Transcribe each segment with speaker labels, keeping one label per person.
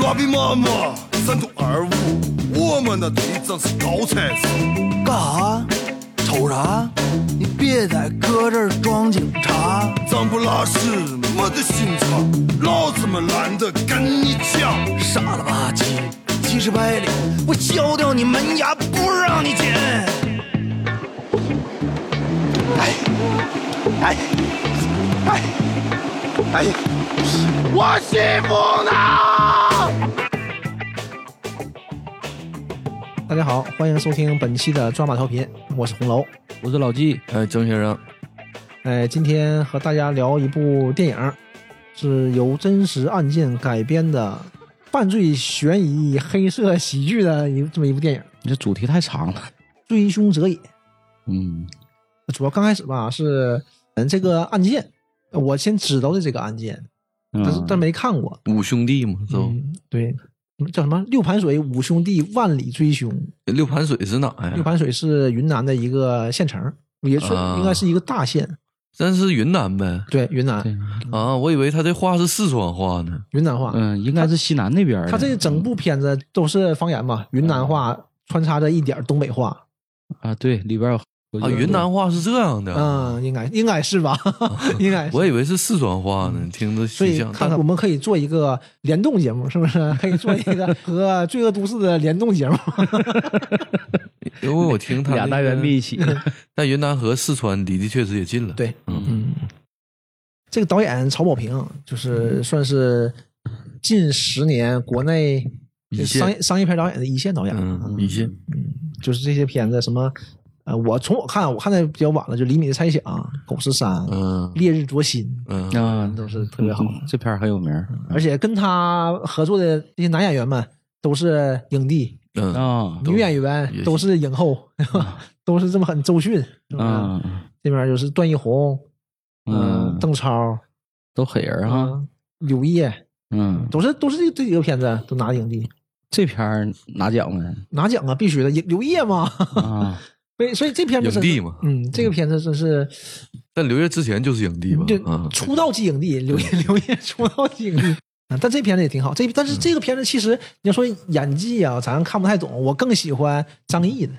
Speaker 1: 么三土二物，我们的地藏是高材生。
Speaker 2: 干啥？瞅啥？你别在搁这儿装警察！
Speaker 1: 脏不拉屎，没得心肠，老子们懒得跟你犟。
Speaker 2: 傻了吧唧，急赤白脸，我削掉你门牙，不让你捡！
Speaker 3: 哎，哎，哎，哎，我媳妇呢？
Speaker 4: 大家好，欢迎收听本期的抓马调频，我是红楼。
Speaker 5: 我是老纪，
Speaker 6: 哎，郑先生，
Speaker 4: 哎，今天和大家聊一部电影，是由真实案件改编的犯罪悬疑黑色喜剧的一这么一部电影《
Speaker 5: 你这主题太长了。
Speaker 4: 追凶者也》。
Speaker 5: 嗯，
Speaker 4: 主要刚开始吧是嗯这个案件，我先知道的这个案件，但是但没看过。
Speaker 6: 五兄弟嘛，嗯都、
Speaker 4: 嗯，对，叫什么六盘水五兄弟万里追凶。
Speaker 6: 六盘水是哪呀？
Speaker 4: 六盘水是云南的一个县城，也是
Speaker 6: 啊
Speaker 4: 应该是一个大县。
Speaker 6: 咱是云南呗？
Speaker 4: 对，云南
Speaker 6: 啊，我以为他这话是四川话呢。
Speaker 4: 云南话，
Speaker 5: 嗯，应该是西南那边的。
Speaker 4: 他这整
Speaker 6: 嗯
Speaker 4: 部片子都是方言嘛，云南话穿插着一点儿东北话，
Speaker 5: 啊，对，里边有
Speaker 6: 啊，云南话是这样的，
Speaker 4: 嗯，应该应该是吧， 应该是。
Speaker 6: 哦我以为是四川话呢，听着
Speaker 4: 嗯所
Speaker 6: 形
Speaker 4: 以
Speaker 6: 象。
Speaker 4: 看看我们可以做一个联动节目，是不是？可以做一 个和《罪恶都市》的联动节目。
Speaker 6: 但因为我听他
Speaker 5: 俩
Speaker 6: 那
Speaker 5: 单
Speaker 6: 个
Speaker 5: 元币一起。
Speaker 6: 但云南和四川离的确实也近了。，
Speaker 4: 对，
Speaker 6: 嗯，
Speaker 4: 嗯，这个导演曹保平
Speaker 6: 嗯
Speaker 4: 就是算是近十年国内
Speaker 6: 一线
Speaker 4: 商业商业片导演的一线导演，
Speaker 6: 嗯，一线
Speaker 4: 就是这些片子什么，呃，我从我看我看的比较晚了，就《厘米的猜想》《狗十三》
Speaker 6: 嗯
Speaker 4: 烈日灼心》，
Speaker 6: 嗯，
Speaker 5: 啊，
Speaker 4: 都是特别好，
Speaker 5: 嗯这片儿很有名儿
Speaker 4: 而且跟他合作的这些男演员们都是影帝，
Speaker 6: 嗯，
Speaker 5: 啊
Speaker 6: 都
Speaker 4: 女演员
Speaker 6: 也
Speaker 4: 都是影后， 都是这么狠。周迅，是吧
Speaker 5: 啊，
Speaker 4: 这边就是段奕宏，
Speaker 5: 嗯
Speaker 4: 呃邓超
Speaker 5: 都狠人哈。
Speaker 4: 嗯柳叶，
Speaker 5: 嗯，
Speaker 4: 都是都是这这几个片子都拿影帝，
Speaker 5: 这片儿拿奖没？
Speaker 4: 拿奖啊，必须的，影刘烨嘛，
Speaker 5: 啊，
Speaker 4: 所以所以这片子真是
Speaker 6: 影帝嘛
Speaker 4: 嗯，这个片子真是
Speaker 6: 但刘烨之前就是影帝吧？
Speaker 4: 就
Speaker 6: 啊，嗯
Speaker 4: 出道即影帝， 刘烨刘烨出道即影帝。啊但这片子也挺好，这但
Speaker 6: 嗯
Speaker 4: 是这个片子其实你要说演技啊，咱看不太懂。我更喜欢张译的，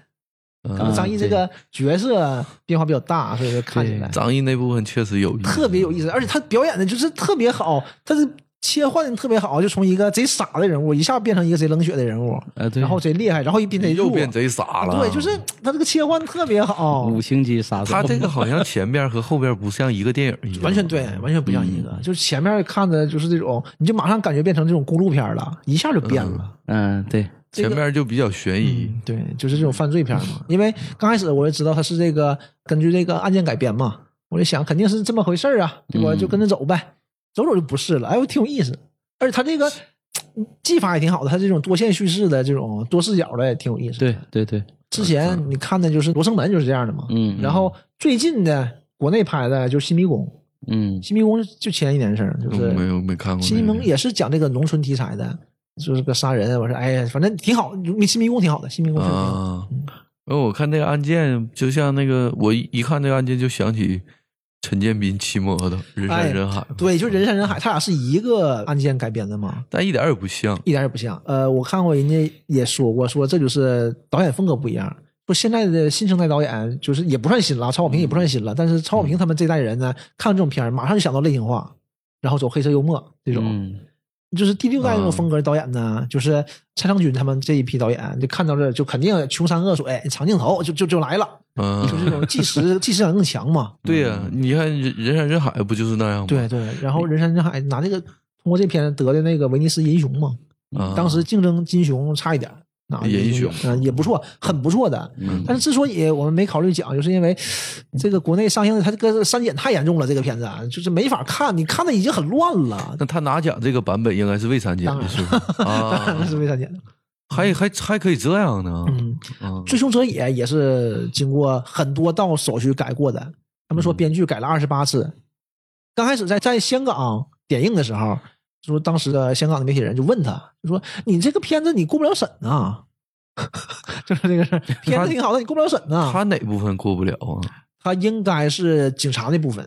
Speaker 6: 嗯
Speaker 4: 张译这个角色变化比较大，所以说看起来
Speaker 6: 张译那部分确实有意思，
Speaker 4: 特别有意思，而且他表演的就是特别好，他是切换的特别好，就从一个贼傻的人物一下变成一个贼冷血的人物，
Speaker 5: 呃，对，
Speaker 4: 然后贼厉害，然后又变贼弱啊
Speaker 6: 啊又变贼傻了。啊
Speaker 4: 对，就是他这个切换特别好，
Speaker 5: 五星级杀手，
Speaker 6: 他这个好像前面和后边不像一个电影一样，
Speaker 4: 完全对，完全不像一个。就是前面看的就是这种，你就马上感觉变成这种公路片了，一下就变了。
Speaker 5: 嗯，对，
Speaker 4: 这个
Speaker 6: 前面就比较悬疑。
Speaker 4: 嗯，对，就是这种犯罪片嘛。因为刚开始我就知道他是这个根据这个案件改编嘛，我就想肯定是这么回事儿啊，对吧？
Speaker 5: 嗯
Speaker 4: 就跟着走呗，走走就不是了。哎，我挺有意思，而且他这个嗯技法也挺好的，他这种多线叙事的这种多视角的也挺有意思。，
Speaker 5: 对，对，对，
Speaker 4: 之前你看的就是《罗生门》就是这样的嘛，
Speaker 5: 嗯，
Speaker 4: 然后最近的国内拍的就是《新迷宫》。
Speaker 5: 嗯，
Speaker 4: 新迷宫就前一年的事儿，就
Speaker 6: 嗯我没
Speaker 4: 是
Speaker 6: 有没看过那个。
Speaker 4: 新迷宫也是讲这个农村题材的，就是个杀人啊，我说哎呀，反正挺好，新迷宫挺好的，新迷宫是挺好的。
Speaker 6: 啊，因为我看那个案件，就像那个我一一看这个案件就想起陈建斌骑摩托人
Speaker 4: 哎
Speaker 6: 山人海，
Speaker 4: 对，就人山人海，他俩是一个案件改编的嘛，
Speaker 6: 但一点也不像。
Speaker 4: 一点也不像。呃，我看过人家也说过，说这就是导演风格不一样。说现在的新生代导演就是也不算新了，曹保平也不算新了，但是曹保平他们这代人呢，看这种片儿马上就想到类型化，然后走黑色幽默这种。
Speaker 5: 嗯，
Speaker 4: 就是第六代那种风格的导演呢，就是蔡昌军他们这一批导演，就看到这儿就肯定穷山恶水、长镜头就就就来了，
Speaker 6: 嗯
Speaker 4: 就，是这种纪 实纪实感更强嘛。
Speaker 6: 对呀、你看人人山人海不就是那样吗？
Speaker 4: 对对，然后人山人海拿这个通过这片得的那个威尼斯银熊嘛，
Speaker 6: 啊，
Speaker 4: 当时竞争金熊差一点。拿了
Speaker 6: 银
Speaker 4: 熊，嗯，也不错，很不错的。
Speaker 5: 嗯
Speaker 4: 但是之所以我们没考虑讲，就是因为这个国内上映的它这个删减太严重了，这个片子啊，就是没法看，你看的已经很乱了。
Speaker 6: 那他拿奖这个版本应该是未删减
Speaker 4: 当
Speaker 6: 的
Speaker 4: 然
Speaker 6: 是吧？
Speaker 4: 当然
Speaker 6: 啊
Speaker 4: 是，没删减。
Speaker 6: 还还还可以这样呢？
Speaker 4: 嗯，
Speaker 6: 啊
Speaker 4: 《追凶者也》也是经过很多道手续改过的。他们说
Speaker 6: 嗯
Speaker 4: 编剧改了二十八次。刚开始在在香港点映的时候，说当时的香港的媒体人就问他，就说你这个片子你过不了审啊， 就是这个事儿，片子挺好的，你过不了审呐、
Speaker 6: 他哪部分过不了啊？
Speaker 4: 他应该是警察那部分，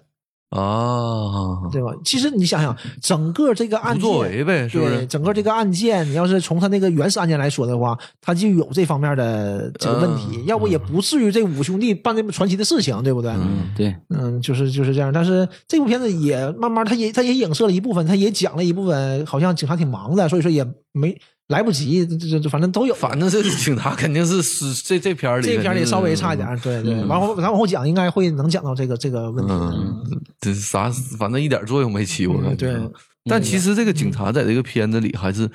Speaker 6: 啊，
Speaker 4: 对吧？其实你想想，整个这个案
Speaker 6: 不
Speaker 4: 件，
Speaker 6: 作为呗，是不
Speaker 4: 对
Speaker 6: 是？
Speaker 4: 整个这个案件，你要是从他那个原始案件来说的话，他就有这方面的这个问题，
Speaker 6: 嗯
Speaker 4: 要不也不至于这五兄弟办这么传奇的事情，对不对？嗯
Speaker 5: 嗯，对，
Speaker 4: 就是就是这样。但是这部片子也慢慢，他也他也影射了一部分，他也讲了一部分，好像警察挺忙的，所以说也没来不及，这这这反正都有。
Speaker 6: 反正这个警察肯定是是这这片儿里，
Speaker 4: 这片儿里
Speaker 6: 肯定是
Speaker 4: 稍微差一点，，对对。往后咱往后讲，应该会能讲到这个这个问题。
Speaker 6: 嗯，这啥反正一点作用没起，我感觉。
Speaker 4: 嗯
Speaker 6: 啊
Speaker 4: 对嗯
Speaker 6: 但其实这个警察在这个片子里还是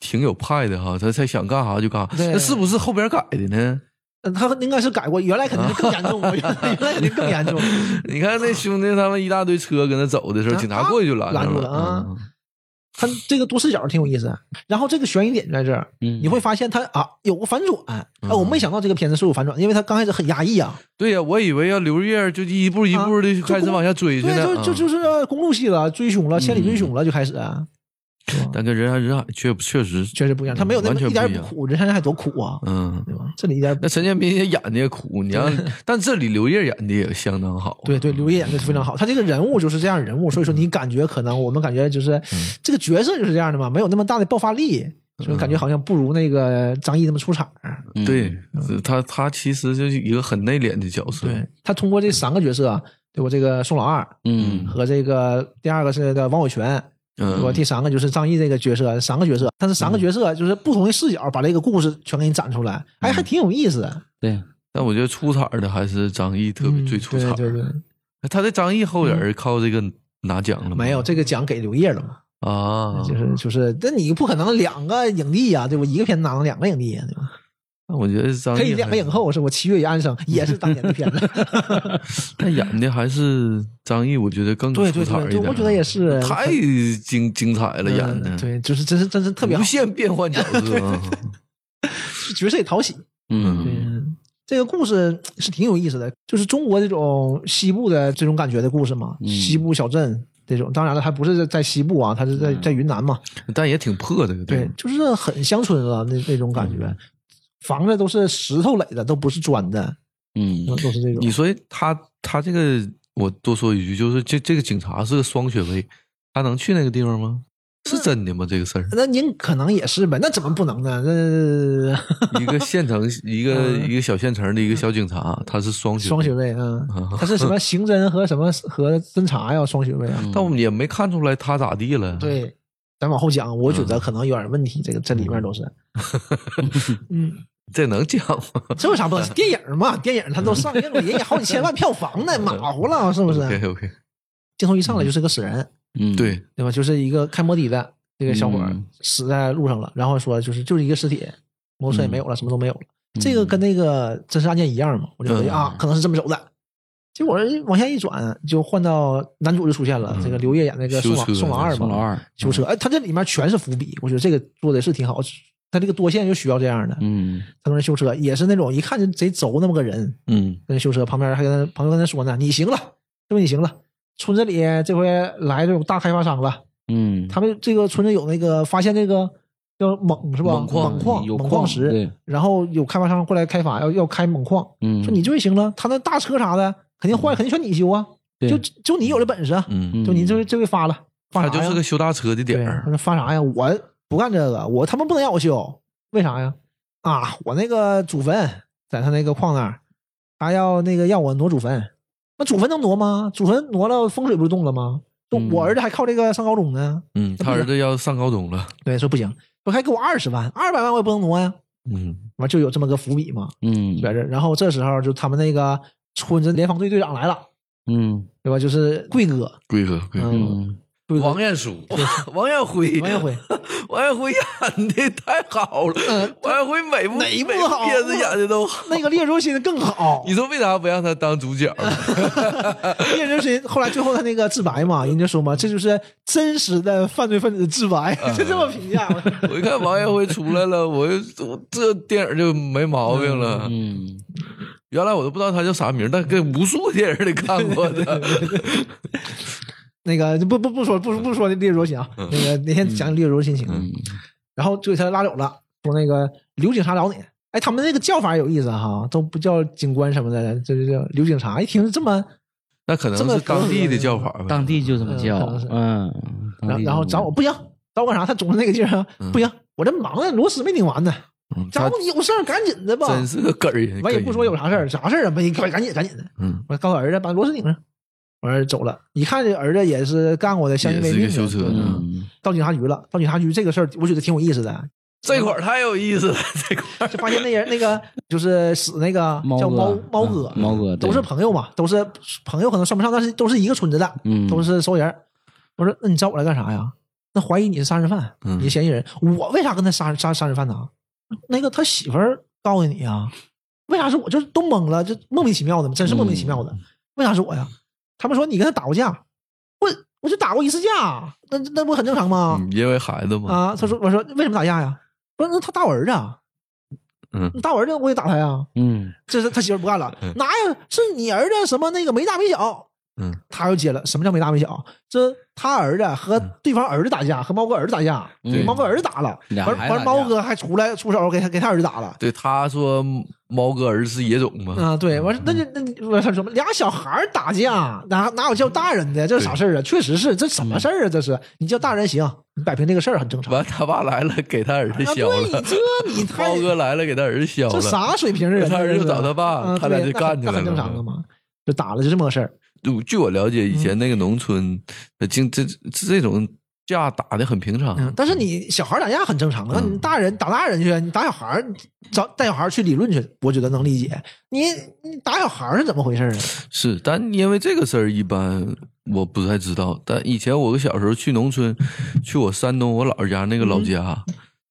Speaker 6: 挺有派的哈，他他想干啥就干啥，
Speaker 4: 对
Speaker 6: 那是不是后边改的呢？
Speaker 4: 嗯，他应该是改过，原来肯定更严重，
Speaker 6: 嗯
Speaker 4: 我觉得原来肯定更严重。
Speaker 6: 你看那兄弟他们一大堆车跟他走的时候，
Speaker 4: 啊
Speaker 6: 警察过去就拦
Speaker 4: 拦
Speaker 6: 住
Speaker 4: 住
Speaker 6: 了
Speaker 4: 了啊他这个多视角挺有意思，啊然后这个悬疑点在这儿，
Speaker 5: 嗯
Speaker 4: 你会发现他啊有个反转，哎、
Speaker 6: 嗯
Speaker 4: 我没想到这个片子是有反转，因为他刚开始很压抑啊，
Speaker 6: 对呀，我以为要刘烨就一步一步的开始往下追去
Speaker 4: 对，
Speaker 6: 呢，
Speaker 4: 就就
Speaker 6: 啊
Speaker 4: 就是呃公路戏了，追凶了，千里
Speaker 6: 嗯
Speaker 4: 追凶了，就开始，是吧
Speaker 6: 但跟人山人海确确实，
Speaker 4: 确实不一样，他没有那
Speaker 6: 完
Speaker 4: 么
Speaker 6: 全
Speaker 4: 一点儿
Speaker 6: 不一
Speaker 4: 也
Speaker 6: 样
Speaker 4: 不苦，人山人海多苦啊，
Speaker 6: 嗯。
Speaker 4: 对吧？这里一点儿
Speaker 6: 那陈建斌也演的也苦，你让，但这里刘烨演的也相当好。
Speaker 4: 对对，刘烨演的非常好，他这个人物就是这样的人物，所以说你感觉可能我们感觉就是、
Speaker 6: 嗯
Speaker 4: 这个角色就是这样的嘛，没有那么大的爆发力，所以感觉好像不如那个张译那么出啊彩儿。
Speaker 5: 嗯
Speaker 6: 对，是他他其实就是一个很内敛的角色。
Speaker 4: 对他通过这三个角色，啊对吧？这个宋老二
Speaker 5: 嗯
Speaker 4: 和这个第二个是那个王伟全，对吧？
Speaker 6: 嗯，
Speaker 4: 第三个就是张译这个角色，三个角色，但是三个角色啊就是不同的视角把这个故事全给你展出来，哎，还挺有意思的。
Speaker 5: 对，
Speaker 6: 但我觉得出彩的还是张译特别
Speaker 4: 嗯
Speaker 6: 最出彩。哎
Speaker 4: 对对对，
Speaker 6: 他在张译后人靠这个拿奖了吗
Speaker 4: 没有这个奖给刘烨了嘛？
Speaker 6: 啊？
Speaker 4: 就是就是，但你不可能两个影帝呀、对吧？一个片子拿了两个影帝呀、对吧？
Speaker 6: 那我觉得张
Speaker 4: 嗯
Speaker 6: 译
Speaker 4: 可以两个影后是我七月与安生也是当年的片子，
Speaker 6: 他演的还是张译，我觉得更出
Speaker 4: 对
Speaker 6: 彩
Speaker 4: 对
Speaker 6: 一点。啊
Speaker 4: 对，对我觉得也是
Speaker 6: 太精精彩了，演的
Speaker 4: 嗯对，就是真是真是特别好
Speaker 6: 无，限变 换角色啊。
Speaker 4: 角色也讨喜。
Speaker 5: 嗯
Speaker 4: 嗯，这个故事是挺有意思的，就是中国这种西部的这种感觉的故事嘛，西部小镇这种。当然了，还不是在在西部啊，它是在在云南嘛。
Speaker 6: 但也挺破的，
Speaker 4: 对，就是很乡村啊，那那种感觉，房子都是石头垒的，都不是砖的，
Speaker 5: 嗯
Speaker 4: 都是这种
Speaker 6: 你。说他他这个，我多说一句，就是这这个警察是个双学位，他能去那个地方
Speaker 4: 嗯
Speaker 6: 吗？是真的吗？这
Speaker 4: ，
Speaker 6: 个事儿
Speaker 4: 那您可能也是呗，那怎么不能呢？ 那
Speaker 6: 一个县城，一个一个小县城的一个小警察，他是双学
Speaker 4: 嗯
Speaker 6: 位
Speaker 4: 双学，位啊，他是什 么刑侦和什么和侦查呀？双学位啊，
Speaker 6: 但我们也没看出来他咋地了。，
Speaker 4: 对。咱往后讲，我觉得可能有点问题，这个这里面都是，嗯，
Speaker 6: 这能讲吗
Speaker 4: 这有啥 不能？电影嘛，电影它都上映了，人家好几千万票房呢，马虎了 是啊不是？
Speaker 6: ？OK OK，
Speaker 4: 镜头一上来就是个死人，
Speaker 5: 嗯，
Speaker 6: 对，
Speaker 4: 对吧？就是一个开摩的的这个小伙儿
Speaker 5: 嗯
Speaker 4: 死在路上了，然后说就是就是一个尸体，摩托车也没有了，什么都没有了。
Speaker 5: 嗯
Speaker 4: 这个跟那个真实案件一样嘛，我就觉得
Speaker 6: 嗯
Speaker 4: 啊，可能是这么走的。结果往下一转，就换到男主就出现了，
Speaker 5: 嗯
Speaker 4: 这个刘烨演那个宋老
Speaker 6: 修车
Speaker 4: 宋老二嘛，
Speaker 5: 宋老二嗯
Speaker 4: 修车，哎，他这里面全是伏笔，我觉得这个做的是挺好，他这个多线就需要这样的，
Speaker 5: 嗯
Speaker 4: 他跟那修车也是那种一看就贼轴那么个人，
Speaker 6: 嗯
Speaker 4: 跟修车旁边还跟他朋友跟他说呢：“你行了，对吧？你行了，村子里这回来这种大开发商了，
Speaker 5: 嗯，
Speaker 4: 他们这个村子有那个发现那个叫锰是吧？锰
Speaker 5: 锰矿
Speaker 4: 矿
Speaker 5: 有
Speaker 4: 锰
Speaker 5: 矿
Speaker 4: 石
Speaker 5: 对，
Speaker 4: 然后有开发商过来开发，要要开锰矿，
Speaker 5: 嗯
Speaker 4: 说你这回行了，他那大车啥的肯定坏，肯定全你修啊，
Speaker 5: 对
Speaker 4: 就就你有这本事啊，
Speaker 6: 嗯，
Speaker 4: 就你这回这回发了，发
Speaker 6: 他
Speaker 4: 啥
Speaker 6: 就
Speaker 4: 呀
Speaker 6: 是个修大车的点
Speaker 4: 对，
Speaker 6: 儿
Speaker 4: 他。说发啥呀？我不干这个，我他妈不能让我修，为啥呀？啊，我那个祖坟在他那个矿那儿，他要那个让我挪祖坟，那祖坟能挪吗？祖坟挪了风水不就动了吗？说
Speaker 5: 嗯
Speaker 4: 我儿子还靠这个上高中呢，
Speaker 6: 嗯，他儿子要上高中了。
Speaker 4: 对，说不行，说还给我二十万，二百万我也不能挪呀，
Speaker 6: 嗯，
Speaker 4: 完就有这么个伏笔嘛，
Speaker 5: 嗯
Speaker 4: 在这儿。然后这时候就他们那个村子联防队队长来了，
Speaker 5: 嗯
Speaker 4: 对吧？就是贵哥，
Speaker 6: 贵哥，贵哥，
Speaker 4: 嗯，
Speaker 5: 嗯
Speaker 4: 贵哥
Speaker 6: 王彦祖， 王彦辉，
Speaker 4: 王 彦辉，
Speaker 6: 王彦辉演的太好了，
Speaker 4: 嗯
Speaker 6: 王彦辉每部
Speaker 4: 哪一部
Speaker 6: 每部
Speaker 4: 好啊
Speaker 6: 片子演的都好。
Speaker 4: 那个烈日灼心更好，
Speaker 6: 你说为啥不让他当主角？
Speaker 4: 叶真心后来最后他那个自白嘛，人家说嘛，这就是真实的犯罪分子自白，
Speaker 6: 嗯
Speaker 4: 就这么评价。
Speaker 6: 我一看王彦辉出来了，我就我这电影就没毛病了。
Speaker 5: 嗯
Speaker 6: 原来我都不知道他叫啥名，但跟无数电影里看过的。
Speaker 4: 那个不不不说不不说那烈日灼心啊，
Speaker 6: 嗯
Speaker 4: 那个那天讲烈日灼心情，
Speaker 5: 嗯
Speaker 4: 然后就给他拉走了，说那个刘警察找你。哎，哎他们那个叫法有意思哈、都不叫警官什么的，就是叫刘警察。一听这么
Speaker 6: 那可能
Speaker 4: 这么
Speaker 6: 是当地的叫法吧，
Speaker 5: 当地就这么叫
Speaker 4: 嗯可能是，
Speaker 5: 嗯，
Speaker 6: 哎
Speaker 4: 然后然后找我不行，找我干啥？他总是那个劲儿啊，不行，我这忙呢，啊螺丝没拧完呢，
Speaker 6: 嗯
Speaker 4: 找
Speaker 6: 他
Speaker 4: 我有事儿赶紧的吧。
Speaker 6: 真是个梗儿人，
Speaker 4: 完也不说有
Speaker 6: 啥，
Speaker 4: 啥事儿，啥事儿啊？没，赶赶紧赶紧的。
Speaker 6: 嗯，
Speaker 4: 我告诉儿子把螺丝拧上，我儿子走了。一看这儿子也是干过的，相依
Speaker 6: 也
Speaker 4: 为
Speaker 6: 是一
Speaker 4: 命
Speaker 6: 个修
Speaker 4: 的。
Speaker 6: 车的，
Speaker 5: 嗯，
Speaker 4: 到警察局了，到警察局这个事儿，我觉得挺有意思的。
Speaker 6: 这块儿太有意思了，这块儿
Speaker 4: 就发现那人那个就是死那个
Speaker 5: 猫
Speaker 4: 叫
Speaker 5: 哥
Speaker 4: 猫猫哥，
Speaker 5: 嗯猫哥对
Speaker 4: 都是朋友嘛，都是朋友可能算不上，但是都是一个村子的，
Speaker 5: 嗯
Speaker 4: 都是熟人儿。我说那你找我来干啥呀？那怀疑你是杀人犯，
Speaker 6: 嗯
Speaker 4: 你是嫌疑人。我为啥跟他杀杀杀人犯呢？啊那个他媳妇儿告诉你啊，为啥是我？就是都懵了，就莫名其妙的，真是莫名其妙的。
Speaker 6: 嗯
Speaker 4: 为啥是我呀？他们说你跟他打过架，我我就打过一次架，那那不很正常吗？
Speaker 6: 嗯因为孩子嘛，
Speaker 4: 啊，他说我说为什么打架呀？我说那他打我儿子啊，
Speaker 6: 嗯
Speaker 4: 你打我儿子我也打他呀。
Speaker 5: 嗯，
Speaker 4: 这是他媳妇儿不干了，哪有是你儿子什么那个没大没小？
Speaker 6: 嗯，
Speaker 4: 他又接了，什么叫没大没小？这他儿子啊和
Speaker 6: 嗯
Speaker 4: 对方儿子打架，和猫哥儿子打架，
Speaker 5: 嗯
Speaker 4: 给猫哥儿子打了，
Speaker 5: 俩
Speaker 4: 完
Speaker 5: 孩子
Speaker 4: 完
Speaker 5: 打架
Speaker 4: 猫哥还出来出手给他给他儿子打了。
Speaker 6: 对，他说猫哥儿是野种嘛，
Speaker 4: 啊，对，完事那就
Speaker 6: 嗯
Speaker 4: 那就我说什么俩小孩儿打架，哪哪有叫大人的？这是啥事儿啊？确实是，这
Speaker 6: 嗯
Speaker 4: 什么事儿啊？这是你叫大人行，你摆平这个事儿很正常。
Speaker 6: 完他爸来了给他儿子
Speaker 4: 啊，
Speaker 6: 削
Speaker 4: 对你
Speaker 6: 了，
Speaker 4: 这你太
Speaker 6: 猫哥来了给他儿子削
Speaker 4: 这
Speaker 6: 了，
Speaker 4: 啥水平人啊？
Speaker 6: 他儿
Speaker 4: 这
Speaker 6: 子
Speaker 4: 是
Speaker 6: 又找他爸
Speaker 4: 啊
Speaker 6: 他俩
Speaker 4: 对
Speaker 6: 就
Speaker 4: 那
Speaker 6: 干起
Speaker 4: 那
Speaker 6: 来
Speaker 4: 很
Speaker 6: 了
Speaker 4: 正常的嘛，就打了就这么个事儿。
Speaker 6: 就据我了解，以
Speaker 4: 嗯
Speaker 6: 前那个农村，呃，经这这这种架打的很平常。
Speaker 4: 嗯，但是你小孩打架很正常啊，
Speaker 6: 嗯
Speaker 4: 你大人打大人去，你打小孩儿你找带小孩儿去理论去，我觉得能理解。你你打小孩儿是怎么回事啊？
Speaker 6: 是，但因为这个事儿，一般我不太知道。但以前我小时候去农村，
Speaker 4: 嗯
Speaker 6: 去我山东我姥姥家那个老家，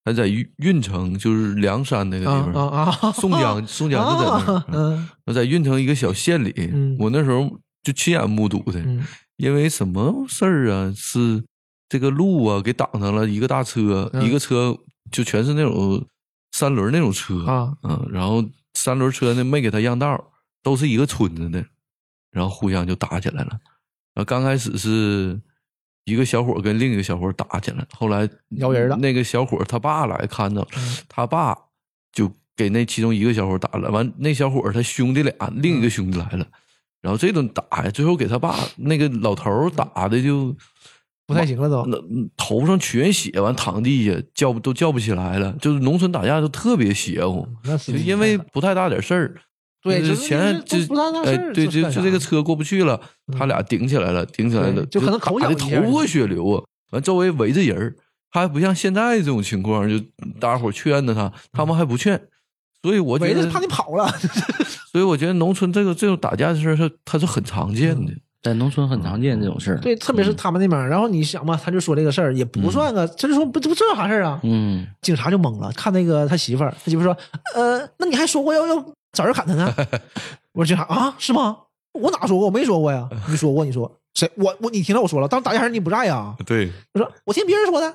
Speaker 6: 他在运运城，就是梁山那个地
Speaker 4: 啊
Speaker 6: 方，
Speaker 4: 啊啊！
Speaker 6: 宋江宋江就在那
Speaker 4: 啊
Speaker 6: 儿，嗯
Speaker 4: 嗯
Speaker 6: 我在运城一个小县里，
Speaker 4: 嗯
Speaker 6: 我那时候就亲眼目睹的。
Speaker 4: 嗯
Speaker 6: 因为什么事儿啊？是这个路啊给挡上了一个大车，
Speaker 4: 嗯
Speaker 6: 一个车就全是那种三轮那种车
Speaker 4: 啊，
Speaker 6: 嗯，然后三轮车呢没给他让道，都是一个村子的，然后互相就打起来了。然后刚开始是一个小伙跟另一个小伙打起来，后来
Speaker 4: 摇人了
Speaker 6: 那个小伙他爸来看着，
Speaker 4: 嗯
Speaker 6: 他爸就给那其中一个小伙打了，完那小伙他兄弟俩另
Speaker 4: 嗯
Speaker 6: 一个兄弟来了，然后这顿打呀，最后给他爸那个老头儿打的就
Speaker 4: 不太行了都。
Speaker 6: 那头上全血，完躺地下叫都叫不起来了，就是农村打架都特别邪乎，
Speaker 4: 那是
Speaker 6: 就因为不太大点事儿。
Speaker 4: 对，
Speaker 6: 就是
Speaker 4: 就是
Speaker 6: 前
Speaker 4: 就
Speaker 6: 就是
Speaker 4: 不大大事
Speaker 6: 哎
Speaker 4: 儿，
Speaker 6: 对，
Speaker 4: 就
Speaker 6: 就就这个车过不去了，他俩顶起来了，顶起来了，
Speaker 4: 嗯对就可能口
Speaker 6: 打
Speaker 4: 角
Speaker 6: 的
Speaker 4: 一
Speaker 6: 头
Speaker 4: 下
Speaker 6: 破血流啊！完周围围着人儿，他还不像现在这种情况，就大家伙儿劝着他，他们还不劝，所以我觉
Speaker 4: 围
Speaker 6: 得
Speaker 4: 着，怕你跑 了。
Speaker 6: 所以我觉得农村这个这种打架的事儿，它它是很常见的。
Speaker 4: 嗯
Speaker 5: 在农村很常见这种事儿，
Speaker 4: 对，特
Speaker 6: 嗯
Speaker 4: 别是他们那边儿，然后你想吧，他就说这个事儿也不算个，真说不这不这啥事儿啊？
Speaker 5: 嗯，
Speaker 4: 警察就懵了，看那个他媳妇儿，他媳妇儿说：“呃，那你还说过要要找人砍他 呢？”我说：“警察啊，是吗？我哪说过？我没说 过呀。你说过，你说谁？我我你听到我说了，当时打架时你不在呀？
Speaker 6: 对，
Speaker 4: 我说我听别人说的，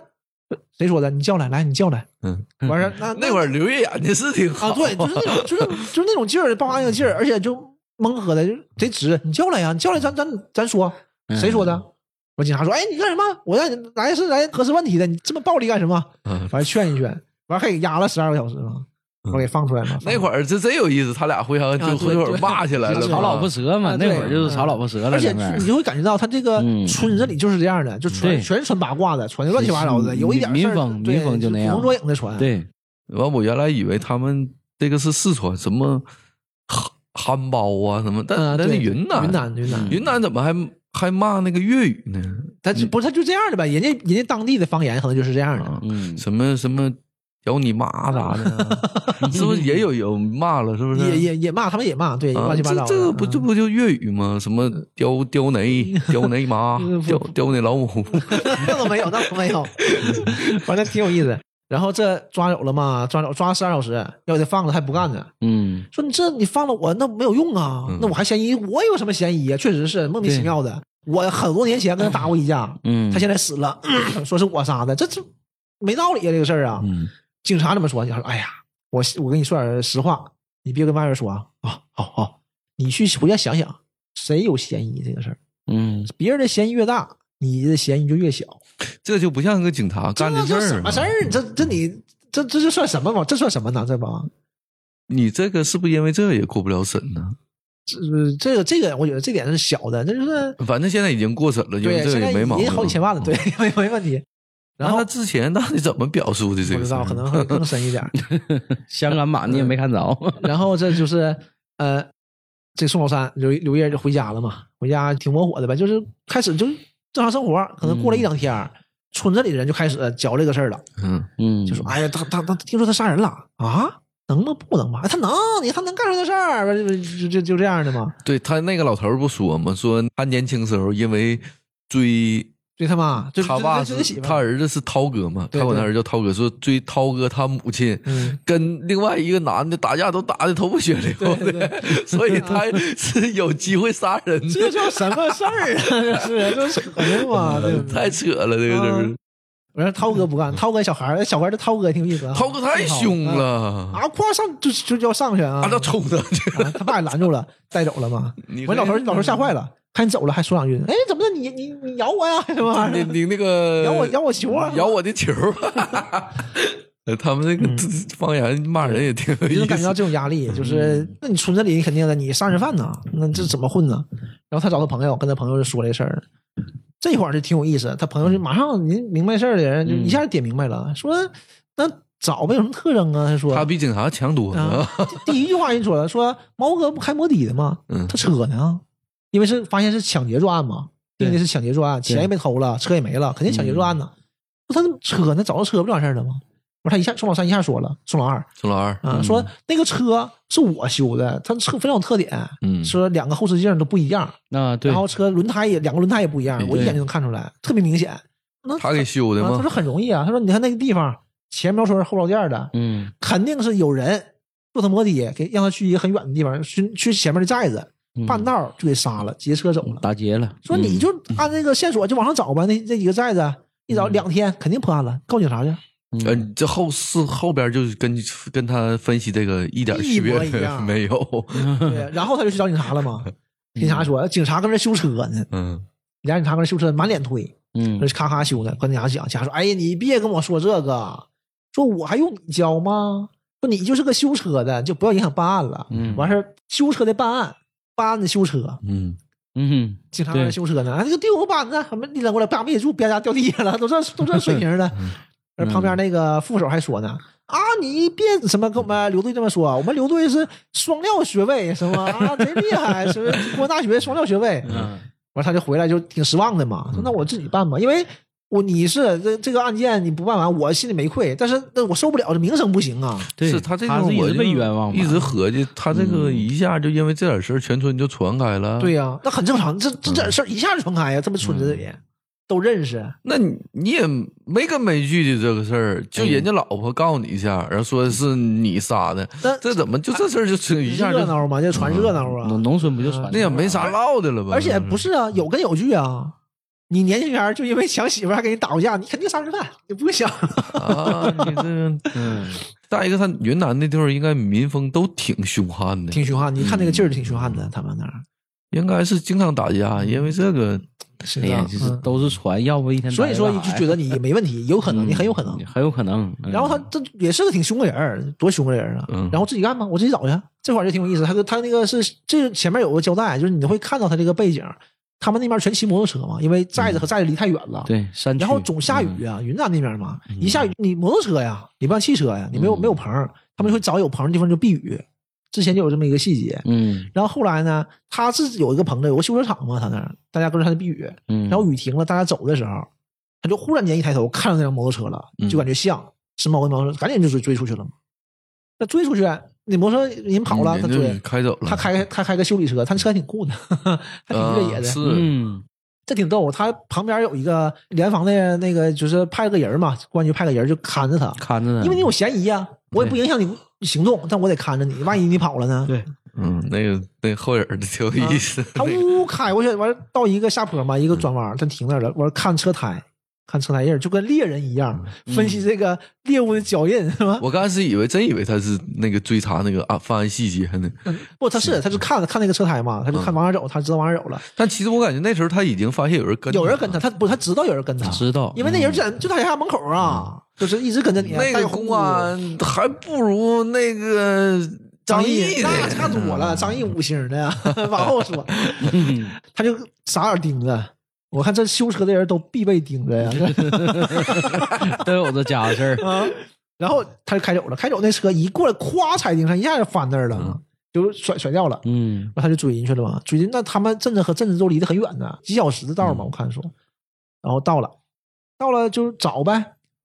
Speaker 4: 谁说的？你叫来，来，你叫来。
Speaker 6: 嗯，
Speaker 4: 完事儿那
Speaker 6: 那会儿刘月眼睛是挺好，
Speaker 4: 啊，对，就是那种，就是就是那种劲儿，爆发那个劲儿，而且就蒙喝的，就贼直。你叫来呀，你叫来，咱咱咱说，
Speaker 5: 嗯
Speaker 4: 谁说的？我警察说，哎，你干什么？我让你来是来核实问题的，你这么暴力干什么？
Speaker 6: 嗯
Speaker 4: 完劝一劝，完还给压了十二个小时嘛，
Speaker 5: 嗯
Speaker 4: 我给放出来嘛。
Speaker 6: 那会
Speaker 4: 儿，
Speaker 6: 儿这真有意思，他俩互相
Speaker 4: 啊
Speaker 6: 就
Speaker 4: 对
Speaker 6: 那会儿
Speaker 4: 对
Speaker 6: 骂起来了
Speaker 4: 就
Speaker 6: 嘛，
Speaker 4: 是
Speaker 5: 吵老婆舌嘛，
Speaker 4: 啊
Speaker 5: 那
Speaker 4: 对
Speaker 5: 会儿就是吵老婆舌了，
Speaker 4: 而且
Speaker 5: 两边儿
Speaker 4: 你会感觉到他这个
Speaker 5: 嗯
Speaker 4: 村子里就是这样的，就全
Speaker 5: 对
Speaker 4: 全传八卦的，传的乱七八糟的，
Speaker 5: 是
Speaker 4: 有一点
Speaker 5: 民
Speaker 4: 事儿
Speaker 5: 风
Speaker 4: 对
Speaker 5: 民风就那样
Speaker 4: 捕风捉影的传。，
Speaker 5: 嗯对，
Speaker 6: 完，我原来以为他们这个是四川什么憨憨包啊什么，但、
Speaker 4: 嗯，
Speaker 6: 但是
Speaker 4: 对
Speaker 6: 云南
Speaker 4: 云南云南
Speaker 6: 云南怎么还还骂那个粤语呢？
Speaker 4: 他就不是他就这样的呗，人家人家当地的方言可能就是这样的
Speaker 6: 啊。
Speaker 5: 嗯嗯，
Speaker 6: 什么什么屌你妈
Speaker 4: 啊
Speaker 6: 啥的，是不是也有有骂了？是不是？
Speaker 4: 也也也骂，他们也骂，对，
Speaker 6: 啊，
Speaker 4: 乱七八糟
Speaker 6: 这
Speaker 4: 的。
Speaker 6: 这个不 这
Speaker 4: 嗯
Speaker 6: 不就粤语吗？什么刁刁内刁内妈
Speaker 4: 嗯 不
Speaker 6: 刁刁内老母，
Speaker 4: 那倒没有，那倒 没有，反正挺有意思。然后这抓走了嘛，抓走抓十二小时，要给他放了还不干呢，
Speaker 5: 嗯，
Speaker 4: 说你这你放了我那没有用啊，
Speaker 6: 嗯
Speaker 4: 那我还嫌疑，我有什么嫌疑啊？确实是莫名其妙的，我很多年前跟他打过一架，
Speaker 5: 嗯，
Speaker 4: 他现在死了， 说是我杀的，这这没道理啊，这个事儿啊。
Speaker 6: 嗯
Speaker 4: 警察怎么说？警察说：“哎呀，我我跟你说点实话，你别跟外人说啊。啊，好好，你去回家想想，谁有嫌疑这个事儿，
Speaker 5: 嗯
Speaker 4: 别人的嫌疑越大，你的嫌疑就越小。
Speaker 6: 这就不像个警察干的事
Speaker 4: 这叫
Speaker 6: 儿
Speaker 4: 什么
Speaker 6: 啊。
Speaker 4: 事儿？这这你这这就算什么嘛？这算什么呢？这帮
Speaker 6: 你这个是不是因为这也过不了审呢？
Speaker 4: 这这个这个，我觉得这点是小的，那就是
Speaker 6: 反正现在已经过审了，就
Speaker 4: 对，
Speaker 6: 这
Speaker 4: 现
Speaker 6: 个
Speaker 4: 在
Speaker 6: 也没毛
Speaker 4: 也
Speaker 6: 病。嗯
Speaker 4: 好几千万了，对， 没没问题。
Speaker 6: 那
Speaker 4: 然后
Speaker 6: 他之前到底怎么表述的这
Speaker 4: 不
Speaker 6: 个
Speaker 4: 知
Speaker 6: 事儿？
Speaker 4: 道，可能会更深一 点。
Speaker 5: 香港马你也没看着，
Speaker 4: 然后这就是呃，这宋老三刘刘烨就回家了嘛，回家挺窝火的呗，就是开始就是正常生活，可能过了一两天儿，村子里人就开始嚼这个事儿了，
Speaker 6: 嗯，
Speaker 5: 嗯，
Speaker 4: 就说哎呀，他他他听说他杀人了啊。能吗？不能吧？哎他能，你他能干出这事儿，就就就这样的嘛。
Speaker 6: 对他那个老头儿不说吗？说他年轻时候因为追
Speaker 4: 对他妈，就
Speaker 6: 他爸
Speaker 4: 就就是媳妇
Speaker 6: 他
Speaker 4: 儿，
Speaker 6: 儿子是涛哥嘛，
Speaker 4: 对
Speaker 6: 他管他
Speaker 4: 对
Speaker 6: 儿子叫涛哥，说追涛哥他母亲
Speaker 4: 嗯，
Speaker 6: 跟另外一个男的打架都打的头破血流的， 所以他是有机会杀人
Speaker 4: 这
Speaker 6: 的，
Speaker 4: 叫什么事儿啊？ 这是这 扯的嘛，对不对？
Speaker 6: 太扯了这个事儿
Speaker 4: 嗯。我说涛哥不干，涛哥小孩儿，小孩儿这涛哥挺有意思啊，
Speaker 6: 涛哥太凶了，
Speaker 4: 啊，哐上就就就要上去啊，
Speaker 6: 啊，他冲上去，
Speaker 4: 啊他爸也拦住了，带走了嘛。
Speaker 6: 你
Speaker 4: 我老头儿
Speaker 6: 这
Speaker 4: 老头儿吓坏了，看你走了还说两句，哎，怎么的？你你你咬我呀？什么玩意
Speaker 6: 你
Speaker 4: 儿？
Speaker 6: 你那个
Speaker 4: 咬啊我咬我球啊！
Speaker 6: 咬我的球儿，呃 他们这个方言骂人也挺有
Speaker 4: 你就
Speaker 6: 意
Speaker 4: 嗯能感觉到
Speaker 6: 思。
Speaker 4: 这种压力，就是那你村子里肯定的，你杀人犯呐，那这怎么混呢？然后他找他朋友，跟他朋友就说这事儿，这会儿就挺有意思。他朋友就马上您明白事儿的人，就一下就点明白了，说那找呗，有什么特征啊？他说
Speaker 6: 他比警察强多了
Speaker 4: 啊，第一句话人说了，说毛哥不开摩的的吗？
Speaker 6: 嗯
Speaker 4: 他车呢？因为是发现是抢劫作案嘛，
Speaker 5: 对
Speaker 4: 定的是抢劫作案，钱也被偷了，车也没了，肯定抢劫作案呢。那他那车呢？找到车不就完事儿了吗？我说他一下，宋老三一下说了，宋老二
Speaker 6: 宋老二，
Speaker 4: 啊，说那个车是我修的，他车非常有特点，
Speaker 6: 嗯，
Speaker 4: 说两个后视镜都不一样，
Speaker 5: 啊，对
Speaker 4: 然，后车轮胎也两个轮胎也不一样，我一眼就能看出来，特别明显。那
Speaker 6: 哎他给修的
Speaker 4: 啊他
Speaker 6: 吗
Speaker 4: 说？很容易啊，他说你看那个地方前面说是后照垫的，
Speaker 5: 嗯
Speaker 4: 肯定是有人坐他摩的，给让他去一个很远的地方，去去前面的寨子，
Speaker 5: 嗯
Speaker 4: 半道儿就给杀了，劫车走了。
Speaker 6: 嗯
Speaker 5: 打劫了，嗯
Speaker 4: 说你就按这个线索就往上找吧，那那几个寨子一找两天肯定破案了，告警 察去，呃
Speaker 5: 嗯
Speaker 6: 嗯，这后是后边就是跟跟他分析这个一点区别
Speaker 4: 一模一样嗯
Speaker 6: 没有，
Speaker 4: 对，然后他就去找警察了 嘛。警察说，警察跟那修车呢，
Speaker 6: 嗯，
Speaker 4: 俩警察跟那修车，满脸推，
Speaker 5: 嗯
Speaker 4: 那，咔咔修呢。跟警察讲，警察说：“哎呀，你别跟我说这个，说我还用你教吗？说你就是个修车的，就不要影响办案了。
Speaker 5: 嗯
Speaker 4: 完事儿修车的办案，办案的修车，
Speaker 6: 嗯，
Speaker 5: 嗯，
Speaker 4: 警察
Speaker 5: 对
Speaker 4: 在修车呢，啊，这个丢个板子，我们一扔过来，啪，没忍住，啪家掉地下了，都 这都这水平了。
Speaker 5: 嗯
Speaker 4: 而旁边那个副手还说呢，啊，你别什么跟我们刘队这么 说，我们刘队是双料学位，什么啊，贼厉害，什么中国大学双料学位。
Speaker 5: 嗯，
Speaker 4: 完他就回来就挺失望的嘛，说那我自己办吧，因为我你是这这个案件你不办完，我心里没愧，但是那我受不了，这名声不行啊。
Speaker 5: 对，
Speaker 6: 是他这
Speaker 5: 他
Speaker 6: 种
Speaker 5: 是一
Speaker 6: 我
Speaker 5: 直
Speaker 6: 就
Speaker 5: 被冤枉嘛，
Speaker 6: 一直合计他这个一下就因为这点事儿，全村就传开了。
Speaker 4: 嗯对，呀、那很正常，这这这事儿一下就传开呀，这么村子里都认识，
Speaker 6: 那你你也没根没据的这个事儿，就
Speaker 4: 哎
Speaker 6: 人家老婆告你一下，然后说是你杀的，
Speaker 4: 那
Speaker 6: 这怎么就这事儿就这一下
Speaker 4: 热
Speaker 6: 就
Speaker 4: 闹嘛，就传热闹啊。
Speaker 5: 农农村不就传
Speaker 6: 那也没啥唠的了吧？
Speaker 4: 而且不是啊，有根有据啊。你年轻人儿就因为抢媳妇儿还给你打过架，你肯定杀人犯，你不会想。
Speaker 6: 啊，你这 嗯，再一个，他云南那地方应该民风都挺凶悍的，
Speaker 4: 挺凶啊悍，你看那个劲儿挺凶悍的，他们那儿
Speaker 6: 应该是经常打架，
Speaker 4: 嗯
Speaker 6: 因为这个
Speaker 4: 是
Speaker 5: 哎
Speaker 4: 这
Speaker 5: 呀，
Speaker 4: 样。
Speaker 5: 就是
Speaker 4: 嗯
Speaker 5: 都是传，要不一天
Speaker 4: 所以说，
Speaker 5: 你
Speaker 4: 你就觉得你没问题，有可能，你很有可能。
Speaker 5: 嗯很有可能。嗯
Speaker 4: 然后他这也是个挺凶的人儿，多凶的人儿啊
Speaker 6: 嗯！
Speaker 4: 然后自己干吧，我自己找去。这块儿就挺有意思，他跟他那个是这前面有个交代，就是你会看到他这个背景，他们那边全骑摩托车嘛，因为寨子和寨子离太远了。
Speaker 5: 嗯对嗯山区，
Speaker 4: 然后总下雨啊，云南那边嘛，一下雨你摩托车呀，你不像汽车呀，你没有、
Speaker 5: 嗯
Speaker 4: 没有棚儿，他们会找有棚儿的地方就避雨。之前就有这么一个细节。
Speaker 5: 嗯，
Speaker 4: 然后后来呢，他是有一个棚子，有个修车厂嘛，他那儿大家跟着他的避雨。
Speaker 5: 嗯嗯，
Speaker 4: 然后雨停了，大家走的时候，他就忽然间一抬头看到那辆摩托车了，就感
Speaker 6: 嗯
Speaker 4: 觉像是猫跟猫，赶紧就追追出去了嘛。那追出去，那摩托车人跑了，他
Speaker 6: 嗯人家
Speaker 4: 追，
Speaker 6: 开走了，
Speaker 4: 他开他开个修理车，他车还挺酷的， 还挺越野
Speaker 6: 啊
Speaker 4: 的。
Speaker 6: 是
Speaker 5: 嗯
Speaker 4: 这挺逗，他旁边有一个联防的那个，就是派个人嘛，公安局派个人就看着他，
Speaker 5: 看着呢，
Speaker 6: 嗯
Speaker 4: 因为你有嫌疑呀、我也不影响你行动，但我得看着你，万一你跑了呢？
Speaker 5: 对
Speaker 6: 嗯，那个那后影儿的挺有意思，
Speaker 4: 啊他呜呜开过去，完了到一个下坡嘛，一个转弯，他停那儿了，完了看车胎，看车胎印儿，就跟猎人一样分析这个猎物的脚印，是吧？
Speaker 6: 我刚开始以为真以为他是那个追查那个案犯案细节 呢，
Speaker 4: 不，他是他是嗯看看那个车胎嘛，他就看往哪走，他知道往哪走了，
Speaker 6: 但其实我感觉那时候他已经发现有人跟
Speaker 4: 有人
Speaker 6: 他
Speaker 4: 跟他，他不他知道有嗯人跟他，
Speaker 5: 知道，
Speaker 4: 因为那人就在就在他家门口啊，就是一直跟着你，
Speaker 6: 那
Speaker 4: 带
Speaker 6: 个
Speaker 4: 红
Speaker 6: 公安还不如那个
Speaker 4: 张嗯
Speaker 6: 张译
Speaker 4: 那差多了，张译五星的呀， 往后说，
Speaker 5: 嗯
Speaker 4: 他就傻眼钉子。我看这修车的人都必备钉 子呀，
Speaker 5: 都有这家伙事儿。
Speaker 4: 啊， 然后他就开走了，开走那车一过来，咵踩钉上，一下就翻那儿了，就甩甩掉了。
Speaker 5: 嗯，
Speaker 4: 然后他就追进去了嘛，追进那他们镇子和镇子都离得很远呢，几小时的道嘛，我看说，然后到了，到了就找呗，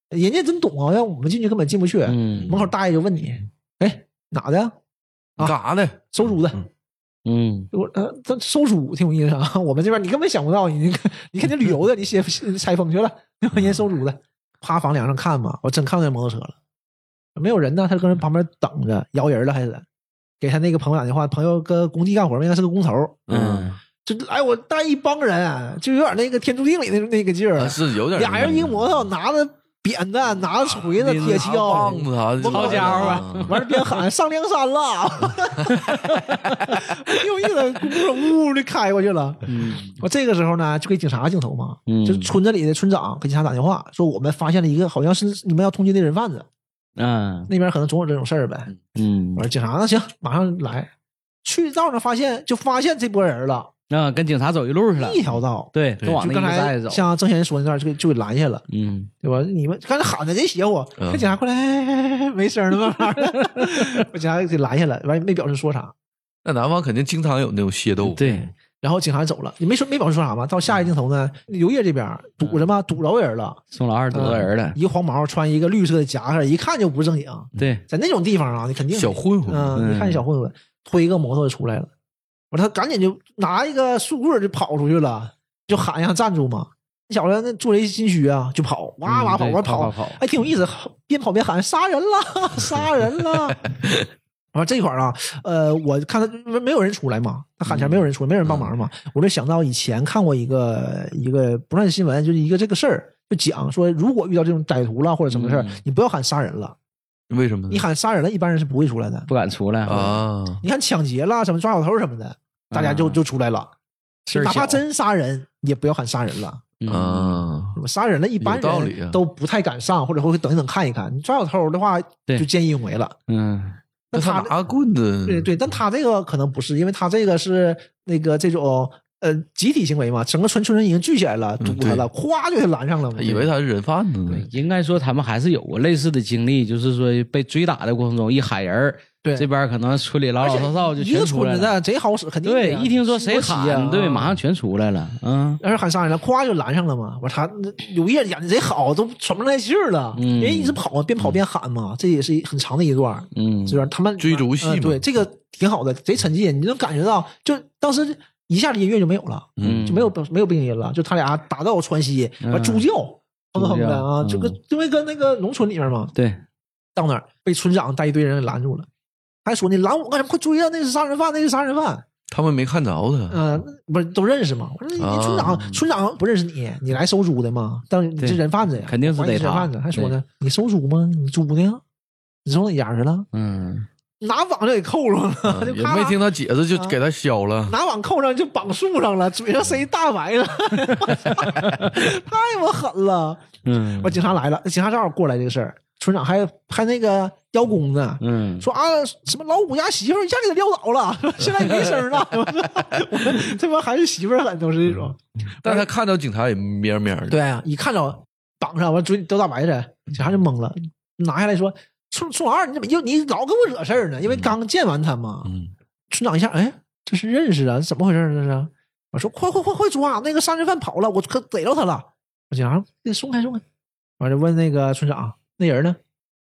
Speaker 4: 人家真懂啊，让我们进去根本进不去，
Speaker 5: 嗯
Speaker 4: 门口大爷就问你，哎哪的呀？
Speaker 6: 干啥的？
Speaker 4: 收租的，
Speaker 5: 嗯，
Speaker 4: 我呃，这收租挺有意思啊，我们这边你根本想不到，你你肯定旅游的，你写采风去了，对吧？人家收租的，趴房梁上看嘛，我真看见摩托车了，没有人呢，他就跟人旁边等着，摇人了还是？给他那个朋友打电话，朋友跟工地干活嘛，应该是个工头，
Speaker 5: 嗯，
Speaker 4: 就哎，我带一帮人，啊就有点那个天注定里那那个劲儿，
Speaker 6: 啊
Speaker 4: 啊
Speaker 6: 是有点
Speaker 4: 俩人一摩托，拿着扁担，拿着锤
Speaker 6: 啊
Speaker 4: 子、铁锹啊
Speaker 6: 棒，子啥的，
Speaker 4: 好家
Speaker 5: 伙
Speaker 6: 啊
Speaker 4: 完了边喊上梁山 了，挺有意思，咕噜呜的开过去了。
Speaker 5: 嗯，
Speaker 4: 我这个时候呢，就给警察镜头嘛，
Speaker 5: 嗯
Speaker 4: 就是村子里的村长给警察打电话，说我们发现了一个好像是你们要通缉的人贩子，
Speaker 5: 嗯，
Speaker 4: 那边可能总有这种事儿呗。
Speaker 5: 嗯
Speaker 4: 我，说警察那行，马上来。去道上发现就发现这波人了，
Speaker 5: 啊，跟警察走一路去了，
Speaker 4: 一条道，
Speaker 5: 对，都往
Speaker 4: 就
Speaker 5: 那
Speaker 4: 刚
Speaker 5: 个寨
Speaker 4: 才
Speaker 5: 子走。
Speaker 4: 像郑先生说那段就给就给拦下了，
Speaker 5: 嗯，
Speaker 4: 对吧？你们刚才喊的真邪乎，
Speaker 6: 嗯
Speaker 4: 那警察过来，哎哎哎没声了，慢慢的， 把警察给拦下了，完也没表示说啥，
Speaker 6: 那南方肯定经常有那种械斗，，
Speaker 5: 嗯对，
Speaker 4: 然后警察走了，也没说没表示说啥嘛。到下一镜头呢，刘烨这边堵着嘛，堵着人了，
Speaker 5: 送老二堵到人了，
Speaker 4: 一个黄毛穿一个绿色的夹克，一看就不是正经，
Speaker 5: 对，
Speaker 4: 在那种地方啊，你肯定
Speaker 6: 小混混，
Speaker 4: 嗯，
Speaker 5: 嗯
Speaker 4: 你看小混混推个摩托就出来了，我说他赶紧就拿一个树棍儿就跑出去了，就喊一下站住嘛。那小子那做贼心虚啊，就跑，哇哇
Speaker 5: 嗯
Speaker 4: 跑，
Speaker 5: 对
Speaker 4: 哇
Speaker 5: 跑
Speaker 4: 跑
Speaker 5: 跑跑
Speaker 4: 哎，挺有意思，边跑边喊杀人了，杀人了。完这块儿啊，呃，我看他没有人出来嘛，他喊前没有人出来，没有人帮忙嘛，
Speaker 6: 嗯
Speaker 4: 我就想到以前看过一个一个不算是新闻，就是一个这个事儿，就讲说如果遇到这种歹徒了或者什么事儿，
Speaker 6: 嗯
Speaker 4: 你不要喊杀人了，
Speaker 6: 为什么
Speaker 4: 嗯你
Speaker 6: 呢？
Speaker 4: 喊杀人了，一般人是不会出来的。
Speaker 5: 不敢出来，
Speaker 6: 啊，
Speaker 4: 你看抢劫啦，什么抓小偷什么的，大家就
Speaker 5: 嗯
Speaker 4: 就出来了。
Speaker 5: 事儿
Speaker 4: 哪怕
Speaker 5: 小
Speaker 4: 真杀人，也不要喊杀人了。
Speaker 5: 嗯，
Speaker 6: 啊，
Speaker 4: 杀人了，一般
Speaker 6: 有道理啊
Speaker 4: 人都不太敢上，或者会等一等看一看。你抓小偷的话，
Speaker 5: 对
Speaker 4: 就见义勇为了。
Speaker 5: 嗯，
Speaker 6: 那
Speaker 4: 但他
Speaker 6: 他拿个棍子，
Speaker 4: 对对，但他这个可能不是，因为他这个是那个这种呃集体行为嘛，整个村村人已经聚起来了，堵
Speaker 6: 嗯
Speaker 4: 他了，咵就给拦上了嘛。
Speaker 6: 他以为他是人贩子呢嗯
Speaker 5: 对，，应该说他们还是有过类似的经历，就是说被追打的过程中一喊人儿，
Speaker 4: 对
Speaker 5: 这边可能村里老
Speaker 4: 而
Speaker 5: 老
Speaker 4: 且
Speaker 5: 少少就
Speaker 4: 一
Speaker 5: 全
Speaker 4: 个
Speaker 5: 出来
Speaker 4: 村子啊
Speaker 5: 了，
Speaker 4: 的贼好使，肯定
Speaker 5: 对，
Speaker 4: 的呀
Speaker 5: 一听说谁
Speaker 4: 多齐呀
Speaker 5: 喊，对，马上全出来了，嗯
Speaker 4: 要是喊杀人了，咵就拦上了嘛。我说他那刘烨演的贼好，都喘不上来气儿了。
Speaker 5: 嗯
Speaker 4: 人一直跑，边跑边喊嘛，这也是一很长的一段。
Speaker 5: 嗯，
Speaker 4: 这段他们
Speaker 6: 追逐戏嘛
Speaker 4: 嗯对这个挺好的，贼沉浸，你能感觉到，就当时一下子音乐就没有了，
Speaker 5: 嗯
Speaker 4: 就没有没有背景音了，就他俩打到川西，
Speaker 5: 嗯
Speaker 4: 完猪叫，哼哼的啊，
Speaker 5: 猪
Speaker 4: 就
Speaker 5: 叫
Speaker 4: 跟因为跟那个农村里面嘛，
Speaker 5: 对，
Speaker 4: 到那儿被村长带一堆人给拦住了，还说你拦我干什么？快追啊！那是杀人犯，那是杀人犯。
Speaker 6: 他们没看着他，
Speaker 4: 嗯，不是都认识吗？我说你
Speaker 6: 啊
Speaker 4: 村长，村长不认识你，你来收租的吗？但你
Speaker 5: 对
Speaker 4: 是人贩子呀，
Speaker 5: 肯定是
Speaker 4: 怀疑
Speaker 5: 得
Speaker 4: 你人
Speaker 5: 他
Speaker 4: 贩子，还说呢，你收租吗？你租的呀？你收哪家去了？
Speaker 5: 嗯，
Speaker 4: 拿网就给扣上
Speaker 6: 啊
Speaker 4: 了， 就
Speaker 6: 也
Speaker 4: 咔
Speaker 6: 没听他解释就
Speaker 4: 啊
Speaker 6: 给他削了，
Speaker 4: 拿网扣上就绑树上了，嘴上塞大白了， 太我狠了！
Speaker 5: 嗯
Speaker 4: 我警察来了，警察正好过来这个事儿，村长还还那个邀功呢，
Speaker 5: 嗯，
Speaker 4: 说啊，什么老五家媳妇儿一下给他撂倒了， 现在没声儿了。我说这帮孩子媳妇儿狠都是这种。
Speaker 6: 但他看到警察也咩咩的，
Speaker 4: 对啊，一看着绑上完追都大白菜，警察就懵了，拿下来说：“村村老二，你怎么又你老跟我惹事儿呢？因为刚见完他嘛。
Speaker 6: 嗯，
Speaker 4: 村长一下，哎，这是认识啊，怎么回事儿这是？我说快快快快抓那个杀人犯跑了，我可逮着他了。我警察给松开松开，完就问那个村长那人呢？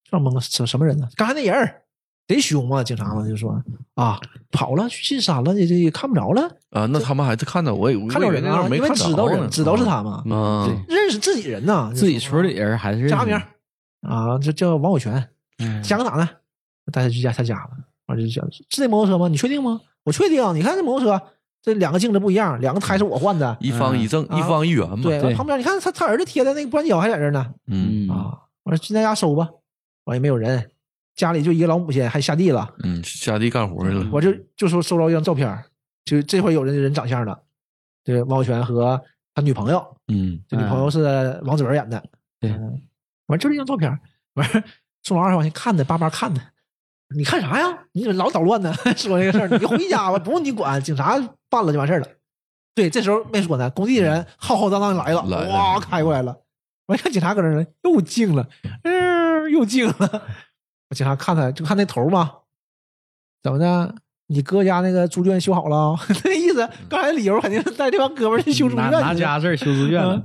Speaker 4: 村长懵了，什什么人呢？刚才那人儿贼凶啊！警察们就说啊，跑了去进山了，也也看不着了，
Speaker 6: 啊，那他们还是看到我也
Speaker 4: 看到人
Speaker 6: 我以为那会
Speaker 4: 啊，
Speaker 6: 儿没
Speaker 4: 因为
Speaker 6: 看
Speaker 4: 知道
Speaker 6: 着
Speaker 4: 人，
Speaker 6: 呢
Speaker 4: 知道是他嘛，
Speaker 6: 啊
Speaker 5: 对，
Speaker 4: 认识自己人呐，
Speaker 5: 自己
Speaker 4: 就说
Speaker 5: 村里人还是
Speaker 4: 叫啥名儿啊？这叫王伟全，
Speaker 5: 嗯
Speaker 4: 家搁哪呢？带他去家他家了，完就讲是那摩托车吗？你确定吗？我确定。你看这摩托车，这两个镜子不一样，两个胎是我换的。
Speaker 6: 一方一正，
Speaker 4: 嗯
Speaker 6: 一方一圆嘛，
Speaker 4: 对，
Speaker 5: 对
Speaker 4: 旁边你看他他儿子贴的那个不然角还在这儿呢。
Speaker 6: 嗯
Speaker 5: 嗯
Speaker 4: 啊，我说去他家收吧，完也没有人，家里就一个老母亲还下地了。
Speaker 6: 嗯，下地干活去了，
Speaker 4: 我就就说收到一张照片儿，就这回有人人长相了，对，汪泉和他女朋友，
Speaker 6: 嗯，
Speaker 4: 这女朋友是王子文演的。
Speaker 5: 对
Speaker 4: 嗯，完就这张照片儿，完宋老二还往前看呢，巴巴看呢，你看啥呀？你怎么老捣乱呢？ 说这个事儿，你就回家吧，不用你管，警察办了就完事儿了。对，这时候没说呢，工地人浩浩荡荡来了，
Speaker 6: 来了
Speaker 4: 哇，开过来了。我一看警察搁那儿呢，又静了，嗯、又静了。我警察看他，就看那头嘛，怎么的？你哥家那个猪圈修好了？哦 那意思，刚才理由肯定是带这帮哥们儿去修猪
Speaker 5: 拿
Speaker 4: 圈
Speaker 5: 拿
Speaker 4: 去了。
Speaker 5: 家事儿修猪圈了
Speaker 4: 嗯。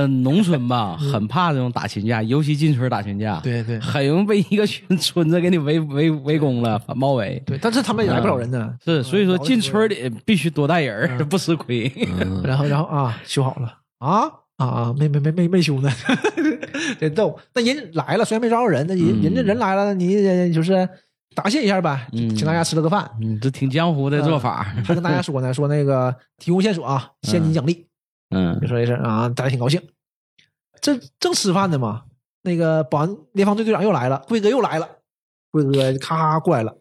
Speaker 5: 呃，农村吧，很怕这种打群架，尤其进村打群架，
Speaker 6: 对对
Speaker 5: 很容易被一个村村子给你围围围攻了，反包围。
Speaker 4: 对，但是他们也来不少人呢。
Speaker 5: 是，所以说
Speaker 4: 嗯
Speaker 5: 进村里必须多带人儿，不吃亏。
Speaker 6: 嗯
Speaker 4: 然后然后啊，修好了啊啊啊，没没没没没修呢， 得逗。那人来了，虽然没招着人，那人、
Speaker 5: 嗯
Speaker 4: 人家人来了，你也就是答谢一下呗，
Speaker 5: 嗯
Speaker 4: 请大家吃了个饭。
Speaker 5: 嗯， 这挺江湖的做法。
Speaker 4: 他跟大家说呢，说那个提供线索啊，现金奖励，
Speaker 5: 嗯
Speaker 4: 就说一声啊，大家挺高兴。这正吃饭呢嘛，那个保安联防队队长又来了，贵哥又来了，贵哥咔咔过来了，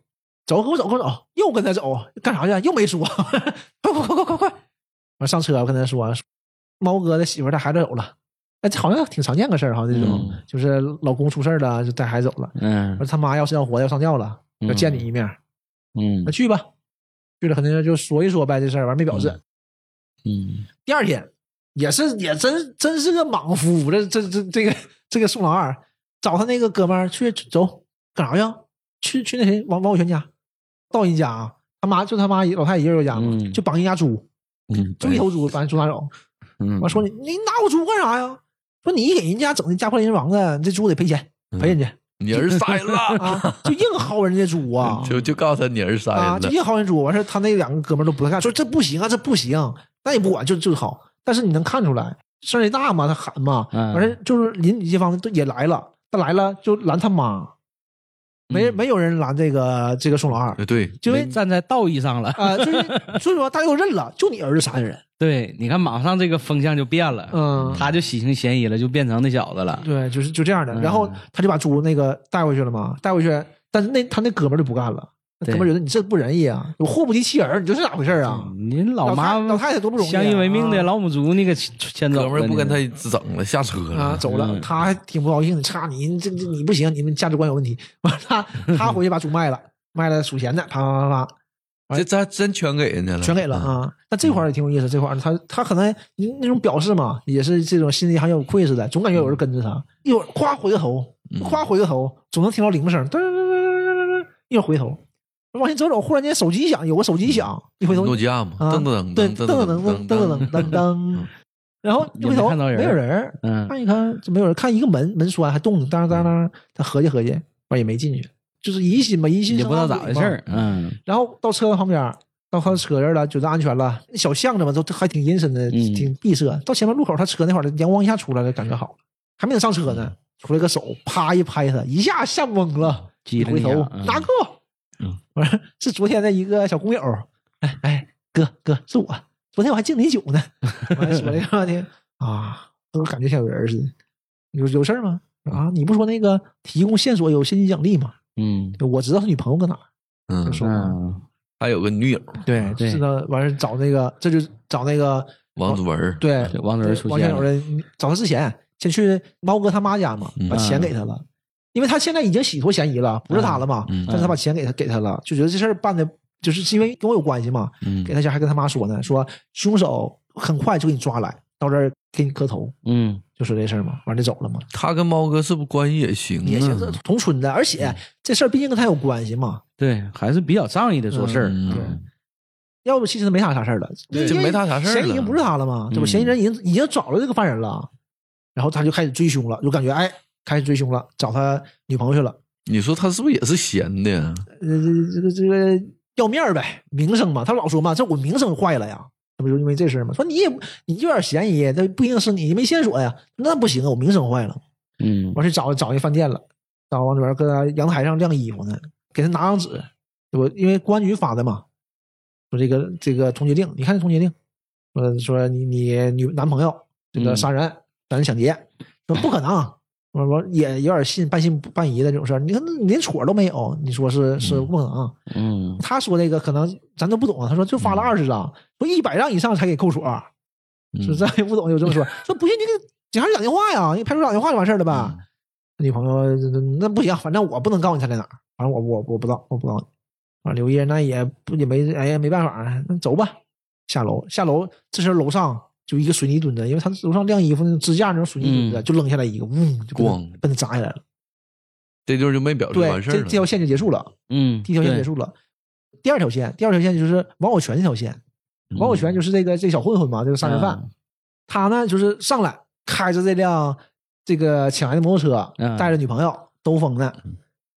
Speaker 4: 走，跟我走，跟我走，又跟他走，干啥去啊？又没说， 快快快快快快！我上车，我跟他说，猫哥的媳妇儿带孩子走了，哎，这好像挺常见个事儿哈，这种、
Speaker 5: 嗯
Speaker 4: 就是老公出事儿了，就带孩子走了，
Speaker 5: 嗯
Speaker 4: 说他妈要是要活的要上吊了，要见
Speaker 5: 嗯
Speaker 4: 你一面，
Speaker 5: 嗯
Speaker 4: 那去吧，去了肯定就说一说呗，这事儿完没表示。
Speaker 5: 嗯嗯，
Speaker 4: 第二天也是也真真是个莽夫，这这这这个这个宋老二找他那个哥们儿去走干啥去？去去那谁王王伟全家，到人家啊，他妈就他妈老太爷爷家嘛，
Speaker 5: 嗯
Speaker 4: 就绑人家猪，
Speaker 6: 嗯，
Speaker 4: 就一头猪把人猪拿走。
Speaker 6: 嗯
Speaker 4: 我说你你拿我猪干啥呀？说你给人家整的家破人亡的，你这猪得赔钱赔人家、
Speaker 6: 你儿杀人 了，
Speaker 4: 啊，就硬薅人家猪啊
Speaker 6: 。就就告诉他你儿杀
Speaker 4: 啊，
Speaker 6: 人
Speaker 4: 就
Speaker 6: 了，
Speaker 4: 硬薅人猪。完事儿他那两个哥们儿都不太干，说这不行啊，这不行，那也不管，就就薅。但是你能看出来，声儿大嘛，他喊嘛，
Speaker 5: 嗯
Speaker 4: 完事儿就是邻里街坊都也来了，他来了就拦他妈，没、没有人拦这个这个宋老二，
Speaker 6: 呃对，
Speaker 4: 因为
Speaker 5: 站在道义上了。
Speaker 4: 啊、就是所以说大家都认了，就你儿子杀人，
Speaker 5: 对，你看马上这个风向就变了，
Speaker 4: 嗯
Speaker 5: 他就洗清嫌疑了，就变成那小子了。
Speaker 4: 对，就是就这样的。然后他就把猪那个带回去了嘛，带回去，但是那他那哥们儿就不干了，那哥们儿觉得你这不仁义啊，我祸不及妻儿，你这是咋回事儿啊？
Speaker 5: 你嗯老妈
Speaker 4: 太老太太多不容易啊、
Speaker 5: 相依为命的
Speaker 4: 啊
Speaker 5: 老母猪，你给牵走
Speaker 6: 哥
Speaker 5: 了。
Speaker 6: 们儿不跟他
Speaker 5: 你
Speaker 6: 整了，下车
Speaker 4: 啊，
Speaker 6: 了，
Speaker 4: 走了，
Speaker 5: 嗯
Speaker 4: 他还挺不高兴的，差你这这你不行，你们价值观有问题。完了，他他回去把猪卖了，卖了数钱的，啪啪啪啪，
Speaker 6: 这咱真全给人家了，
Speaker 4: 啊全给了
Speaker 6: 嗯
Speaker 4: 啊。那这块儿也挺有意思，这块儿他他可能那种表示嘛，也是这种心里还有愧似的，总感觉有人跟着他。一会儿夸回个头，夸回个头，总能听到铃声，噔噔噔噔噔噔，一会儿回头，往前走走，忽然间手机响，有个手机响，一回头
Speaker 6: 嗯诺基亚嘛，
Speaker 4: 啊，
Speaker 6: 噔噔
Speaker 4: 对
Speaker 6: 噔
Speaker 4: 噔噔噔
Speaker 6: 噔
Speaker 4: 噔
Speaker 6: 噔
Speaker 4: 噔噔噔，然后一回头
Speaker 5: 也没看到人
Speaker 4: 没有人儿。
Speaker 5: 嗯
Speaker 4: 看一看，就没有人看一个门门栓还动呢，当当当，他合计合计，完也没进去，就是疑心吧，疑心
Speaker 5: 也
Speaker 4: 生
Speaker 5: 不知道
Speaker 4: 暗
Speaker 5: 咋
Speaker 4: 鬼
Speaker 5: 回
Speaker 4: 嘛
Speaker 5: 事儿。。嗯
Speaker 4: 然后到车旁边儿，到他车这儿了，觉得安全了，那小巷子嘛，都都还挺阴森的，
Speaker 5: 嗯
Speaker 4: 挺闭塞。到前面路口，他车那会儿阳光一下出来了，感觉好了，还没等上车
Speaker 5: 嗯
Speaker 4: 呢，出来个手，啪一拍他，一下吓懵了，
Speaker 5: 激
Speaker 4: 一
Speaker 5: 灵
Speaker 4: 回
Speaker 5: 一下
Speaker 4: 头嗯
Speaker 5: 嗯
Speaker 4: 哪个？完事儿是昨天的一个小工友，哎哎，哥哥是我，昨天我还敬你酒呢。完了说了一个呢，啊，都感觉像有人似的，有有事儿吗？啊，你不说那个提供线索有现金奖励吗？
Speaker 5: 嗯
Speaker 4: 我知道他女朋友搁哪儿，就
Speaker 6: 嗯，
Speaker 4: 说
Speaker 5: 嗯，
Speaker 6: 还有个女友
Speaker 4: 对
Speaker 5: 对
Speaker 4: 是的，完事儿找那个，这就找那个
Speaker 6: 王祖文儿，
Speaker 4: 对
Speaker 5: 对王主任出
Speaker 4: 王
Speaker 5: 现
Speaker 4: 先友
Speaker 5: 了
Speaker 4: 的，找他之前先去猫哥他妈家嘛，
Speaker 6: 嗯
Speaker 4: 把钱给他了，因为他现在已经洗脱嫌疑了，不是他了嘛，
Speaker 6: 啊嗯
Speaker 4: 但是他把钱给他给他了，就觉得这事儿办的就是因为跟我有关系嘛，
Speaker 6: 嗯
Speaker 4: 给他家还跟他妈说呢，说凶手很快就给你抓来，到这儿给你磕头，
Speaker 5: 嗯
Speaker 4: 就说这事儿嘛，完了就走了嘛，
Speaker 6: 他跟猫哥是不是关系也行
Speaker 4: 也行，这
Speaker 6: 啊？
Speaker 4: 同村的，而且这事儿毕竟跟他有关系嘛，
Speaker 5: 对，还是比较仗义的做事儿。
Speaker 6: 嗯
Speaker 5: 嗯
Speaker 4: 要不其实他没啥啥事儿了，
Speaker 6: 对
Speaker 4: 因为
Speaker 6: 没他啥事儿了
Speaker 4: 嫌疑已经不是他了嘛，对吧？
Speaker 5: 嗯
Speaker 4: 嫌疑人已经已经找着这个犯人了，然后他就开始追凶了，就感觉哎，开始追凶了，找他女朋友去了，
Speaker 6: 你说他是不是也是闲的？
Speaker 4: 呃，这个这个要面儿呗，名声嘛，他老说嘛，这我名声坏了呀，这不就因为这事儿嘛？说你也你有点嫌疑，这不一定是你，没线索呀，那不行啊，我名声坏了。
Speaker 5: 嗯
Speaker 4: 完事找找一饭店了，到王主任搁他阳台上晾衣服呢，给他拿张纸，对不？因为公安局发的嘛，说这个这个通缉令，你看这通缉令，说说你你女男朋友这个
Speaker 5: 嗯
Speaker 4: 杀人、杀人抢劫，说不可能，我我也有点信半信半疑的这种事儿，你看你连戳都没有，你说是是不可能。
Speaker 5: 嗯
Speaker 4: 他说这个可能咱都不懂啊，他说就发了二十张，说一百张以上才给扣锁，
Speaker 6: 嗯
Speaker 4: 说咱也不懂有这么说，说不信你给警察局打
Speaker 6: 嗯
Speaker 4: 电话呀，你给派出所打电话就完事儿了呗。女朋友那那不行，反正我不能告诉你他在哪儿，反正我我我不知道，我不告诉你。啊，刘烨那也不也没哎呀没办法，那走吧，下楼下楼，这时候楼上就一个水泥墩子，因为他楼上晾衣服那种支架那种水泥墩子，
Speaker 5: 嗯
Speaker 4: 就扔下来一个，嗡就奔
Speaker 6: 咣
Speaker 4: 他奔他砸下来了。
Speaker 6: 这地儿就没表示
Speaker 4: 对，
Speaker 6: 完事
Speaker 4: 这
Speaker 6: 儿
Speaker 4: 这条
Speaker 6: 了。
Speaker 4: 线就结束了，
Speaker 5: 嗯，
Speaker 4: 第一条线
Speaker 5: 对
Speaker 4: 结，束了。第二条线，第二条线就是王宝全这条线，王宝全就是这个这小混混嘛，这个杀人犯，
Speaker 5: 嗯
Speaker 4: 他呢就是上来开着这辆这个抢来的摩托车，
Speaker 5: 嗯
Speaker 4: 带着女朋友兜风呢，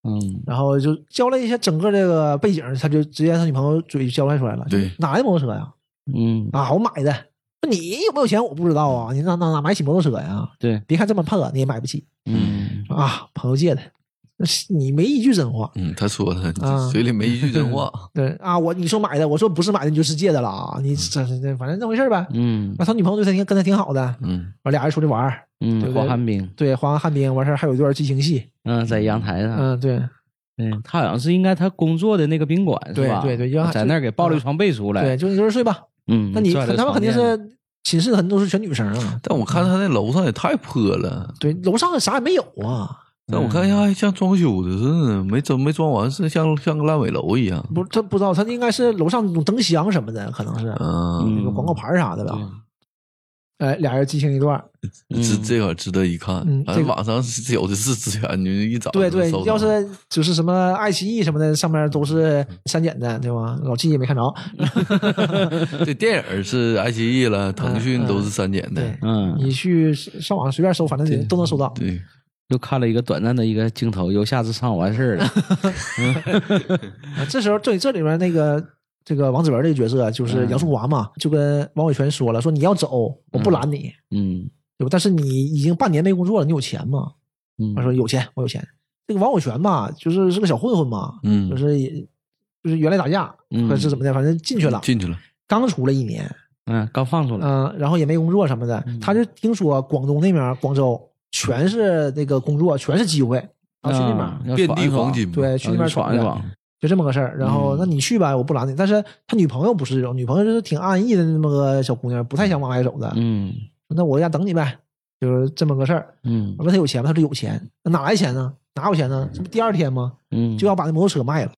Speaker 5: 嗯，
Speaker 4: 然后就交代一下整个这个背景，他就直接他女朋友嘴就交代出来了，
Speaker 6: 对
Speaker 4: 哪来的摩托车呀？
Speaker 5: 嗯，
Speaker 4: 啊，我买的。那你有没有钱我不知道啊，你哪哪哪买起摩托车呀？
Speaker 5: 对，
Speaker 4: 别看这么破，你也买不起
Speaker 5: 嗯，
Speaker 4: 啊，朋友借的。那是你没一句真话，
Speaker 6: 嗯，他说他
Speaker 4: 啊
Speaker 6: 嘴里没一句真话，
Speaker 4: 对啊，我你说买的，我说不是买的，你就是借的了啊，你这这这反正那回事儿呗。
Speaker 5: 嗯，
Speaker 4: 那他女朋友对他挺跟他挺好的，
Speaker 6: 嗯，
Speaker 4: 完俩人出去玩儿，对
Speaker 5: 嗯，
Speaker 4: 对
Speaker 5: 滑旱冰，
Speaker 4: 对，滑完旱冰完事儿还有一段激情戏，
Speaker 5: 嗯，在阳台上，
Speaker 4: 嗯，对
Speaker 5: 嗯，他好像是应该他工作的那个宾馆
Speaker 4: 对
Speaker 5: 是吧？
Speaker 4: 对对阳台
Speaker 5: 在那儿给抱了一床被出来，
Speaker 4: 对，，就你就是睡吧，
Speaker 5: 嗯，
Speaker 4: 那你
Speaker 5: 拽着
Speaker 4: 他们
Speaker 5: 床
Speaker 4: 肯定
Speaker 5: 垫
Speaker 4: 是寝室很多都是全女生啊，
Speaker 6: 但我看他那楼上也太破了，
Speaker 4: 对，楼上啥也没有啊，
Speaker 6: 但我看一下还像装修的似的，没装没装完，是像像个烂尾楼一样。
Speaker 4: 不，他不知道，他应该是楼上那种灯箱什么的，可能是
Speaker 6: 嗯，
Speaker 4: 那个广告牌儿啥的吧。哎，俩人激情一段，
Speaker 5: 嗯
Speaker 6: 这这块值得一看
Speaker 4: 嗯，
Speaker 6: 反
Speaker 4: 这
Speaker 6: 正
Speaker 4: 个
Speaker 6: 网上是有的是资源，你一找
Speaker 4: 对对
Speaker 6: 哦就搜，到
Speaker 4: 要是就是什么爱奇艺什么的，上面都是删减的，对吧？老纪也没看着，
Speaker 6: 这电影是爱奇艺了，腾讯
Speaker 4: 嗯
Speaker 6: 都是删减的
Speaker 4: 对，
Speaker 5: 嗯，
Speaker 4: 你去上网随便搜，反正你都能搜到。
Speaker 6: 对，
Speaker 5: 又看了一个短暂的一个镜头，由下至上完事儿 了。
Speaker 4: 啊这时候，对这里面那个这个王子文这个角色就是
Speaker 5: 嗯
Speaker 4: 杨淑华嘛，就跟王伟全说了，说你要走，我不拦你，
Speaker 5: 嗯
Speaker 4: 对吧？但是你已经半年没工作了，你有钱吗？
Speaker 5: 嗯，
Speaker 4: 他说有钱，我有钱。这个王伟全吧，就是是个小混混嘛，
Speaker 6: 嗯
Speaker 4: 就，是也就是原来打架，
Speaker 5: 嗯
Speaker 4: 或者是怎么的，反正进去了，
Speaker 6: 进去了，
Speaker 4: 刚出来一年，
Speaker 5: 嗯，刚放出来，
Speaker 4: 嗯、然后也没工作什么的，
Speaker 5: 嗯
Speaker 4: 他就听说广东那边广州全是那个工作，全是机会，然后去那边，
Speaker 5: 啊要
Speaker 6: 遍
Speaker 5: 爽
Speaker 6: 地
Speaker 5: 一爽
Speaker 6: 黄金嘛，
Speaker 4: 对，去那边
Speaker 5: 爽一
Speaker 4: 去
Speaker 5: 爽，
Speaker 4: 就这么个事儿。然后、
Speaker 5: 嗯
Speaker 4: 那你去吧，我不拦你。但是他女朋友不是这种，女朋友就是挺安逸的那么个小姑娘，不太想往外走的。
Speaker 5: 嗯
Speaker 4: 那我在家等你呗，就是这么个事儿。
Speaker 5: 嗯
Speaker 4: 我问他有钱吗？他说有钱，那哪来钱呢？哪有钱呢？这不第二天吗？
Speaker 5: 嗯，
Speaker 4: 就要把那摩托车卖了。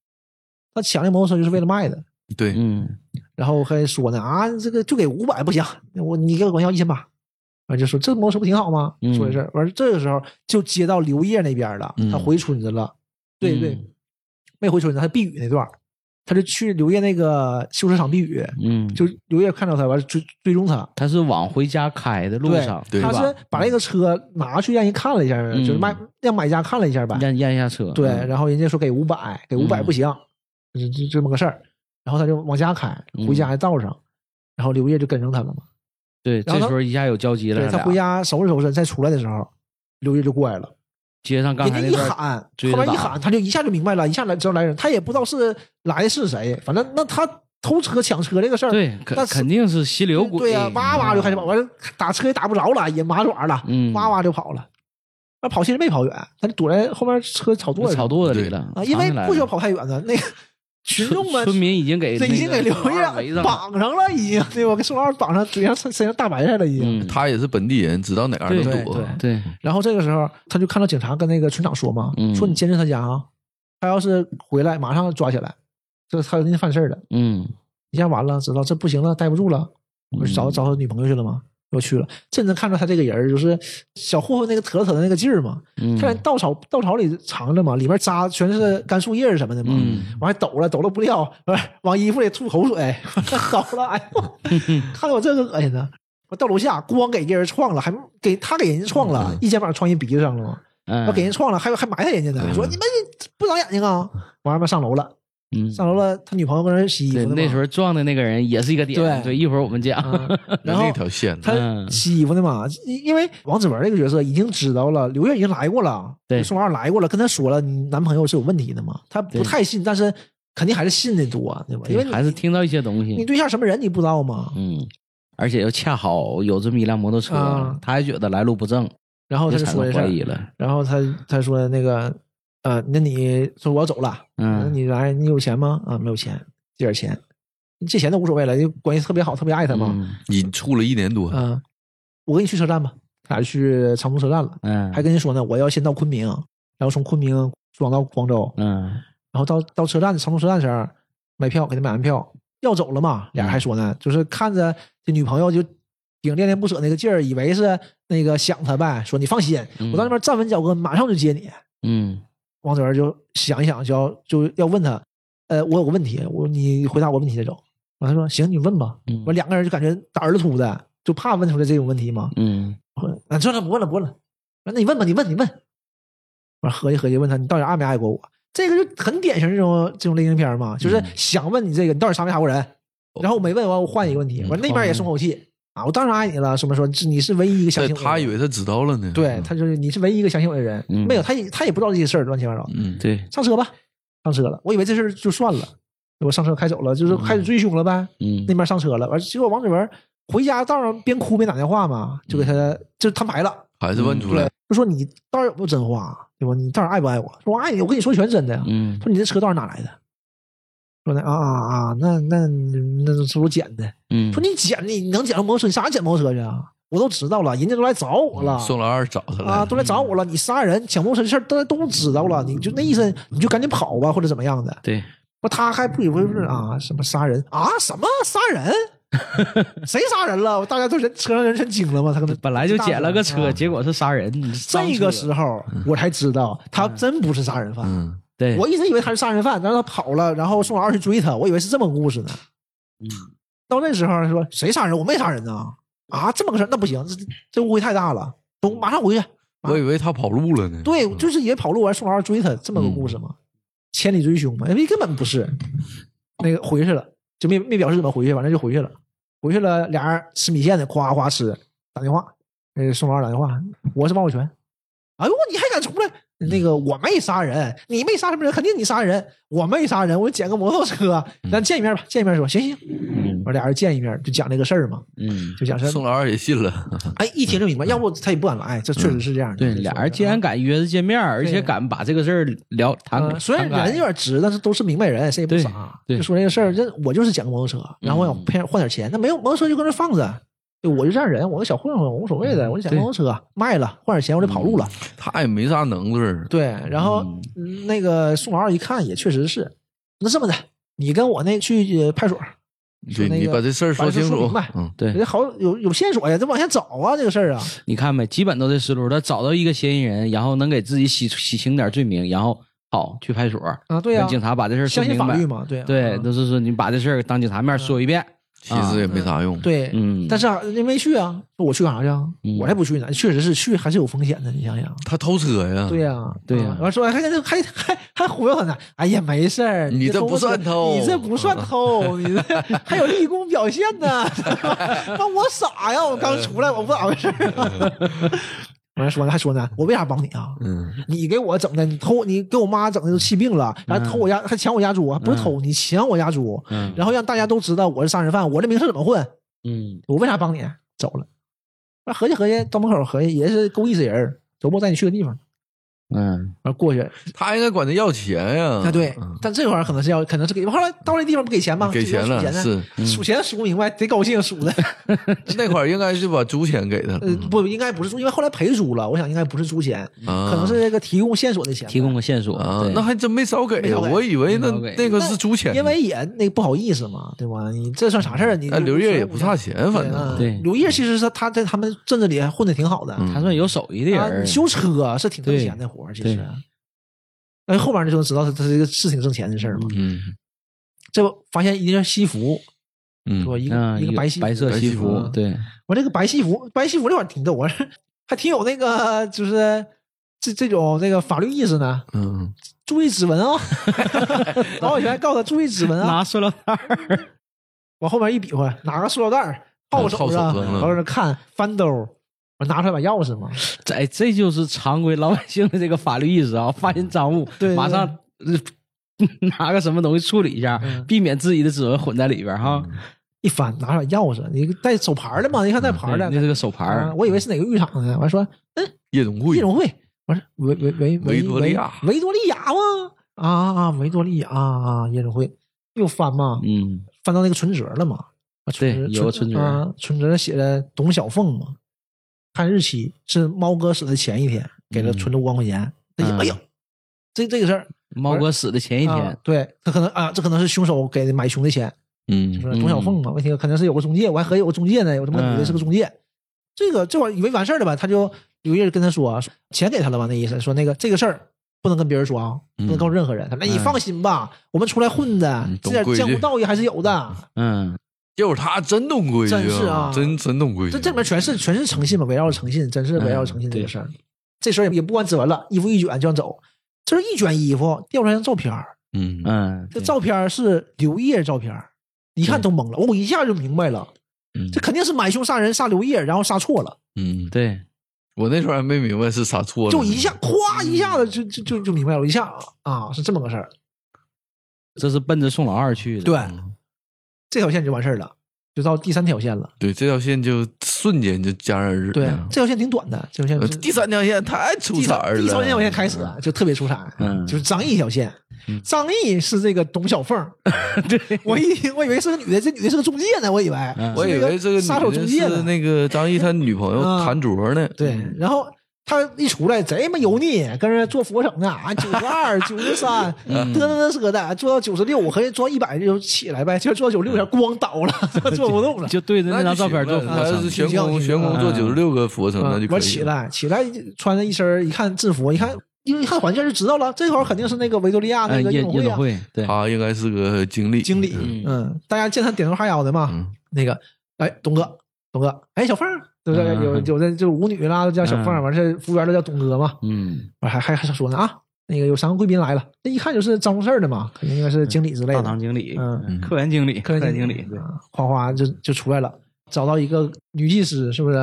Speaker 4: 他抢那摩托车就是为了卖的。
Speaker 6: 对，
Speaker 5: 嗯
Speaker 4: 然后还说呢啊，这个就给五百不行，我你给我要一千八。完就说这摩托车不挺好吗？
Speaker 5: 嗯
Speaker 4: 说这事儿，完这个时候就接到刘烨那边了，
Speaker 6: 嗯
Speaker 4: 他回村子了，对对
Speaker 5: 嗯，
Speaker 4: 没回村子，他避雨那段儿，他就去刘烨那个修车厂避雨，
Speaker 5: 嗯，
Speaker 4: 就刘烨看到他，完追追踪他，
Speaker 5: 他是往回家开的路
Speaker 4: 对
Speaker 5: 上，
Speaker 6: 对
Speaker 4: 他
Speaker 5: 吧
Speaker 4: 是把那个车拿去让人看了一下，
Speaker 5: 嗯
Speaker 4: 就是卖让买家看了一下呗，
Speaker 5: 让让一下车，
Speaker 4: 对，
Speaker 5: 嗯
Speaker 4: 然后人家说给五百，给五百
Speaker 5: 嗯
Speaker 4: 不行，就就这么个事儿。然后他就往家开，回
Speaker 5: 嗯
Speaker 4: 家的道上，然后刘烨就跟上他了嘛。
Speaker 5: 对，
Speaker 4: 然
Speaker 5: 这
Speaker 4: 后
Speaker 5: 时
Speaker 4: 他
Speaker 5: 候一下有交集了，
Speaker 4: 对他
Speaker 5: 俩
Speaker 4: 回家收拾收拾，再出来的时候，刘烨就过来了。
Speaker 5: 接上刚
Speaker 4: 人
Speaker 5: 才
Speaker 4: 家
Speaker 5: 那
Speaker 4: 一
Speaker 5: 段
Speaker 4: 喊，
Speaker 5: 追
Speaker 4: 后
Speaker 5: 着
Speaker 4: 面一
Speaker 5: 打
Speaker 4: 喊，他就一下就明白了，一下来知道来人，他也不知道是来的是谁，反正那他偷车抢车这个事儿，
Speaker 5: 对，
Speaker 4: 那
Speaker 5: 肯
Speaker 4: 是
Speaker 5: 肯定是吸流嗯鬼，
Speaker 4: 对呀、哇哇就开始跑，完了打车也打不着了，也麻爪了，
Speaker 5: 嗯
Speaker 4: 哇哇就跑了。那跑其实没跑远，他就躲在后面车草垛
Speaker 5: 我
Speaker 4: 上
Speaker 5: 草垛子里了
Speaker 4: 啊，因为不需要。
Speaker 5: 藏起来了
Speaker 4: 跑太远的那个群众们
Speaker 5: 村村民已经给
Speaker 4: 这已经
Speaker 5: 哎那
Speaker 4: 给
Speaker 5: 个
Speaker 4: 刘
Speaker 5: 宋老二围
Speaker 4: 烨
Speaker 5: 上了，
Speaker 4: 绑上了，已经对吧？给宋老二绑上，嘴上身上大白菜了已经。
Speaker 5: 嗯，
Speaker 6: 他也是本地人，知道哪嘎
Speaker 5: 对
Speaker 6: 能
Speaker 5: 对
Speaker 6: 躲，
Speaker 5: 对，
Speaker 4: 然后这个时候，他就看到警察跟那个村长说嘛，
Speaker 5: 嗯
Speaker 4: 说你监视他家啊，他要是回来，马上抓起来，这他肯定犯事儿了。
Speaker 5: 嗯
Speaker 4: 一下完了，知道这不行了，待不住了，我就
Speaker 5: 嗯
Speaker 4: 找找他女朋友去了嘛，又去了。这能看出他这个人儿就是小混混那个特特的那个劲儿嘛，
Speaker 5: 嗯
Speaker 4: 他在稻草稻草里藏着嘛，里面扎全是干树叶儿什么的嘛，
Speaker 5: 嗯
Speaker 4: 完还抖了抖了不掉，完往衣服里吐口水， 完抖了，哎呦，看得我这个恶心的。我到楼下，咣给一个人撞了，还给他给人家撞了，一肩膀撞人鼻子上了嘛，
Speaker 5: 嗯
Speaker 4: 要给人撞了，还还埋汰人家呢，说你们不长眼睛啊！完了嘛，上楼了，
Speaker 5: 嗯
Speaker 4: 上楼了，他女朋友跟人洗衣服
Speaker 5: 对
Speaker 4: 呢嘛，
Speaker 5: 那时候撞的那个人也是一个点，
Speaker 4: 对
Speaker 5: 对，一会儿我们讲，
Speaker 4: 啊，然后
Speaker 6: 那条线了，
Speaker 4: 他
Speaker 5: 嗯
Speaker 4: 洗衣服呢嘛，因因为王子文这个角色已经知道了，刘烨已经来过了，
Speaker 5: 对
Speaker 4: 宋老二来过了，跟他说了你男朋友是有问题的嘛，他不
Speaker 5: 对
Speaker 4: 太信，但是肯定还是信的多，对吧？因为你
Speaker 5: 还是听到一些东
Speaker 4: 你
Speaker 5: 西，
Speaker 4: 对象什么人你不知道吗？
Speaker 5: 嗯，而且又恰好有这么一辆摩托车，
Speaker 4: 啊
Speaker 5: 他还觉得来路不正，
Speaker 4: 然后他
Speaker 5: 就
Speaker 4: 就
Speaker 5: 产
Speaker 4: 说
Speaker 5: 生
Speaker 4: 这事
Speaker 5: 怀
Speaker 4: 儿，
Speaker 5: 疑了，
Speaker 4: 然后他他说那个呃，那你说我要走了，那
Speaker 5: 嗯
Speaker 4: 你来你有钱吗？啊，没有钱，借点钱，借钱都无所谓了，因为关系特别好，特别爱他嘛，
Speaker 5: 嗯
Speaker 6: 你处了一年多，
Speaker 4: 嗯、我跟你去车站吧，他俩就去长途车站了。
Speaker 5: 嗯，
Speaker 4: 还跟人说呢，我要先到昆明，然后从昆明装到广州，
Speaker 5: 嗯
Speaker 4: 然后到到车站，长途车站时候买票给他买完票，要走了嘛，俩人还说
Speaker 5: 嗯
Speaker 4: 呢，就是看着这女朋友就挺恋恋不舍那个劲儿，以为是那个想他呗，说你放心，
Speaker 5: 嗯
Speaker 4: 我到那边站稳脚跟，马上就接你。
Speaker 5: 嗯
Speaker 4: 王哲就想一想，就要就要问他，呃，我有个问题，我你回答我问题再走。完，他说行，你问吧。
Speaker 5: 嗯
Speaker 4: 完，两个人就感觉胆儿突的，就怕问出来这种问题嘛。
Speaker 5: 嗯
Speaker 4: 啊，算了，不问了，不问了。那你问吧，你问，你问。完合计合计，问他你到底爱没爱过我？这个就很典型这种这种类型片嘛，就是想问你这个，你到底杀没杀过人？然后我没问完，我换一个问题，完那边也松口气啊，我当然爱你了，什么说这你是唯一一个相
Speaker 6: 但
Speaker 4: 信我的人。
Speaker 6: 他以为他嗯知道了呢。
Speaker 4: 对他就是你是唯一一个相信我的人，
Speaker 5: 嗯
Speaker 4: 没有他也他也不知道这些事儿，乱七八糟。
Speaker 6: 嗯，嗯，
Speaker 5: 对，
Speaker 4: 上车吧，上车了。我以为这事儿就算了，我上车开走了，就是开始追凶了呗。
Speaker 5: 嗯
Speaker 4: 那边上车了，完结果王志文回家道上边哭边打电话嘛，就给他就摊牌了，
Speaker 6: 还是问出来。
Speaker 4: 就说你到底有没有真话，对吧？你到底爱不爱我？说我爱你，我跟你说全是真的呀。
Speaker 5: 嗯
Speaker 4: 说你这车到底哪来的？说那啊啊啊，那那那是我捡的。
Speaker 5: 嗯
Speaker 4: 说你捡的，你能捡着摩托车？你上哪捡摩托车去啊？我都知道了，人家都来找我了。
Speaker 6: 宋老二找他
Speaker 4: 啊，
Speaker 6: 了，
Speaker 4: 都来找我了，你杀人抢摩托车的事儿，大家都知道了，你就那意思，你就赶紧跑吧，或者怎么样的。
Speaker 5: 对，
Speaker 4: 不，他还不以为是啊，什么杀人啊，什么杀人，谁杀人了？大家都人车上人全惊了嘛，他可能
Speaker 5: 本来就捡了个车，
Speaker 4: 啊
Speaker 5: 结果是杀人，你伤
Speaker 4: 这个
Speaker 5: 车
Speaker 4: 时候我才知道他真不是杀人犯，
Speaker 6: 嗯，
Speaker 5: 对
Speaker 4: 我一直以为他是杀人犯，但是他跑了，然后宋老二去追他，我以为是这么个故事呢。到那时候他说谁杀人？我没杀人呢。啊，这么个事儿，那不行，这这这误会太大了，都马上回去。
Speaker 6: 我以为他跑路了呢。
Speaker 4: 啊
Speaker 5: 嗯
Speaker 4: 对，就是也跑路完，宋老二追他这么个故事嘛，千里追凶嘛，因为根本不是那个回去了，就没没表示怎么回去，反正就回去了，回去了，俩人吃米线的，夸夸吃，打电话，呃，宋老二打电话，我是王宝全，哎呦，你还敢出来？
Speaker 5: 嗯
Speaker 4: 那个我没杀人，你没杀什么人，肯定你杀人，我没杀人，我捡个摩托车，咱见一面吧，见一面说，行行，
Speaker 5: 嗯
Speaker 4: 我俩人见一面就讲这个事儿嘛，
Speaker 5: 嗯，
Speaker 4: 就讲事
Speaker 6: 宋
Speaker 4: 儿，
Speaker 6: 老二也信了，
Speaker 4: 哎，一听就明白，要不他也不敢来，这确实是这样的。
Speaker 5: 对，
Speaker 4: 这
Speaker 5: 俩
Speaker 4: 事儿
Speaker 5: 人既然敢约着见面，而且敢把这个事儿聊谈
Speaker 4: 啊，
Speaker 5: 开，
Speaker 4: 虽然
Speaker 5: 谈开
Speaker 4: 人有点直，但是都是明白人，谁也不
Speaker 5: 对
Speaker 4: 傻。啊
Speaker 5: 对嗯
Speaker 4: 就说这个事儿，这我就是捡个摩托车，然后我想骗换点钱，那没有摩托车就搁那放着。对，我就这样人，我个小混混，我无所谓
Speaker 5: 嗯
Speaker 4: 的，我就捡摩托车卖了，换点钱我就跑路了。
Speaker 6: 他也没啥能耐儿。
Speaker 4: 对，然后
Speaker 5: 嗯
Speaker 4: 嗯那个宋老二一看，也确实是，那这么的，你跟我那去呃派出所，
Speaker 6: 对
Speaker 4: 那
Speaker 6: 你
Speaker 4: 个
Speaker 6: 把这事儿
Speaker 4: 把
Speaker 6: 说
Speaker 4: 这事
Speaker 6: 清
Speaker 4: 说
Speaker 6: 楚
Speaker 4: 明白。
Speaker 6: 嗯，
Speaker 5: 对
Speaker 4: 人家好有有线索呀，得往下找啊，这个事儿啊。
Speaker 5: 你看呗，基本都这思路。他找到一个嫌疑人，然后能给自己洗洗清点罪名，然后好去派出所，
Speaker 4: 啊，对呀、
Speaker 5: 跟警察把这事儿
Speaker 4: 相
Speaker 5: 说
Speaker 4: 信
Speaker 5: 明
Speaker 4: 法
Speaker 5: 白
Speaker 4: 律。嘛，对、啊、
Speaker 5: 对，
Speaker 4: 啊
Speaker 5: 都是说你把这事儿当警察面说一遍。
Speaker 6: 其实也没啥用。
Speaker 4: 对，
Speaker 5: 嗯
Speaker 4: 但是啊人家没去啊，说我去干啥去啊？
Speaker 5: 嗯
Speaker 4: 我才不去呢，确实是去还是有风险的，你想想。
Speaker 6: 他偷车呀，
Speaker 4: 对呀、
Speaker 5: 对呀
Speaker 4: 啊完、说还还还还还忽悠他呢。哎呀，没事儿，
Speaker 6: 你这不算偷
Speaker 4: 你这不算偷，你这 还有立功表现 呢。那我傻呀，我刚出来，我不咋回事儿 啊。完说呢，还说呢，我为啥帮你啊？
Speaker 6: 嗯，
Speaker 4: 你给我整的，你偷，你给我妈整的都气病了，然后偷我家，还抢我家
Speaker 6: 嗯
Speaker 4: 猪，不是偷，你抢我家猪，
Speaker 5: 嗯
Speaker 4: 然后让大家都知道我是杀人犯，我这名声怎么混？
Speaker 5: 嗯
Speaker 4: 我为啥帮你？走了。那合计合计，到门口合计也是够意思人儿，周末带你去个地方，
Speaker 5: 嗯
Speaker 4: 完过去
Speaker 6: 他应该管他要钱呀。
Speaker 4: 啊，对
Speaker 6: 嗯，
Speaker 4: 但这块儿可能是要，可能是给。后来到那地方不给钱吗？
Speaker 6: 给
Speaker 4: 这
Speaker 6: 啊
Speaker 4: 边
Speaker 6: 钱
Speaker 4: 数
Speaker 6: 了
Speaker 4: 呢
Speaker 6: 是嗯
Speaker 4: 数钱数不明白，贼高兴数的。
Speaker 6: 那块儿应该是把猪钱给他了
Speaker 4: 呃，不，应该不是猪，因为后来赔猪了，我想应该不是猪钱，
Speaker 6: 啊
Speaker 4: 可能是这个提供线索的钱吧。
Speaker 5: 提供个线索。
Speaker 6: 啊
Speaker 5: 对，
Speaker 6: 那还真没少给
Speaker 4: 没
Speaker 6: 呀，
Speaker 4: 少给
Speaker 6: 我以为那
Speaker 5: 没少给
Speaker 6: 那个是猪钱，
Speaker 4: 因为也那个不好意思嘛，对吧？你这算啥事儿？啊你
Speaker 6: 那刘烨也不差钱，反
Speaker 4: 对啊
Speaker 6: 正
Speaker 5: 对
Speaker 4: 刘烨其实是他在他们镇子里还混的挺好的，
Speaker 6: 嗯
Speaker 5: 他算有手艺的人
Speaker 4: 啊
Speaker 5: 儿
Speaker 4: 你。修车是挺挣
Speaker 5: 对
Speaker 4: 钱的活儿，其
Speaker 5: 对
Speaker 4: 实。但是后边你就能知道他他这个是挺挣钱的事儿嘛。
Speaker 6: 嗯
Speaker 4: 这不发现一件西服，
Speaker 6: 嗯
Speaker 4: 是吧？一个
Speaker 5: 嗯，
Speaker 4: 一个白西服
Speaker 5: 白色
Speaker 6: 白
Speaker 5: 西
Speaker 6: 西
Speaker 5: 服
Speaker 6: 服，
Speaker 5: 对，
Speaker 4: 我这个白西服，白西服这块儿挺逗，我是还挺有那个就是这这种那个法律意识呢。
Speaker 6: 嗯，
Speaker 4: 注意指纹啊、王小泉告诉他注意指纹啊，
Speaker 5: 拿 塑料袋儿，
Speaker 4: 往后面一比划，拿个塑料袋儿套
Speaker 6: 嗯
Speaker 4: 手
Speaker 6: 套手
Speaker 4: 上，
Speaker 6: 上了
Speaker 4: 然后在那看翻兜儿，我拿出来把钥匙嘛，
Speaker 5: 这哎这就是常规老百姓的这个法律意识 啊！发现赃物，
Speaker 4: 对对
Speaker 5: 马上 呃拿个什么东西处理一下，
Speaker 4: 嗯
Speaker 5: 避免自己的指纹混在里边儿哈。
Speaker 4: 一翻拿出来钥匙，你带手牌儿的嘛？一看带牌儿的
Speaker 5: 对，那是个手牌
Speaker 4: 啊
Speaker 5: 儿，
Speaker 4: 我以为是哪个浴场的呢，完说
Speaker 6: 夜总会
Speaker 4: 夜总会，我说维维维
Speaker 6: 维多利亚
Speaker 4: 维维多利亚吗？啊啊，维多利亚啊，夜总会又翻嘛，
Speaker 5: 嗯，
Speaker 4: 翻到那个存折了嘛？啊
Speaker 5: 对
Speaker 4: 存折
Speaker 5: 有个存折
Speaker 4: 啊，存折写的董小凤嘛，看日期是猫哥死的前一天，给了存了五万块钱。他一
Speaker 5: 嗯
Speaker 4: 哎呦，这这个事儿
Speaker 5: 猫哥死的前一
Speaker 4: 啊
Speaker 5: 天，
Speaker 4: 对他可能啊，这可能是凶手给买凶的钱，
Speaker 6: 嗯
Speaker 4: 是不是？董小凤嘛，问题可能是有个中介，我还合计有个中介呢，有他妈女的
Speaker 5: 嗯
Speaker 4: 是个中介，这个这会儿以为完事儿了吧，他就刘烨跟他说，说钱给他了吧，那意思说那个这个事儿不能跟别人说啊，不能
Speaker 5: 嗯
Speaker 4: 告诉任何人。他说那你放心吧，我们出来混的
Speaker 6: 嗯，
Speaker 4: 这
Speaker 6: 懂
Speaker 4: 点
Speaker 6: 规矩
Speaker 4: 江湖道义还是有的。
Speaker 5: 嗯，
Speaker 6: 结果他真懂规矩，
Speaker 4: 真是啊
Speaker 6: 真真懂规矩。
Speaker 4: 这这里面全是全是诚信嘛，围绕着诚信，真是围
Speaker 6: 嗯
Speaker 4: 绕着诚信这个事儿。这事儿也不管指纹了，衣服一卷就想走，这是一卷衣服掉出来张照片儿，
Speaker 6: 嗯
Speaker 5: 嗯，
Speaker 4: 这
Speaker 5: 对
Speaker 4: 照片儿是刘烨照片儿，一看都懵了，我一下就明白了，
Speaker 6: 嗯
Speaker 4: 这肯定是买凶杀人杀刘烨，然后杀错了，
Speaker 6: 嗯，
Speaker 5: 对，
Speaker 6: 我那时候还没明白是啥错了，嗯
Speaker 4: 就一下咵一下子就就就就明白了，一下啊是这么个事儿，
Speaker 5: 这是奔着宋老二去的。
Speaker 4: 对，
Speaker 6: 嗯
Speaker 4: 这条线就完事儿了，就到第三条线了，
Speaker 6: 对这条线就瞬间就戛然而止
Speaker 4: 对，
Speaker 6: 了。
Speaker 4: 这条线挺短的，这条
Speaker 6: 呃
Speaker 4: 线是
Speaker 6: 第三条线太出
Speaker 4: 第
Speaker 6: 彩
Speaker 4: 三
Speaker 6: 儿了，
Speaker 4: 第三条线开始就特别出彩，
Speaker 5: 嗯
Speaker 4: 就是张译一条线，张译是这个董小凤，对我一听我以为是个女的，这女的是个中介呢，我以为，
Speaker 5: 嗯
Speaker 6: 我以为这个
Speaker 4: 杀手
Speaker 6: 女的
Speaker 4: 中介
Speaker 6: 是
Speaker 4: 呢，
Speaker 6: 那个张译他女朋友
Speaker 4: 啊
Speaker 6: 谭卓呢，
Speaker 4: 对，然后。他一出来贼他妈油腻，跟人做俯卧撑呢，啊九十二、九十三，嘚嘚嘚瑟的，做到九十六，我合计做到一百就起来呗，就做到九十六前咣倒了， 做不动了，
Speaker 5: 就对着那张照片做俯卧
Speaker 6: 那就行了他
Speaker 5: 撑
Speaker 6: 是。悬
Speaker 4: 嗯
Speaker 6: 空悬空做
Speaker 5: 嗯
Speaker 6: 九十六个俯卧撑，那
Speaker 4: 嗯
Speaker 6: 就可
Speaker 4: 我
Speaker 6: 以
Speaker 4: 起
Speaker 6: 了。
Speaker 4: 来，起来穿着一身儿一看制服，一看因为一看环境就知道了，这会儿肯定是那个维多利亚那
Speaker 5: 嗯，
Speaker 4: 个
Speaker 5: 夜
Speaker 4: 夜
Speaker 5: 夜
Speaker 4: 总
Speaker 5: 总
Speaker 4: 会啊
Speaker 5: 会，对，
Speaker 6: 他应该是个经理，
Speaker 4: 经理，
Speaker 6: 嗯
Speaker 4: 嗯，大家见他点头哈腰的嘛，
Speaker 6: 嗯
Speaker 4: 那个，哎，东哥，东哥，哎，小凤儿，对不对？
Speaker 5: 嗯
Speaker 4: 有有的就舞女啦，都叫小凤儿，
Speaker 5: 嗯
Speaker 4: 完事儿服务员都叫东哥嘛，
Speaker 5: 嗯，
Speaker 4: 完还还还说呢啊，那个有三个贵宾来了，那一看就是张公事儿的嘛，肯定应该是经理之类
Speaker 5: 嗯大
Speaker 4: 的，
Speaker 5: 堂经理，
Speaker 4: 嗯
Speaker 5: 科研经理，
Speaker 4: 客人
Speaker 5: 经理，对，
Speaker 4: 啊哗哗就就出来了，找到一个女技师，是不是？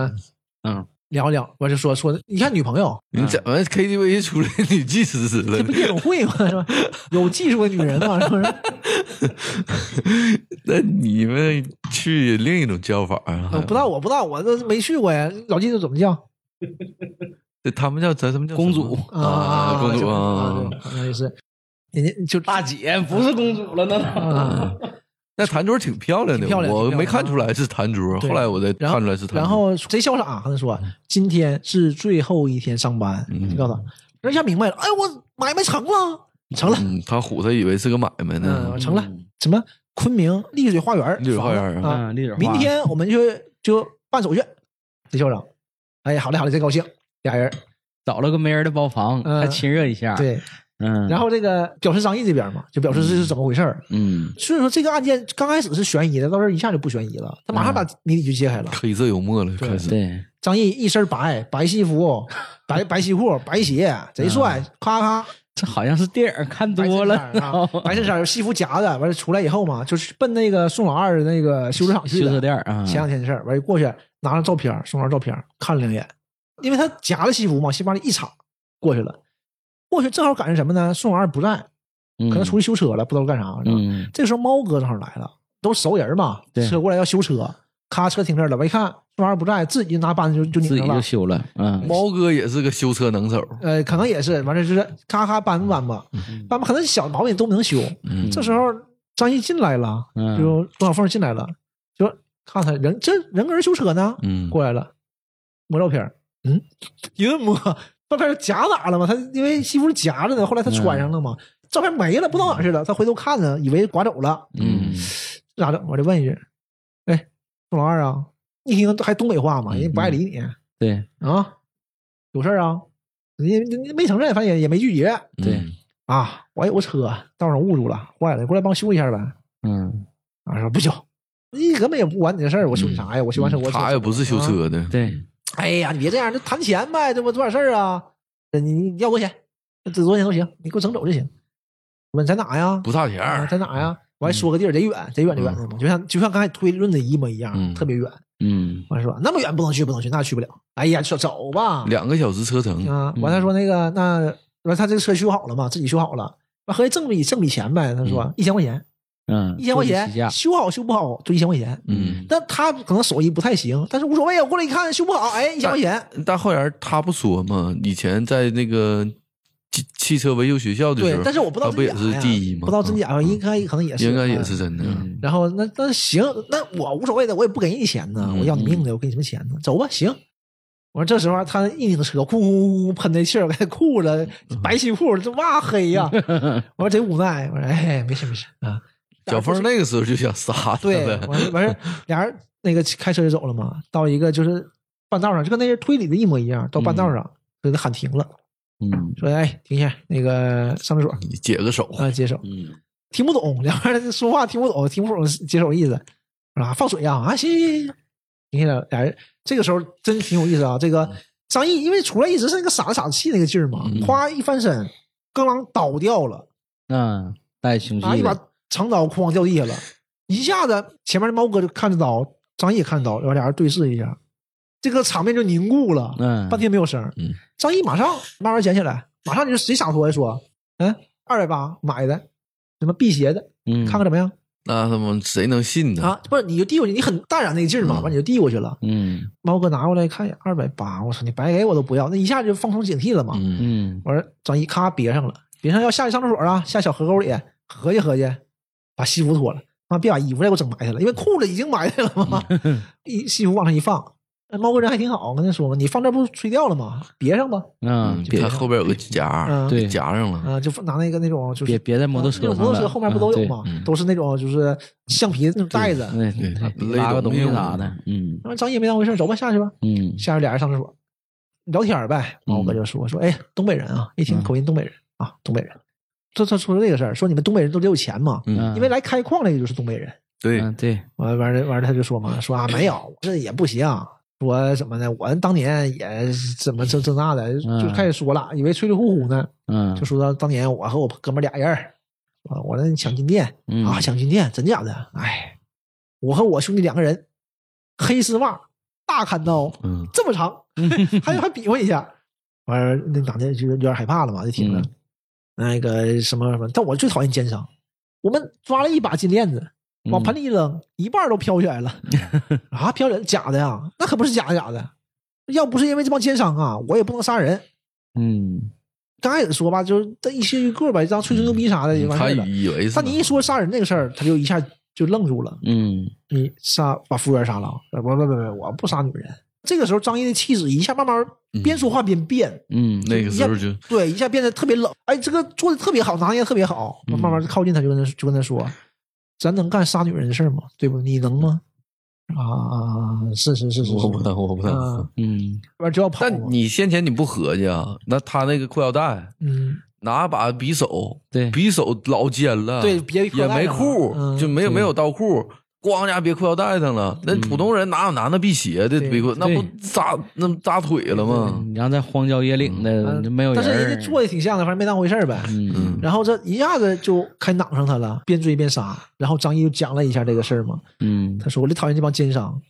Speaker 5: 嗯，
Speaker 4: 聊一聊，完就说说，你看女朋友，
Speaker 6: 你怎么 KTV 出来女技师了
Speaker 4: 这嗯不？夜总会吗？是吧？有技术的女人嘛，是不是？
Speaker 6: 那你们去另一种叫法
Speaker 4: 嗯
Speaker 6: 啊？
Speaker 5: 嗯
Speaker 4: 我不知道，我不知道，我这没去过呀。老技术怎么叫
Speaker 6: 这他们叫咱他们叫
Speaker 5: 公
Speaker 6: 什么
Speaker 5: 主
Speaker 6: 啊，公主
Speaker 4: 就
Speaker 6: 啊
Speaker 4: 啊，。对，好像也是，人家就
Speaker 5: 大姐不是公主了，那
Speaker 4: 啊，
Speaker 6: 那谭卓挺漂亮的，
Speaker 4: 挺漂亮
Speaker 6: 我
Speaker 4: 挺漂亮嗯
Speaker 6: 没看出来是谭卓，
Speaker 4: 对
Speaker 6: 后来我才
Speaker 4: 然
Speaker 6: 看出
Speaker 4: 后
Speaker 6: 来是谭卓。
Speaker 4: 然后贼潇洒，跟他说啊今天是最后一天上班，
Speaker 6: 嗯
Speaker 4: 就告诉他，人家明白了，哎，我买卖成了，成了，
Speaker 6: 嗯，他唬他以为是个买卖呢
Speaker 4: 嗯，。成了，什么昆明丽水花园，
Speaker 6: 绿水花园啊，
Speaker 4: 啊
Speaker 5: 嗯，丽水花
Speaker 4: 明天我们去就办手续。贼校长，哎呀，好嘞好嘞，真高兴，俩人
Speaker 5: 找了个没人的包房，
Speaker 4: 嗯
Speaker 5: 还亲热一下，，
Speaker 4: 对，
Speaker 5: 嗯，
Speaker 4: 然后这个表示张毅这边嘛，就表示这是怎么回事儿。
Speaker 5: 嗯，
Speaker 4: 所以说这个案件刚开始是悬疑的，到这儿一下就不悬疑了，他马上把谜底就揭开了。
Speaker 6: 黑色幽默了，开始。
Speaker 5: 对，
Speaker 4: 张译一身白白西 服、白白西裤、白鞋，贼帅，咔咔
Speaker 5: 这好像是电影看
Speaker 4: 白
Speaker 5: 嗯多
Speaker 4: 衬
Speaker 5: 了，
Speaker 4: 衫 啊， 白衬衫西服夹的，完了出来以后嘛，就是奔那个宋老二的那个修车厂去
Speaker 5: 修车
Speaker 4: 的。
Speaker 5: 店儿啊，
Speaker 4: 前两天的事儿，完了过去拿上照片，宋老二照片看了两眼，因为他夹着西服嘛，西服往里一插，过去了。过去正好赶上什么呢？宋老二不在，
Speaker 5: 嗯
Speaker 4: 可能出去修车了，不知道干啥。是吧
Speaker 5: 嗯
Speaker 4: 这时候猫哥正好来了，都熟人嘛，
Speaker 5: 对
Speaker 4: 车过来要修车，咔车停这儿了。我一看宋老二不在，自己就拿扳子就就拧
Speaker 5: 自己
Speaker 4: 上了
Speaker 5: 就。修了，嗯，
Speaker 6: 猫哥也是个修车能手，
Speaker 4: 呃，可能也是，完事就是咔咔搬吧搬吧，搬吧，可能小毛病都能修。
Speaker 6: 嗯
Speaker 4: 这时候张毅进来了，
Speaker 5: 嗯
Speaker 4: 就董小凤进来了，就看他人这人跟人修车呢，
Speaker 6: 嗯，
Speaker 4: 过来了，摸照片儿，嗯，一顿摸，照片夹哪了嘛？他因为西服是夹着呢，后来他穿上了嘛，
Speaker 6: 嗯
Speaker 4: 照片没了，不知道哪去了。他回头看呢，以为刮走了，
Speaker 5: 嗯，
Speaker 4: 咋整？我就问一句，哎，宋老二啊，一听还东北话嘛，人家不爱理你。
Speaker 5: 对
Speaker 4: 啊，有事儿啊？人家人家没承认，反正也也没拒绝
Speaker 5: 对，
Speaker 6: 嗯
Speaker 4: 啊。我有个车道上误住了，坏了，过来帮修一下呗。
Speaker 5: 嗯，
Speaker 4: 啊，说不修，你根本也不管你的事儿，我修你嗯啥呀？我修完车我
Speaker 6: 他也不是修
Speaker 4: 啊。
Speaker 6: 车的，
Speaker 5: 对，
Speaker 4: 哎呀，你别这样，就谈钱呗，这不多点事儿啊？你你你要多少钱？这多少钱都行，你给我整走就行。我问在哪呀？
Speaker 6: 不差钱
Speaker 4: 啊嗯
Speaker 6: 儿。
Speaker 4: 在哪呀？我还说个地儿，贼远，贼远贼远的嘛，就像就像刚才推论的一模一样，
Speaker 6: 嗯
Speaker 4: 特别远。
Speaker 5: 嗯
Speaker 4: 我说那么远不能去，不能去，那去不了。哎呀，走走吧，
Speaker 6: 两个小时车程，
Speaker 4: 啊，完他说那个那完他这个车修好了嘛，自己修好了，完合计挣笔挣笔钱呗。他说一千块钱，
Speaker 5: 嗯，
Speaker 4: 一千块
Speaker 5: 多起价
Speaker 4: 钱修好修不好就一千块钱。
Speaker 6: 嗯，
Speaker 4: 但他可能手艺不太行，但是无所谓。我啊过来一看修不好，哎，一千块钱。
Speaker 6: 但后来他不说嘛，以前在那个汽汽车维修学校的时
Speaker 4: 对
Speaker 6: 候，，
Speaker 4: 但是我不知道
Speaker 6: 他不
Speaker 4: 真
Speaker 6: 也
Speaker 4: 假
Speaker 6: 是
Speaker 4: 呀
Speaker 6: 第一吗？
Speaker 4: 不知道真假
Speaker 6: 嗯
Speaker 4: 应该可能也是，啊
Speaker 6: 应该也是。真的。
Speaker 5: 嗯
Speaker 4: 然后那那行，那我无所谓的，我也不给你钱呢，我要你命的，我给你什么钱呢？走吧，行。我说这时候他一拧车，呼呼呼喷那气儿，给裤子白西裤这哇黑呀、我说贼无奈，我说哎没事没事啊。
Speaker 6: 小凤那个时候就想杀他
Speaker 4: 对，
Speaker 6: 了，
Speaker 4: 完完事儿俩人那个开车就走了嘛，到一个就是半道上，就跟那人推理的一模一样，到半道上就给他喊停了，
Speaker 5: 嗯
Speaker 4: 说哎停下，那个上厕所
Speaker 6: 你解个手，
Speaker 4: 啊解手，
Speaker 5: 嗯
Speaker 4: 听不懂，两边人说话听不懂，听不懂解手意思，我说啊放水呀啊行行行行，停下来俩人这个时候真挺有意思啊，这
Speaker 5: 嗯
Speaker 4: 个张译因为出来一直是那个傻子傻子气那个劲儿嘛，
Speaker 6: 嗯
Speaker 4: 夸一翻身，刚狼倒掉了。
Speaker 5: 那嗯带情
Speaker 4: 啊，
Speaker 5: 绪
Speaker 4: 一把
Speaker 5: 的，
Speaker 4: 长刀哐掉地下了，一下子前面的猫哥就看着刀，张译也看着刀，然后俩人对视一下，这个场面就凝固了，
Speaker 5: 嗯
Speaker 4: 半天没有声儿。
Speaker 6: 嗯
Speaker 4: 张译马上慢慢捡起来，马上你就谁洒脱呀说，嗯，二百八买的，什么辟邪的，
Speaker 5: 嗯，
Speaker 4: 看看怎么样、
Speaker 6: 那他妈谁能信呢？
Speaker 4: 啊？不是，你就递过去，你很淡然那个劲儿嘛，
Speaker 6: 嗯
Speaker 4: 完、你就递过去了。
Speaker 5: 嗯
Speaker 4: 猫哥拿过来看一眼，二百八，我操，你白给我都不要，那一下就放松警惕了嘛。
Speaker 6: 嗯，
Speaker 5: 嗯
Speaker 4: 我说张一咔别上了，别上要下去上厕所啊，下小河沟里合计合计，把西服脱了，妈别把衣服再给我整埋汰了，因为裤子已经埋汰了嘛，一西服往上一放，那猫哥人还挺好，跟他说嘛，你放这不吹掉了吗？别上吧，
Speaker 5: 嗯
Speaker 6: 嗯，，看后边有个夹
Speaker 4: 嗯
Speaker 6: 儿，
Speaker 5: 对
Speaker 6: 给夹上了，
Speaker 4: 啊、就拿那个那种就是
Speaker 5: 别别在摩托车
Speaker 4: 那
Speaker 5: 上
Speaker 4: 种摩托车
Speaker 5: 了啊
Speaker 4: 后面不都啊有吗？
Speaker 6: 嗯对嗯
Speaker 4: 都是那种就是橡皮那种袋子。
Speaker 5: 对嗯
Speaker 6: 对勒
Speaker 5: 拉个
Speaker 6: 东
Speaker 5: 东
Speaker 6: 西
Speaker 5: 西
Speaker 6: 嘛
Speaker 5: 啥的，嗯
Speaker 4: 那张毅没当回事，走吧，下去吧。
Speaker 5: 嗯
Speaker 4: 下去俩人上厕所聊天儿呗。然后我哥就说说，哎，东北人啊，一
Speaker 5: 嗯
Speaker 4: 听口音东北人、啊，东北人。这他说这个事儿，说你们东北人都得有钱嘛，
Speaker 5: 嗯，
Speaker 4: 因为来开矿那个就是东北人。
Speaker 6: 对，
Speaker 5: 嗯对，
Speaker 4: 完完了完了，他就说 嘛，说啊没有，这也不行，说什么呢？我当年也怎么这这那的，
Speaker 5: 嗯
Speaker 4: 就开始说了，以为吹吹呼呼呢，
Speaker 5: 嗯
Speaker 4: 就说到当年我和我哥们儿俩人儿，啊，我那抢金店
Speaker 5: 嗯
Speaker 4: 啊，抢金店，真假的？哎，我和我兄弟两个人，黑丝袜，大砍刀，
Speaker 6: 嗯
Speaker 4: 这么 长，还还比划一下。完了，那男的就有点害怕了嘛，就听
Speaker 6: 嗯
Speaker 4: 着、那个什么什么。但我最讨厌奸商，我们抓了一把金链子，
Speaker 5: 嗯
Speaker 6: 嗯
Speaker 4: 往盆里一扔，一半都飘起来了。 啊，飘起来假的呀？那可不是假的假的。要不是因为这帮奸商啊，我也不能杀人。
Speaker 5: 嗯
Speaker 4: 刚开始说吧，就是这一些一个吧，当吹吹牛逼啥的就完
Speaker 6: 嗯他
Speaker 4: 事儿了。
Speaker 6: 以为是
Speaker 4: 但你一说杀人这个事儿，他就一下就愣住了。
Speaker 5: 嗯
Speaker 4: 你杀把服务员杀了啊，不不不不，我不杀女人。这个时候，张毅的气质一下慢慢
Speaker 6: 嗯
Speaker 4: 边说话边变，
Speaker 5: 嗯
Speaker 6: 那个时候就
Speaker 4: 对，一下变得特别冷。哎，这个做的特别好，拿捏得特别好。
Speaker 6: 嗯
Speaker 4: 慢慢靠近他，就跟他就跟他说：“咱能干杀女人的事儿吗？对不？你能吗？”啊，是是是是
Speaker 6: 我不
Speaker 4: 是，
Speaker 6: 能，我不能。
Speaker 4: 啊，
Speaker 5: 嗯
Speaker 4: 完就要跑嘛。啊
Speaker 6: 但你先前你不合计啊？那他那个裤腰带
Speaker 4: 嗯，
Speaker 6: 拿把匕首，
Speaker 5: 对
Speaker 6: 匕首老尖了，
Speaker 4: 对别裤
Speaker 6: 也
Speaker 4: 腰带
Speaker 6: 没
Speaker 4: 上了
Speaker 6: 裤，
Speaker 4: 嗯
Speaker 6: 就没有
Speaker 5: 对
Speaker 6: 没有倒裤，咣家别裤腰带上了。那普通人哪有拿那辟邪的
Speaker 4: 对
Speaker 6: 别裤？那
Speaker 5: 对
Speaker 6: 不扎那不扎腿了吗？
Speaker 5: 你让在荒郊野岭的就没有人
Speaker 4: 嗯但
Speaker 5: 儿，
Speaker 4: 是人家做的挺像的，反正没当回事儿呗。
Speaker 5: 嗯
Speaker 4: 然后这一下子就开攮上他了，边追边杀。然后张毅就讲了一下这个事儿嘛，
Speaker 5: 嗯
Speaker 4: 他说：“我就讨厌这帮奸商。”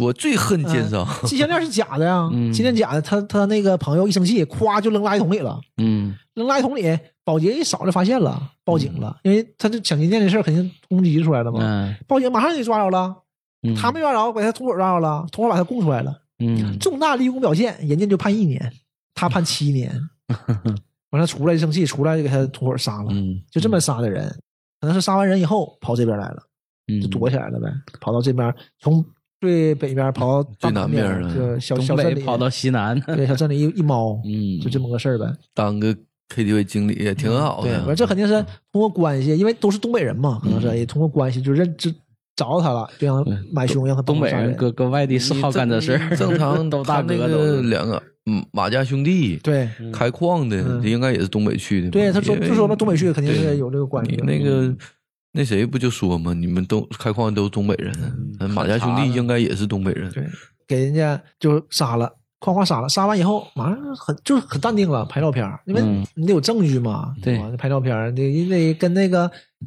Speaker 6: 我最恨奸商，
Speaker 4: 金项链是假的呀，
Speaker 5: 嗯
Speaker 4: 金链假的。他他那个朋友一生气，咵就扔垃圾桶里了，
Speaker 5: 嗯
Speaker 4: 扔垃圾桶里，保洁一扫就发现了，报警了，因为他就抢金店这事儿肯定通缉出来了嘛，
Speaker 5: 嗯，
Speaker 4: 报警马上就给抓着了，他没抓着，把他同伙抓着了，同伙把他供出来了，
Speaker 5: 嗯
Speaker 4: 重大立功表现，人家就判一年，他判七年， 完了出来就生气，出来就给他同伙杀了，
Speaker 6: 嗯，
Speaker 4: 就这么杀的人，可能是杀完人以后跑这边来了，
Speaker 5: 嗯
Speaker 4: 就躲起来了呗，跑到这边从。最北边跑到
Speaker 6: 最南边
Speaker 4: 儿
Speaker 6: 了
Speaker 4: 就小
Speaker 5: 东
Speaker 4: 小镇
Speaker 5: 北
Speaker 4: 里
Speaker 5: 跑到西南，
Speaker 4: 对，小镇里一一猫，
Speaker 5: 嗯
Speaker 4: 就这么个事儿呗。
Speaker 6: 当个 KTV 经理也挺
Speaker 5: 哦
Speaker 6: 好
Speaker 4: 嗯对，
Speaker 6: 的。
Speaker 4: 完了这肯定
Speaker 5: 嗯
Speaker 4: 是通过关系，因为都是东北人嘛，可能是也通过关系就认知找到他了，就让他买凶，让他帮
Speaker 5: 东
Speaker 4: 忙
Speaker 5: 北
Speaker 4: 杀
Speaker 5: 人搁搁外地是好干这事儿，
Speaker 6: 正 常
Speaker 5: 都大
Speaker 6: 他那
Speaker 5: 哥
Speaker 6: 个
Speaker 5: 都
Speaker 6: 两个嗯马家兄弟
Speaker 4: 对
Speaker 6: 开矿的，
Speaker 4: 嗯
Speaker 6: 应该也是东北去的吧。
Speaker 4: 对，他说
Speaker 6: 因为
Speaker 4: 就说吧，东北去肯定是有这个关系
Speaker 6: 你
Speaker 4: 的。嗯
Speaker 6: 那个那谁不就说嘛，你们都开矿都是东北人，呃马家兄弟应该也是东北人。
Speaker 4: 嗯对，给人家就杀了，哐哐杀了，杀完以后马上很就是很淡定了，拍照片儿，因为
Speaker 5: 嗯
Speaker 4: 你得有证据嘛，
Speaker 5: 对
Speaker 4: 吧？拍照片儿，你你得跟那个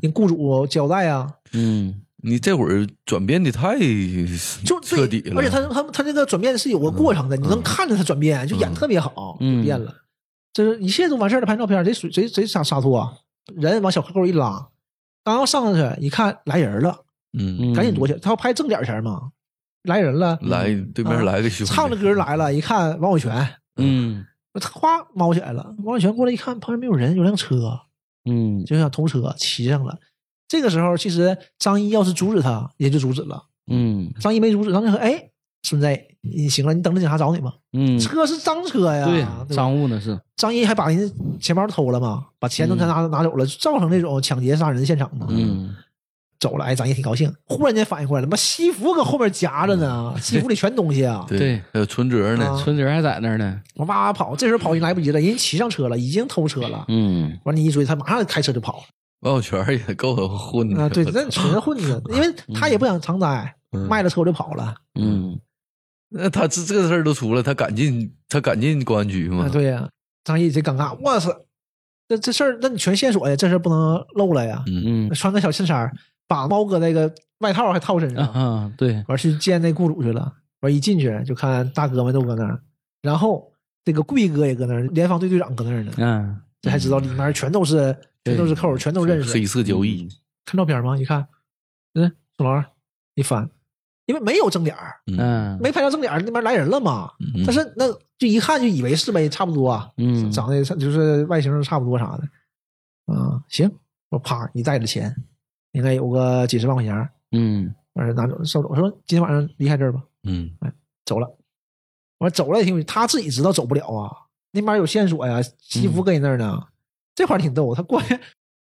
Speaker 4: 人雇主交代啊，
Speaker 5: 嗯
Speaker 6: 你这会儿转变的太
Speaker 4: 就对
Speaker 6: 彻底了，
Speaker 4: 而且他他他这个转变是有个过程的，你能看着他转变，就演得特别好，就
Speaker 5: 嗯
Speaker 4: 变了，就是一切都完事儿了，拍照片，谁谁谁谁洒洒脱啊，人往小河沟一拉，刚要上去一看来人了，
Speaker 6: 嗯，
Speaker 5: 嗯，
Speaker 4: 赶紧躲起来，他要拍正点前嘛，来人了，
Speaker 6: 来对面来个兄弟，
Speaker 4: 嗯啊唱着歌来了，一看王伟全，
Speaker 5: 嗯
Speaker 4: 他哗猫起来了，王伟全过来一看旁边没有人，有辆车，
Speaker 5: 嗯
Speaker 4: 就想偷车，骑上了。这个时候，其实张一要是阻止他，也就阻止了。
Speaker 5: 嗯
Speaker 4: 张一没阻止，张一说：“哎，孙在，你行了，你等着警察找你吧。
Speaker 5: 嗯，
Speaker 4: 车是赃车呀，
Speaker 5: 对
Speaker 4: 啊吧，
Speaker 5: 赃物呢是，
Speaker 4: 张一还把人家钱包偷了嘛，把钱都拿拿拿走了，造成这种抢劫杀人现场嘛。，
Speaker 5: 嗯，
Speaker 4: 走了，哎，咱也挺高兴。忽然间反应过来了，妈西服搁后面夹着呢，西服里全东西啊。
Speaker 5: 嗯对
Speaker 6: 对，还有存折呢
Speaker 4: 啊，
Speaker 5: 存折还在那儿呢，
Speaker 4: 我哇哇跑，这时候跑已经来不及了，人家骑上车了，已经偷车了。
Speaker 5: 嗯，
Speaker 4: 完，你一追，他马上开车就跑
Speaker 6: 网友圈也够混的。
Speaker 4: 啊！对，那纯混子，因为他也不想常待，
Speaker 6: 嗯
Speaker 4: 卖了车我就跑了。
Speaker 5: 嗯，
Speaker 6: 那他这这个事儿都出了，他敢进他敢进公安局吗
Speaker 4: 啊，？对呀、张毅贼尴尬，我操，这这事儿，那你全线索呀，这事儿不能漏了呀。
Speaker 5: 嗯，
Speaker 4: 穿个小衬衫儿，把猫哥那个外套还套身上，
Speaker 5: 啊，对，
Speaker 4: 完去见那雇主去了。完一进去就看大哥们都搁那儿，然后这个贵哥也搁那儿，联防队队长搁那儿呢。
Speaker 5: 嗯，
Speaker 4: 这还知道里面全都是全都是扣儿，全都认识。
Speaker 6: 黑色交易，
Speaker 4: 看照片吗？一看，嗯，宋老二一翻，因为没有正脸儿，
Speaker 5: 嗯，
Speaker 4: 没拍到正脸儿，那边来人了嘛。
Speaker 6: 嗯
Speaker 4: 但是那就一看就以为是呗，差不多啊，
Speaker 5: 嗯
Speaker 4: 长得也差就是外形差不多啥的，啊、行，我啪一带着钱，应该有个几十万块钱儿，
Speaker 5: 嗯，，
Speaker 4: 完事拿走收走，说今天晚上离开这儿吧，
Speaker 6: 嗯
Speaker 4: 走了，完走了也挺有意思，他自己知道走不了啊，那边有线索呀，西
Speaker 6: 嗯
Speaker 4: 服跟人那儿呢，这块儿挺逗，他过去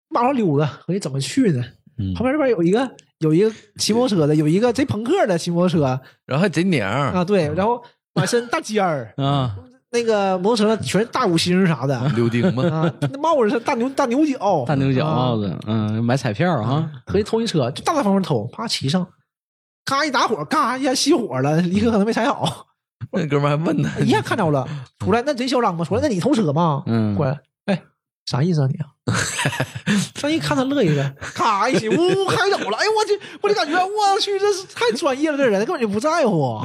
Speaker 4: 马路溜达，合计怎么去呢？
Speaker 6: 嗯
Speaker 4: 旁，边这边有一个有一个骑摩托车的，有一个贼朋克的骑摩托车
Speaker 6: 然后还贼娘儿
Speaker 4: 啊，对，然后满身大尖儿
Speaker 5: 啊，
Speaker 4: 那个摩托车上全是大五星啥的
Speaker 6: 柳丁嘛，
Speaker 4: 啊，那帽子是大牛大牛角，
Speaker 5: 大牛角帽
Speaker 4: 子，
Speaker 5: 子，嗯，买彩票啊，
Speaker 4: 合计偷一车，就大大方方偷，啪骑上，嘎一打火，嘎一下熄火了，离合可能没踩好，
Speaker 6: 那哥们儿还问他，
Speaker 4: 一下看着 了，出来那贼嚣张嘛，出来那你偷车嘛，
Speaker 5: 嗯
Speaker 4: 过来，哎，啥意思啊你啊？张一看他乐意了， 咔一起呜开走了。哎呦我去，我就感觉我去，这是太专业了，这人根本就不在乎，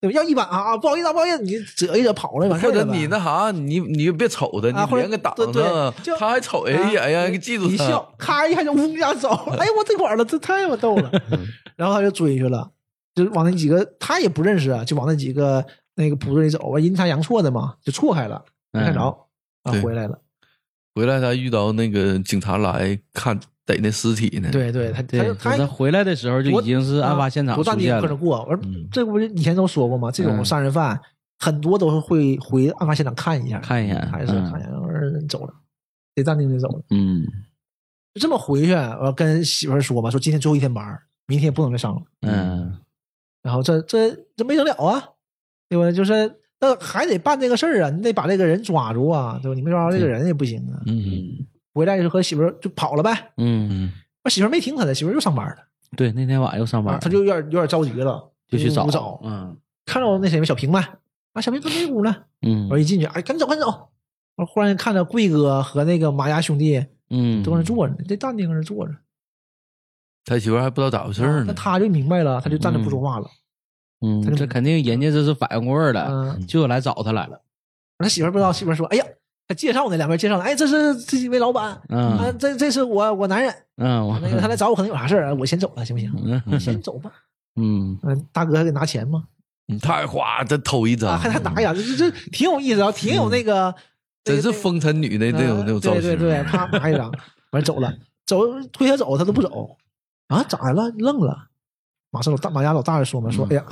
Speaker 4: 对吧？要一般啊，啊不好意思啊，不好意思，你折一折跑了，完事
Speaker 6: 或
Speaker 4: 儿
Speaker 6: 者
Speaker 4: 了呗
Speaker 6: 你那啥，你你别瞅他，
Speaker 4: 啊
Speaker 6: 你
Speaker 4: 或者
Speaker 6: 连个挡
Speaker 4: 对
Speaker 6: 上
Speaker 4: 对就，啊
Speaker 6: 他还瞅哎
Speaker 5: 哎
Speaker 6: 人一眼，让人给记住
Speaker 4: 一
Speaker 6: 他
Speaker 5: 啊
Speaker 4: 笑，，咔一下就呜一下 走，哎我这块儿了，这太我逗了。
Speaker 5: 嗯
Speaker 4: 然后他就追去了，就往那几个他也不认识啊，就往那几个那个铺子里走，完阴差阳错的嘛，就错开了，
Speaker 5: 嗯
Speaker 4: 没看着，啊
Speaker 6: 对
Speaker 4: 回来了。
Speaker 6: 回来他遇到那个警察来看逮那尸体呢，
Speaker 4: 对对，他他
Speaker 5: 对，
Speaker 4: 就他啊
Speaker 5: 他回来的时候就已经是案发现场
Speaker 4: 多大
Speaker 5: 出
Speaker 4: 的一
Speaker 5: 现
Speaker 4: 个搁那
Speaker 5: 了，
Speaker 4: 过，我说这不是以前都说过吗？这种
Speaker 5: 嗯
Speaker 4: 杀人犯很多都是会回案发现场看一下，
Speaker 5: 看一眼
Speaker 4: 还是
Speaker 5: 嗯
Speaker 4: 看一眼，我说走了，得淡定的走了。
Speaker 5: 嗯
Speaker 4: 就这么回去，啊我跟媳妇儿说嘛，说今天最后一天班儿，明天不能再上了。
Speaker 5: 嗯
Speaker 4: 然后这这这没整了啊，对吧？就是那还得办这个事儿啊，你得把这个人抓住啊，对吧？你没抓住这个人也不行啊。
Speaker 6: 嗯，
Speaker 4: 回来就和媳妇儿就跑了呗，
Speaker 5: 嗯，
Speaker 4: 我媳妇儿没听他的，媳妇儿又上班了，
Speaker 5: 对，那天晚上又上班
Speaker 4: 啊
Speaker 5: 了，
Speaker 4: 他就有点有点着急了，
Speaker 5: 就去
Speaker 4: 进
Speaker 5: 找
Speaker 4: 屋找，
Speaker 5: 嗯
Speaker 4: 看到那谁小平吗？啊，小平搁那屋呢。
Speaker 5: 嗯
Speaker 4: 我一进去，哎，赶紧走，赶紧走！我忽然看到贵哥和那个马家兄弟
Speaker 5: 嗯，
Speaker 4: 都搁那坐着呢，这淡定搁那坐着。
Speaker 6: 他媳妇儿还不知道咋回事儿
Speaker 4: 啊那
Speaker 6: 呢，
Speaker 4: 他就明白了，他就站着不说话了。
Speaker 5: 嗯，
Speaker 4: 他就
Speaker 5: 这肯定人家这是反应过味儿了，
Speaker 4: 嗯，
Speaker 5: 就来找他来了，
Speaker 4: 他媳妇儿不知道，媳妇儿说：“哎呀，他介绍那两边介绍，哎，这是这几位老板，啊
Speaker 5: 嗯，
Speaker 4: 这这是我我男人，
Speaker 5: 嗯，我
Speaker 4: 那个他来找我可能有啥事儿，我先走了，行不行？先走吧。”
Speaker 5: 嗯
Speaker 4: 嗯，大哥还给拿钱嘛，
Speaker 6: 嗯他还哗，这偷一
Speaker 4: 啊，
Speaker 6: 张，嗯
Speaker 4: 还还拿呀，这这挺有意思啊，挺有那个，
Speaker 6: 真嗯是
Speaker 4: 那个
Speaker 6: 风尘女的那种那种造
Speaker 4: 啊
Speaker 6: 型，啊
Speaker 4: 对对对，啪拿一张，完走了，走推他走，他都不走啊，咋了？愣了。马上老大马家老大人说嘛，说哎呀，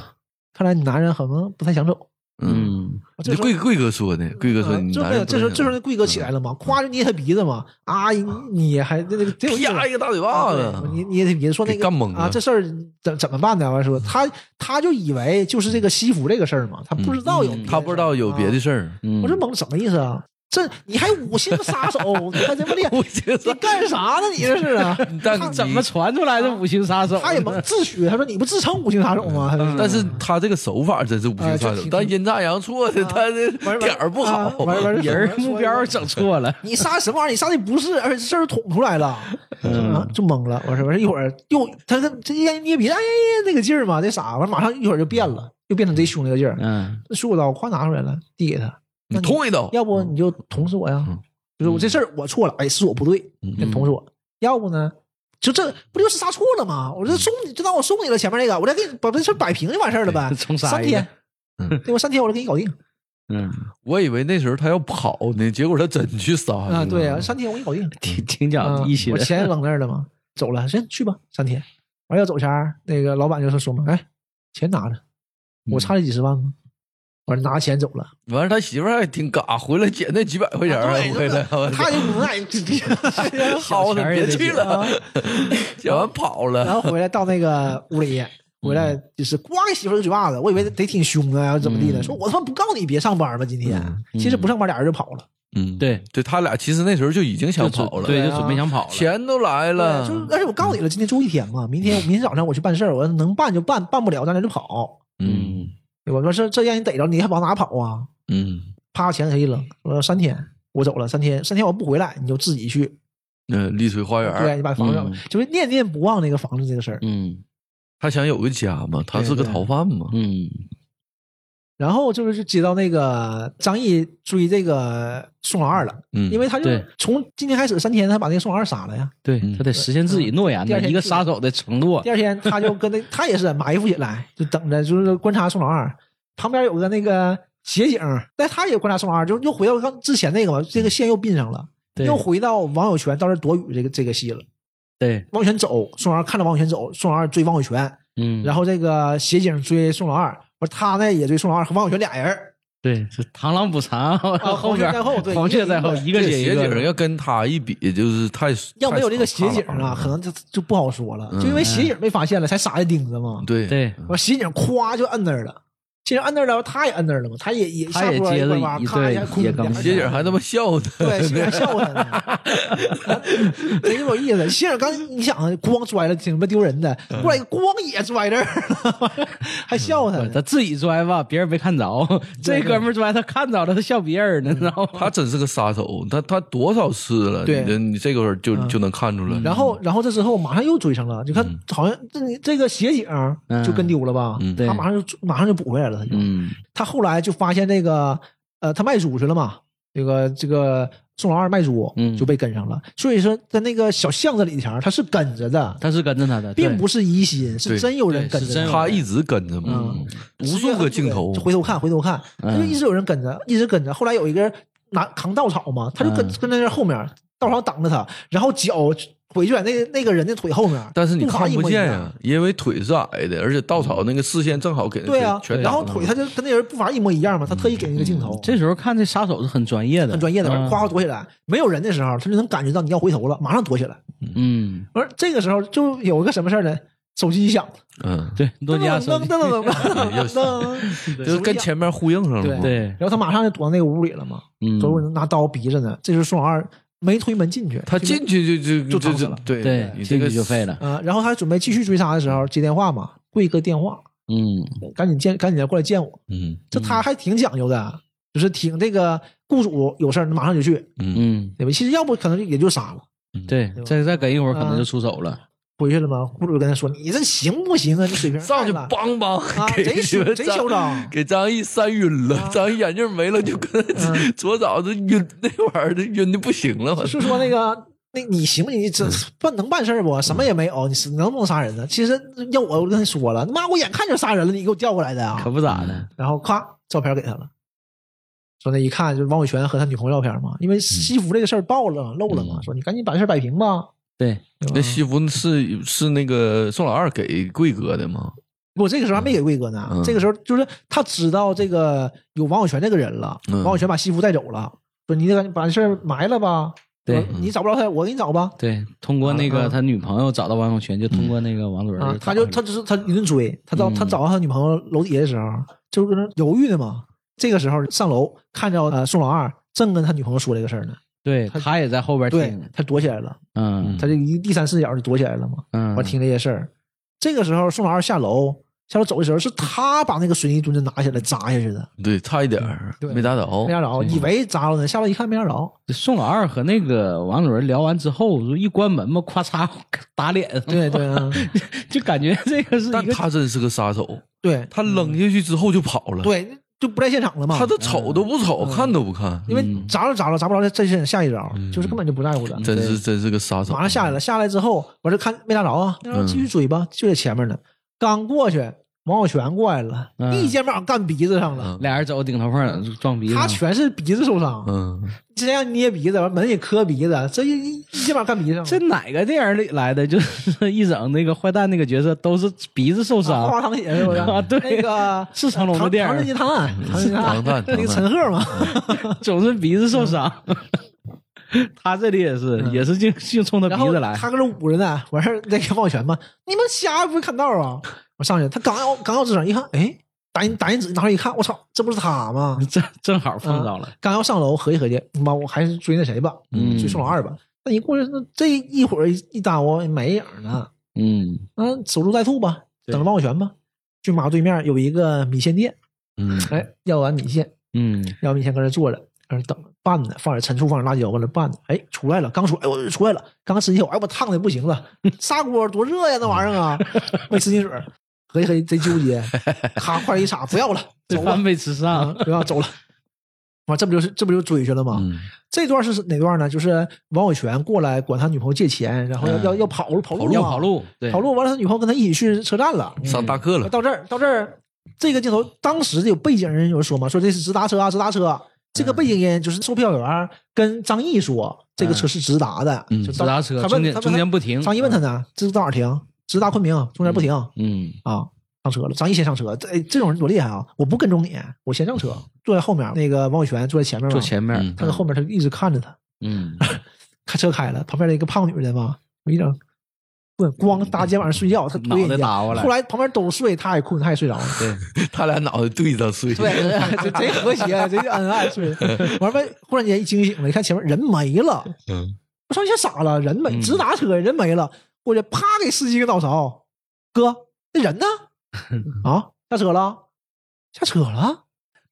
Speaker 4: 看来你男人可能不太想走。啊
Speaker 6: 嗯。
Speaker 5: 嗯
Speaker 4: 这
Speaker 6: 这
Speaker 4: 时候
Speaker 6: 贵贵哥说的，贵哥说
Speaker 4: 啊
Speaker 6: 你
Speaker 4: 就
Speaker 6: 男
Speaker 4: 没有，
Speaker 6: 人不
Speaker 4: 这时
Speaker 6: 能想，
Speaker 4: 候这时候那贵哥起来了嘛，夸就捏他鼻子嘛，啊，你你还那个挺有意思。
Speaker 6: 啪一个大嘴
Speaker 4: 啊
Speaker 6: 巴
Speaker 4: 对
Speaker 6: 子，
Speaker 4: 你捏他鼻子说那
Speaker 6: 给
Speaker 4: 个
Speaker 6: 干懵
Speaker 4: 啊，
Speaker 6: 了
Speaker 4: 这事儿怎怎么办呢？完说他他就以为就是这个西服这个事儿嘛，他不知道有别的事儿、
Speaker 6: 嗯他不知道有别的
Speaker 4: 啊
Speaker 6: 事儿，
Speaker 5: 嗯，
Speaker 4: 我说懵什么意思啊？这你还五星杀手，你还这么厉害？
Speaker 6: 我觉
Speaker 4: 你
Speaker 6: 得
Speaker 4: 干啥呢？你这是 啊？
Speaker 6: 但
Speaker 4: 他
Speaker 5: 怎么传出来的五星杀手？
Speaker 4: 啊他也没自诩，他说你不自称五星杀手吗？
Speaker 6: 但是他这个手法真是无
Speaker 4: 哎
Speaker 6: 心
Speaker 4: 就
Speaker 6: 插手
Speaker 4: 挺，
Speaker 6: 但阴差阳错
Speaker 4: 啊
Speaker 6: 的，他这
Speaker 4: 完
Speaker 6: 点儿不好
Speaker 4: 啊，完完
Speaker 5: 人儿目标整错了，
Speaker 4: 你杀什么玩意儿？你杀的不是，而且这事儿捅出来了，
Speaker 6: 嗯
Speaker 4: 啊，就懵了。我说我说一会儿又他他这一捏鼻子，哎呀那个劲儿嘛，那啥，完马上一会儿就变了，又变成贼凶那个劲儿。
Speaker 5: 嗯
Speaker 4: 那水果刀夸拿出来了，递给他，
Speaker 6: 你捅一刀，
Speaker 4: 要
Speaker 5: 嗯
Speaker 4: 不你就捅死我呀？就是我这事儿我错了，哎，是我不对，
Speaker 5: 嗯
Speaker 4: 先捅死我。要不呢，就这不就是杀错了吗？我
Speaker 5: 嗯
Speaker 4: 这送你，就当我送你了，前面那个，我再给你把这事儿摆平就完事儿了 呗。
Speaker 5: 对重杀
Speaker 4: 三
Speaker 5: 一个
Speaker 4: 天，对我三天我就给你搞定
Speaker 5: 嗯，
Speaker 6: 我以为那时候他要跑呢，结果他真去杀
Speaker 4: 啊！
Speaker 6: 人
Speaker 4: 对
Speaker 5: 嗯
Speaker 6: 了
Speaker 4: 啊，三天我给你搞定。
Speaker 5: 挺挺
Speaker 4: 啊
Speaker 5: 讲义气
Speaker 4: 我
Speaker 5: 的，
Speaker 4: 钱扔那儿了嘛，走了，行，去吧，三天。完要走前儿，那个老板就说说嘛，哎，钱拿着，
Speaker 5: 嗯
Speaker 4: 我差这几十万吗？完了拿钱走了，
Speaker 6: 完了，他媳妇儿还挺嘎，回来捡那几百块钱
Speaker 4: 啊
Speaker 6: 儿 回来，我操
Speaker 4: 他就无奈，别
Speaker 6: 薅他别去了，
Speaker 4: 啊
Speaker 6: 捡完跑
Speaker 4: 然
Speaker 6: 了。
Speaker 4: 后回来到那个屋里，回来就是咣给媳妇儿一嘴巴子，我以为得挺凶啊，然后怎么地的，说我他妈不告你别上班吧，今天、其实不上班，俩人就跑了，
Speaker 6: 嗯，
Speaker 5: 对，
Speaker 6: 对他俩其实那时候就已经想
Speaker 5: 就准
Speaker 6: 跑了，
Speaker 5: 对，
Speaker 4: 对
Speaker 5: 就
Speaker 4: 啊
Speaker 5: 准备想跑了。
Speaker 6: 钱都来了，
Speaker 4: 就是而且我告诉你了，今天住一天嘛，明天明天早上我去办事儿，我能办就办，办不了咱俩就跑。
Speaker 6: 嗯
Speaker 5: 嗯，
Speaker 4: 我说这这让你逮着，你还往哪跑啊？
Speaker 6: 嗯
Speaker 4: 啪，钱给他一扔，说三天我走了，三天三天我不回来，你就自己去，
Speaker 6: 嗯，丽水花园
Speaker 4: 对，啊
Speaker 6: 儿，
Speaker 4: 你把房子、
Speaker 5: 嗯
Speaker 4: 就是念念不忘那个房子这个事儿。
Speaker 5: 嗯
Speaker 6: 他想有个家嘛，他是个
Speaker 4: 对对
Speaker 6: 逃犯嘛，
Speaker 5: 嗯
Speaker 4: 然后就是接到那个张译追这个宋老二了，
Speaker 6: 嗯，
Speaker 4: 因为他就
Speaker 5: 对
Speaker 4: 从今天开始三天，他把那个宋老二杀了呀。
Speaker 5: 对
Speaker 6: 嗯
Speaker 5: 他得实现自己诺言
Speaker 4: 第二
Speaker 5: 的
Speaker 4: 天
Speaker 5: 一个
Speaker 4: 去
Speaker 5: 杀手的承诺
Speaker 4: 第。二天他就跟那他也是埋伏起来，就等着就是观察宋老二，旁边有个那个协警，但他也观察宋老二，就又回到刚之前那个嘛，这个线又并上了，
Speaker 5: 对
Speaker 4: 又回到王有权到这儿躲雨这个这个戏了。
Speaker 5: 对，
Speaker 4: 王有权走，宋老二看着王有权走，宋老二追王有权，
Speaker 5: 嗯，
Speaker 4: 然
Speaker 5: 后
Speaker 4: 后这个协警追宋老二，不是他呢也追宋老二和王有权俩人儿，
Speaker 5: 对是螳螂捕蝉，后
Speaker 4: 啊黄雀
Speaker 5: 边
Speaker 4: 在后对
Speaker 5: 黄雀在后，
Speaker 4: 一
Speaker 5: 一
Speaker 6: 这
Speaker 5: 个
Speaker 6: 个
Speaker 5: 接一
Speaker 6: 协警
Speaker 5: 个。
Speaker 6: 要跟他一比，就是太
Speaker 4: 要没有这个
Speaker 6: 太
Speaker 4: 协警
Speaker 6: 苍
Speaker 4: 啊，
Speaker 6: 老
Speaker 4: 可
Speaker 6: 了
Speaker 4: 能就就不好说了，
Speaker 6: 嗯
Speaker 4: 就因为协警被发现了，才撒的钉子嘛。
Speaker 6: 对
Speaker 5: 对，
Speaker 4: 完协警咵就摁那儿了，协警摁那儿了，他也摁那儿了嘛，他也也
Speaker 5: 他
Speaker 4: 下
Speaker 5: 也
Speaker 4: 坡
Speaker 5: 接着
Speaker 4: 一弯
Speaker 5: 一
Speaker 4: 咔一下
Speaker 5: 对
Speaker 4: 空
Speaker 5: 也
Speaker 4: 两
Speaker 5: 刚
Speaker 4: 下
Speaker 6: 协 警还他妈笑呢，
Speaker 4: 对协警还笑他呢，贼有意思。协警刚你想啊咣拽了，挺他妈丢人的，
Speaker 5: 嗯
Speaker 4: 过来一个咣也拽这儿了，还笑他
Speaker 5: 不
Speaker 4: 呢
Speaker 5: 是他自己拽吧，别人没看着。这哥们儿拽，他看着了，他笑别人呢，
Speaker 4: 嗯
Speaker 5: 你知道吗？
Speaker 6: 他真是个杀手，他他多少次了，
Speaker 4: 对嗯
Speaker 6: 你这你这个会儿就就能看出来。
Speaker 4: 然后，然后这之后马上又追上了，就看
Speaker 5: 嗯
Speaker 4: 好像这这个协警就跟丢了吧，
Speaker 6: 嗯
Speaker 5: 对
Speaker 4: 他马上就马上就补回来了，他就。
Speaker 5: 嗯，
Speaker 4: 他后来就发现那个呃，他卖猪去了嘛，这个这个宋老二卖猪，
Speaker 5: 嗯
Speaker 4: 就被跟上了。所以说，在那个小巷子里前儿，他是跟着的，
Speaker 5: 他是跟着他的，
Speaker 4: 并不
Speaker 5: 是
Speaker 4: 是疑心，是
Speaker 6: 对
Speaker 4: 真有人
Speaker 5: 对
Speaker 4: 跟
Speaker 5: 是
Speaker 4: 着
Speaker 5: 真有
Speaker 4: 他。
Speaker 6: 他一直跟着嘛
Speaker 4: 嗯，
Speaker 6: 无数个镜头
Speaker 4: 就，回头看，回头看，
Speaker 5: 嗯
Speaker 4: 他就一直有人跟着，一直跟着。后来有一个人拿扛稻草嘛，他就跟
Speaker 5: 嗯
Speaker 4: 跟在那后面，稻草挡着他，然后脚回卷那个那个人的腿后面，
Speaker 6: 但是你
Speaker 4: 步伐
Speaker 6: 看
Speaker 4: 一
Speaker 6: 不
Speaker 4: 模一
Speaker 6: 见
Speaker 4: 样嗯
Speaker 6: 呀，因为腿是矮的，而且稻草那个视线正好给那
Speaker 4: 对啊，
Speaker 6: 全
Speaker 4: 然后
Speaker 6: 挡
Speaker 4: 腿
Speaker 6: 了
Speaker 4: 他就跟那人步伐一模一样嘛，他特意给那个镜
Speaker 6: 嗯
Speaker 4: 头。
Speaker 5: 这时候看这杀手是很专业的，
Speaker 4: 很专业的，
Speaker 5: 嗯
Speaker 4: 夸夸躲起来。没有人的时候，他就能感觉到你要回头了，马上躲起来。
Speaker 5: 嗯，
Speaker 4: 而这个时候就有一个什么事儿呢？手机一响，
Speaker 6: 嗯，
Speaker 5: 对，诺
Speaker 4: 噔
Speaker 5: 基亚
Speaker 4: 噔
Speaker 5: 手
Speaker 4: 噔
Speaker 5: 机，
Speaker 4: 噔噔噔噔，
Speaker 6: 就是跟前面呼应上了嘛。
Speaker 5: 对，
Speaker 4: 然后他马上就躲到那个屋里了嘛，
Speaker 5: 嗯，
Speaker 4: 都拿刀逼着呢。这时候宋老二没推门进去，
Speaker 6: 他进去就就
Speaker 4: 就躺
Speaker 6: 就
Speaker 4: 下了
Speaker 6: 对
Speaker 5: 对，
Speaker 6: 你这
Speaker 5: 进
Speaker 6: 个
Speaker 5: 去就废了，
Speaker 4: 啊，然后他准备继续追杀的时候接电话嘛，贵哥电话，
Speaker 5: 嗯，
Speaker 4: 赶紧见，赶紧过来见我。
Speaker 6: 嗯
Speaker 4: 这他还挺讲究的，就是挺这个雇主有事儿马上就去，
Speaker 6: 嗯
Speaker 5: 嗯，
Speaker 4: 对吧？其实要不可能也就杀了。
Speaker 5: 对，再再跟一会儿可能
Speaker 4: 啊
Speaker 5: 就出手了。
Speaker 4: 回去了嘛，雇主跟他说：“你这行不行啊？你水平太
Speaker 6: 上去
Speaker 4: 烂
Speaker 6: 梆
Speaker 4: 啊
Speaker 6: 梆，给
Speaker 4: 贼
Speaker 6: 你们
Speaker 4: 贼
Speaker 6: 张
Speaker 4: 嚣 张
Speaker 6: 给张译扇晕了，张译眼镜没了，就跟
Speaker 4: 嗯
Speaker 6: 左脑子晕那玩意儿都晕的不行了，我
Speaker 4: 就
Speaker 6: 操
Speaker 4: 是说那个，那你行不行？你
Speaker 6: 嗯
Speaker 4: 这办能办事儿不？什么也没有，你是能不能杀人呢？其实要我，我跟他说了，妈，我眼看就杀人了，你给我叫过来的啊
Speaker 5: 可！不咋的，
Speaker 4: 然后咵，照片给他了，说那一看就是王伟全和他女朋友照片嘛，因为
Speaker 6: 嗯
Speaker 4: 西服这个事儿爆了漏了嘛，说你赶紧把这事儿摆平吧。
Speaker 5: 对，
Speaker 4: 对吧
Speaker 6: 那西服是是那个宋老二给贵哥的吗？
Speaker 4: 不，这个时候还没给贵哥呢，
Speaker 6: 嗯
Speaker 4: 这个时候就是他知道这个有王伟全这个人了，
Speaker 6: 嗯
Speaker 4: 王伟全把西服带走了，说你得赶紧把这事儿埋了吧。
Speaker 5: 对嗯
Speaker 4: 说你找不着他，我给你找吧。
Speaker 5: 对，通过那
Speaker 4: 嗯啊
Speaker 5: 个
Speaker 4: 啊
Speaker 5: 他女朋友找到王永泉，就通过那个王伦
Speaker 4: 啊
Speaker 5: 儿，
Speaker 4: 他
Speaker 5: 找
Speaker 4: 就
Speaker 5: 到
Speaker 4: 他就是他一顿追，他到、他
Speaker 5: 嗯
Speaker 4: 找到他女朋友楼底下的时候，就是搁那犹豫呢嘛。这个时候上楼看着呃宋老二正跟他女朋友说这个事儿呢，
Speaker 5: 对
Speaker 4: 他
Speaker 5: 他也在后边
Speaker 4: 对
Speaker 5: 听，
Speaker 4: 他躲起来了，
Speaker 5: 嗯
Speaker 4: 他这一第三视角就躲起来了嘛。
Speaker 5: 嗯，
Speaker 4: 完听这些事儿，这个时候宋老二下楼下楼走的时候，是他把那个水泥墩子拿起来砸下去的，
Speaker 6: 对，差一点儿
Speaker 4: 对
Speaker 6: 没打着，
Speaker 4: 没砸着，以为砸了呢，下楼一看没砸着，
Speaker 5: 宋老二和那个王伦聊完之后，就一关门嘛，咔嚓打脸，
Speaker 4: 对对啊，
Speaker 5: 就感觉这个是一
Speaker 6: 但
Speaker 5: 个
Speaker 6: 他真是个杀手，
Speaker 4: 对
Speaker 6: 他扔下去之后就跑
Speaker 4: 嗯
Speaker 6: 了，，
Speaker 4: 对，嗯就不在现场了嘛
Speaker 6: 他。都瞅都不瞅，看都不看，
Speaker 4: 因为砸了砸了砸不着，再再下一招，就是根本就不在乎 的。
Speaker 6: 真
Speaker 5: 对
Speaker 6: 是真是个杀手，
Speaker 4: 马上下来了，下来之后，完事看没打着啊，没打着继续追吧，就在前面呢。刚过去，王小泉过来了，
Speaker 5: 嗯
Speaker 4: 一肩膀干鼻子上了，
Speaker 5: 俩人走顶头缝儿撞鼻子上，
Speaker 4: 他全是鼻子受伤，
Speaker 6: 嗯，
Speaker 4: 之前让捏鼻子，完门也磕鼻子，这一一肩膀干鼻子上了，啊
Speaker 5: 这哪个电影里来的？就是一整那个坏蛋那个角色都是鼻子受
Speaker 4: 花花
Speaker 5: 伤，
Speaker 4: 淌血是不是？
Speaker 5: 啊对
Speaker 4: 那 个
Speaker 5: 是成龙的电
Speaker 4: 唐
Speaker 5: 影
Speaker 4: 人街探案》，《唐人街探案
Speaker 6: 唐》探
Speaker 4: 嗯那个
Speaker 6: 唐探
Speaker 4: 陈赫嘛，
Speaker 5: 总是鼻子受伤。 他这里也是，也是净净冲他
Speaker 4: 嗯然
Speaker 5: 鼻
Speaker 4: 后
Speaker 5: 子来。
Speaker 4: 他搁这捂着呢，完事儿那个王小泉嘛，你们瞎不会看道啊！我上去，他刚要刚要吱声，一看，哎，打印打印纸拿出来一看，我操，这不是他吗？
Speaker 5: 正正好碰着了，
Speaker 4: 刚要上楼，合计合计，妈，我还是追那谁吧，
Speaker 5: 嗯
Speaker 4: 追宋老二吧。那一过去，那这一会儿一耽误没影儿呢。
Speaker 5: 嗯
Speaker 4: 嗯，守株待兔吧，
Speaker 5: 对
Speaker 4: 等着王小泉吧。骏马对面有一个米线店，
Speaker 6: 嗯，
Speaker 4: 哎，要碗米线，
Speaker 5: 嗯，
Speaker 4: 要米线搁那坐着，搁那等着拌呢，放点陈醋，放点辣椒，搁那拌呢。哎，出来了，刚出来，哎我出来了，刚吃一口，哎我烫的不行了， 砂锅多热呀，那玩意儿啊，没吃进水儿，合计合计贼纠 结，咔快一插，不要了，
Speaker 5: 这
Speaker 4: 走吧
Speaker 5: 饭，没吃
Speaker 4: 啊，
Speaker 5: 上，
Speaker 4: 不要走了。完，这不就是这不就追去了吗？
Speaker 6: 嗯
Speaker 4: 这段是哪段呢？就是王小泉过来管他女朋友借钱，然后要、
Speaker 5: 嗯
Speaker 4: 要要跑路跑路
Speaker 5: 要
Speaker 4: 嘛
Speaker 5: 跑路，对，嗯
Speaker 4: 跑路完了，他女朋友跟他一起去车站了。
Speaker 6: 上大课了，
Speaker 4: 到这儿，到这儿，这个镜头当时有背景人有说嘛，说这是直达车啊，直达车。这
Speaker 5: 嗯
Speaker 4: 个背景音就是售票员跟张译说，这个车是直达的，
Speaker 6: 嗯
Speaker 4: 就
Speaker 5: 直
Speaker 4: 到
Speaker 5: 达车
Speaker 4: 他
Speaker 5: 中
Speaker 4: 问
Speaker 5: 间
Speaker 4: 他
Speaker 5: 中间不停。
Speaker 4: 张译问他呢，这是到哪儿停？直达昆明，中间不停、
Speaker 5: 嗯，
Speaker 4: 啊。上车了，张译先上车，这哎这种人多厉害啊！我不跟踪你，我先上车，坐在后面。那个王小泉坐在前面嘛，
Speaker 5: 坐前面，
Speaker 6: 嗯
Speaker 4: 他在后面，他就一直看着他。
Speaker 5: 嗯，
Speaker 4: 开车开了，旁边那个胖女的嘛，我一整困，咣搭肩膀上睡觉，她推
Speaker 5: 嗯脑袋
Speaker 4: 人家
Speaker 5: 打过来
Speaker 4: 后来旁边都睡，她也困，她也睡着了。
Speaker 5: 对，
Speaker 6: 他俩脑袋对着 睡，
Speaker 4: 对，贼和谐，贼恩爱，睡。完呗，忽然间一惊醒了，一看前面人没了，
Speaker 6: 嗯
Speaker 4: 我上一下傻了，人没，
Speaker 5: 嗯
Speaker 4: 直达车人没了，过去啪给司机一个脑勺，哥，那 人呢？啊，下车了，下车了，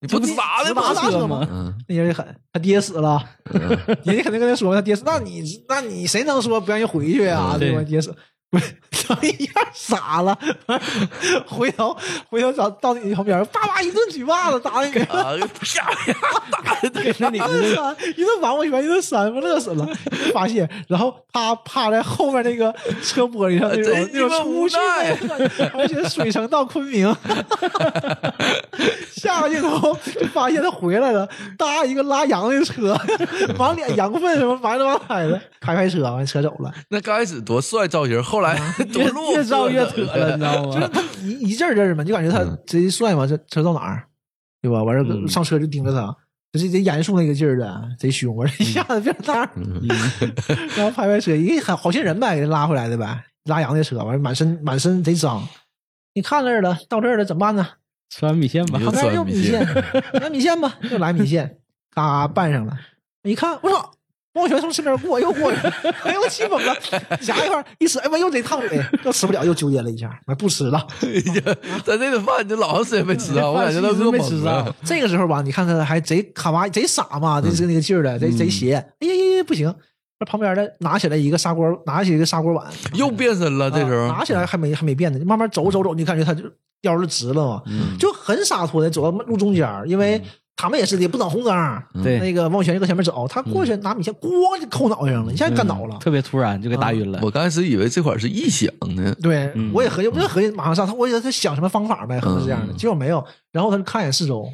Speaker 6: 你不砸
Speaker 4: 直
Speaker 6: 的
Speaker 4: 达
Speaker 6: 吗？
Speaker 4: 车吗？
Speaker 6: 嗯，
Speaker 4: 那人也狠，他爹死了，人家肯定跟他说他爹死，那你那你谁能说不让人回去啊？
Speaker 5: 嗯
Speaker 4: 对吧？
Speaker 5: 对
Speaker 4: 爹死，张一下傻了， 回头回头找到你旁边，叭叭一顿举巴子打你，
Speaker 6: 啊，啪啪打 的，
Speaker 4: 给他一顿扇，一顿往我拳，一顿扇，我乐死了，发泄，然后他趴在后面那个车玻璃上那种
Speaker 6: 真
Speaker 4: 那种
Speaker 6: 鸡巴
Speaker 4: 出
Speaker 6: 无
Speaker 4: 去的，而且水城到昆明， 下个镜头就发现他回来了，搭一个拉羊的车，往脸羊粪什么埋了往海的，开开车完车走了，
Speaker 6: 那刚开始多帅造型，后来
Speaker 4: 嗯
Speaker 6: 多落
Speaker 5: 越
Speaker 6: 魄
Speaker 5: 越造越扯 了，你知道
Speaker 4: 就是
Speaker 5: 吗？
Speaker 4: 他一一阵儿阵儿嘛，就感觉
Speaker 6: 嗯
Speaker 4: 他贼帅嘛，这车到哪儿，对吧？完事儿上车就盯着他。就是贼严肃那个劲儿的，贼凶，
Speaker 6: 嗯
Speaker 4: 完事儿一下子变成那样，然后拍拍车，一好好心人呗，给他拉回来的呗，拉羊的车，完事儿满身满身贼脏。你看这儿了，到这儿了，怎么办呢？
Speaker 5: 吃完米线吧
Speaker 6: 你，就
Speaker 4: 旁边又
Speaker 6: 钻
Speaker 4: 米
Speaker 6: 米
Speaker 4: 线
Speaker 6: 线，
Speaker 4: 来米线吧，又来米线，嘎拌上了。一看，我操！王小泉从身边过，又过去了， 哎呦，我气疯了！夹一块儿一吃，哎妈，又贼烫嘴，又吃不了，又纠结了一下，妈不吃了。
Speaker 6: 咱这顿饭就老长时间没吃 啊，我感觉到饿
Speaker 5: 没
Speaker 6: 懵
Speaker 5: 吃
Speaker 6: 了嗯
Speaker 5: 上。，
Speaker 4: 这个时候吧，你看他还贼卡哇伊，贼傻嘛，贼是那个劲儿的，贼贼邪。哎呀呀呀，不行！那旁边的拿起来一个砂锅，拿起一个砂锅碗，
Speaker 6: 又变身啊了，这时
Speaker 4: 啊拿
Speaker 6: 候
Speaker 4: 起来还没还没变呢，慢慢走走走，你感觉他就腰就直了嘛，
Speaker 6: 嗯
Speaker 4: 就很洒脱的走到路中间儿，因为他们也是的，也不等红灯儿。
Speaker 5: 嗯对，
Speaker 4: 那个王泉就搁前面走，他
Speaker 6: 嗯
Speaker 4: 过去拿米线，咣就扣脑袋上了，一下干倒了。嗯
Speaker 5: 嗯特别突然就给打晕了。
Speaker 6: 我刚开始以为这块是臆想呢，
Speaker 4: 对，
Speaker 5: 嗯
Speaker 4: 我也合计，我也合计马上上，他我以为他想什么方法呗，可能是这样的，
Speaker 6: 嗯
Speaker 4: 结果没有。然后他就看一眼四周，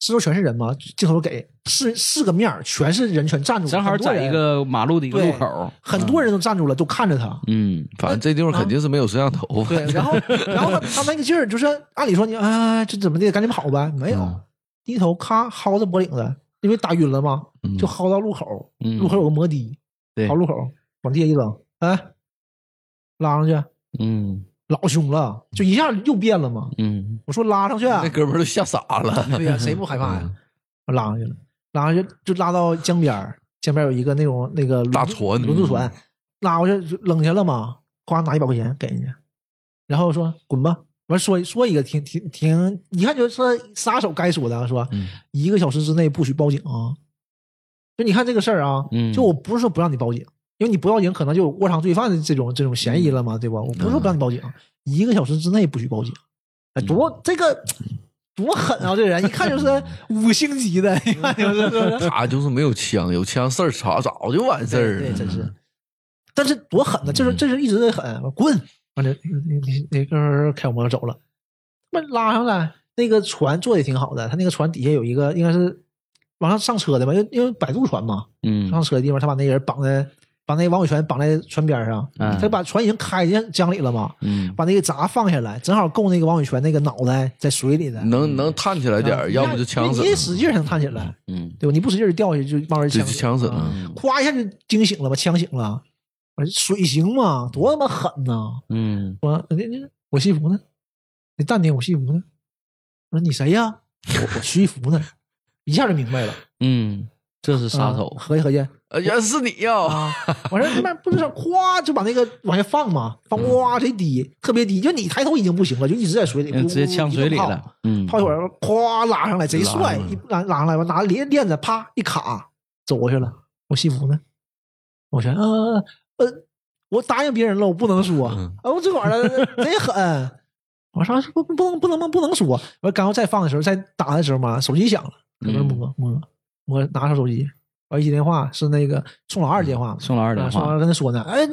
Speaker 4: 四周全是人嘛，镜头给四四个面儿全是人，全站住了，
Speaker 5: 正好
Speaker 4: 很多
Speaker 5: 在
Speaker 4: 人
Speaker 5: 一，个马路的一个路口，
Speaker 4: 很多人都站住了，都看着他。
Speaker 5: 嗯，
Speaker 6: 反正这地方肯定是没有摄像头。
Speaker 4: 对，然后然后他他那个劲儿，就是按理说你啊，这怎么的，赶紧跑呗，没有
Speaker 6: 嗯，
Speaker 4: 低头咔薅着脖领子，因为打晕了嘛，
Speaker 6: 嗯
Speaker 4: 就薅到路口，
Speaker 5: 嗯
Speaker 4: 路口有个摩的，
Speaker 5: 对
Speaker 4: 跑路口往地下一扔，哎，拉上去，
Speaker 5: 嗯
Speaker 4: 老凶了，就一下又变了嘛。
Speaker 5: 嗯
Speaker 4: 我说拉上去，啊
Speaker 6: 那哥们儿都吓傻了，
Speaker 4: 对哎呀，谁不害怕呀？我嗯拉上去了，拉上去就拉到江边儿，江边儿有一个那种那个轮
Speaker 6: 大船
Speaker 4: 轮渡船，嗯拉过去就扔下了嘛，夸拿一百块钱给人家，然后说滚吧。完说说一个挺挺挺，一看就是杀手该说的，说
Speaker 6: 嗯
Speaker 4: 一个小时之内不许报警啊。就你看这个事儿啊，
Speaker 5: 嗯
Speaker 4: 就我不是说不让你报警，因为你不报警可能就有窝藏罪犯的这种这种嫌疑了嘛，对吧？我不是说不让你报警，一个小时之内不许报警，哎，多这个多狠啊！这人一看就是 五星级的，一看就是是不是
Speaker 6: 他就是没有枪，有枪事儿查早就完事儿嗯
Speaker 4: 对，真
Speaker 6: 了。
Speaker 4: 是。但是多狠呢，这是这是一直在狠，滚！完了，那那那那哥们儿开我摩托走了。他妈拉上来，那个船做的挺好的，他那个船底下有一个应该是往上上车的吧，因为因为摆渡船嘛，
Speaker 5: 嗯
Speaker 4: 上车的地方他把那人绑在，把那王伟全绑在船边上，
Speaker 5: 嗯
Speaker 4: 他把船已经开进江里了嘛，
Speaker 5: 嗯，
Speaker 4: 把那个闸放下来，正好够那个王伟全那个脑袋在水里的，啊
Speaker 6: 能能探起来点儿，要不就呛
Speaker 4: 嗯
Speaker 6: 死
Speaker 4: 你你得
Speaker 6: 了，
Speaker 4: 使劲儿才能探起来，
Speaker 5: 嗯
Speaker 4: 对吧？你不使劲儿掉下去就往人
Speaker 6: 这
Speaker 4: 呛
Speaker 6: 就呛死
Speaker 4: 了啊，
Speaker 6: 了。
Speaker 4: 咵一下就惊醒了吧，呛醒了。我说水行嘛，多他妈狠呐、
Speaker 5: 嗯
Speaker 4: 我说你你我西服呢？你淡定，我西服呢？我说你谁呀？我我徐一福呢？ 一下就明白了，
Speaker 5: 嗯，这是杀手
Speaker 4: 啊，合计合计
Speaker 6: 哎呀，是你呀！
Speaker 4: 啊！完事儿他妈不知道，咵就把那个往下放嘛，放
Speaker 5: 嗯
Speaker 4: 哇贼低，特别低，就你抬头已经不行了，就一直在水里，
Speaker 5: 嗯直接呛水里
Speaker 4: 一顿泡。
Speaker 5: 了，嗯，
Speaker 4: 泡一会儿，咵拉上来，贼
Speaker 6: 拉
Speaker 4: 帅，
Speaker 6: 上来
Speaker 4: 一拉拉上来吧，拿链链子啪一卡，走过去了。我西服呢？我说，呃呃，我答应别人了，我不能说。啊
Speaker 6: 嗯，
Speaker 4: 我这玩意儿呃贼狠。我说不不不能不能不能说。我刚要再放的时候，再打的时候嘛，手机响了，
Speaker 6: 嗯
Speaker 4: 搁那摸摸摸，拿上手机，我一接电话是那个宋老二接电话嘛，
Speaker 5: 宋老二
Speaker 4: 啊
Speaker 5: 的
Speaker 4: 宋老
Speaker 5: 话，
Speaker 4: 二跟他说呢，哎，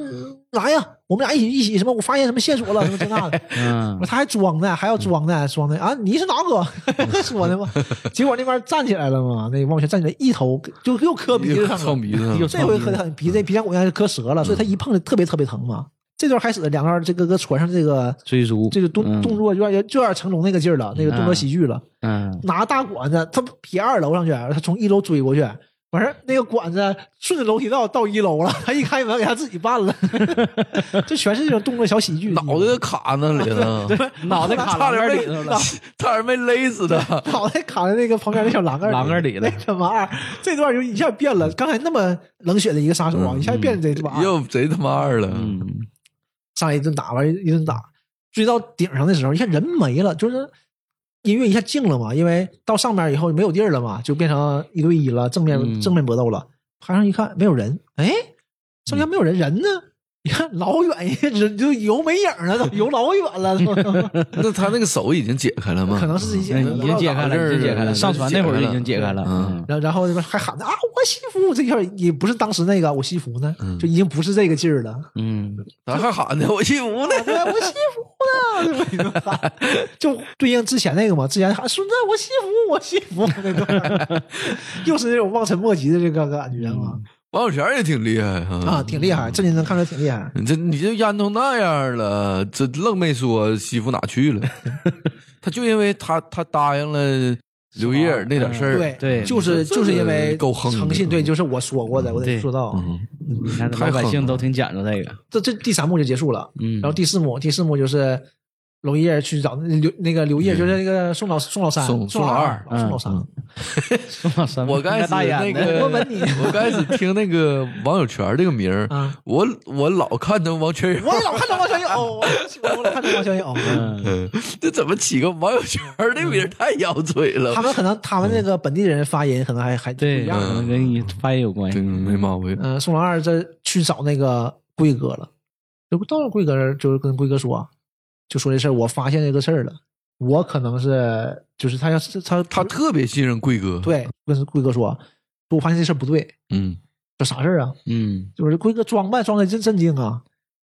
Speaker 4: 来呀，我们俩一起一起什么？我发现什么线索了，什么这那的。
Speaker 5: 嗯
Speaker 4: 我说他还装呢，还要装呢，装呢啊！你是哪个？还 说呢吗？结果那边站起来了嘛，那王全站起来一头就又磕鼻子上
Speaker 6: 蹭
Speaker 4: 了，嗯
Speaker 6: 鼻子上了，
Speaker 4: 这回磕的很鼻子鼻梁骨应该是磕折了，所以他一碰就特别特别疼嘛。这段开始，两段这个搁船上这个
Speaker 5: 追逐
Speaker 4: 这个动
Speaker 5: 嗯
Speaker 4: 动作就有点就有点成龙那个劲儿了，那个动作喜剧了。
Speaker 5: 嗯
Speaker 4: 拿大管子，他撇二楼上去，他从一楼追过去，完事儿那个管子顺着楼梯道到一楼了， 他一开门给他自己办了， 这全是这种动作小喜剧。
Speaker 6: 脑袋卡那里了，
Speaker 5: 脑袋卡
Speaker 6: 差
Speaker 5: 栏杆
Speaker 6: 点没
Speaker 5: 里头了，
Speaker 6: 差点没勒死他。
Speaker 4: 脑袋卡在那个旁边那小栏杆
Speaker 5: 栏杆里了
Speaker 4: 那什么二，这段就一下变了。刚才那么冷血的一个杀手啊，
Speaker 6: 嗯
Speaker 4: 一下变这把二，
Speaker 6: 又贼他妈二了，
Speaker 5: 嗯
Speaker 4: 上来一顿打，完一顿打，追到顶上的时候，一下人没了，就是音乐一下静了嘛，因为到上面以后没有地儿了嘛，就变成一对一了，正面、
Speaker 5: 嗯
Speaker 4: 正面搏斗了。爬上一看，没有人，哎，上面没有人，人呢？你看老远一下人就游没影儿了，都游老远了，都
Speaker 6: 那他那个手已经解开了吗？
Speaker 4: 可能是自己解
Speaker 5: 嗯，已经解开了，已经解开了，上船那会儿就已经解开了，
Speaker 6: 嗯
Speaker 4: 然后然后那边还喊呢啊，我西服，这下也不是当时那个我西服呢
Speaker 6: 嗯，
Speaker 4: 就已经不是这个劲儿了。
Speaker 5: 嗯
Speaker 6: 咱还喊呢，我 西服呢，
Speaker 4: 对，我西服呢， 就对应之前那个嘛，之前喊孙子我西服，我西服那 段，又是那种望尘莫及的这个感觉嘛，
Speaker 6: 王小泉也挺厉害
Speaker 4: 啊，
Speaker 6: 啊。
Speaker 4: 挺厉害，这你能看出来挺厉害。
Speaker 6: 你这你这烟都那样了，这愣没说西服哪去了？他就因为他他答应了刘烨那点事儿，
Speaker 4: 嗯对
Speaker 5: 对
Speaker 4: 就是
Speaker 6: 这
Speaker 4: 就是因为
Speaker 6: 够横的
Speaker 4: 诚信，对，就是我说过的，我得
Speaker 5: 对
Speaker 4: 做到。
Speaker 6: 嗯，
Speaker 5: 你看老百姓都挺讲究这个，
Speaker 4: 这这第三幕就结束了，
Speaker 5: 嗯
Speaker 4: 然后第四幕，第四幕就是娄烨去找那刘那个刘烨，就是那个宋老宋老三，
Speaker 6: 宋
Speaker 4: 宋老
Speaker 6: 宋老
Speaker 4: 二
Speaker 6: 二，嗯
Speaker 4: 老宋老三，
Speaker 6: 我刚开始
Speaker 5: 大
Speaker 6: 那
Speaker 5: 眼的，
Speaker 6: 个，
Speaker 4: 我问你
Speaker 6: 我刚开始听那个王小泉这个名儿
Speaker 4: 啊，
Speaker 6: 我我老看着王全友
Speaker 4: 我，也老看着王小友，我我老看着王小哦友。
Speaker 5: 嗯
Speaker 6: 嗯这怎么起个王小泉这名儿太咬嘴了
Speaker 4: 他，们可能他们那个本地人发音可能还还不一
Speaker 5: 对，
Speaker 4: 样。
Speaker 5: 可能跟你发音有关系
Speaker 6: 对，，没毛病。
Speaker 4: 嗯、宋老二这去找那个贵哥了，就到了贵哥那儿就是跟贵哥说，就说这事儿，我发现这个事儿了，我可能是就是他要是他
Speaker 6: 他特别信任贵哥，，
Speaker 4: 对跟贵哥说，说我发现这事儿不对，
Speaker 6: 嗯，
Speaker 4: 说啥事儿啊？
Speaker 5: 嗯
Speaker 4: 就是贵哥装扮装的真震惊啊，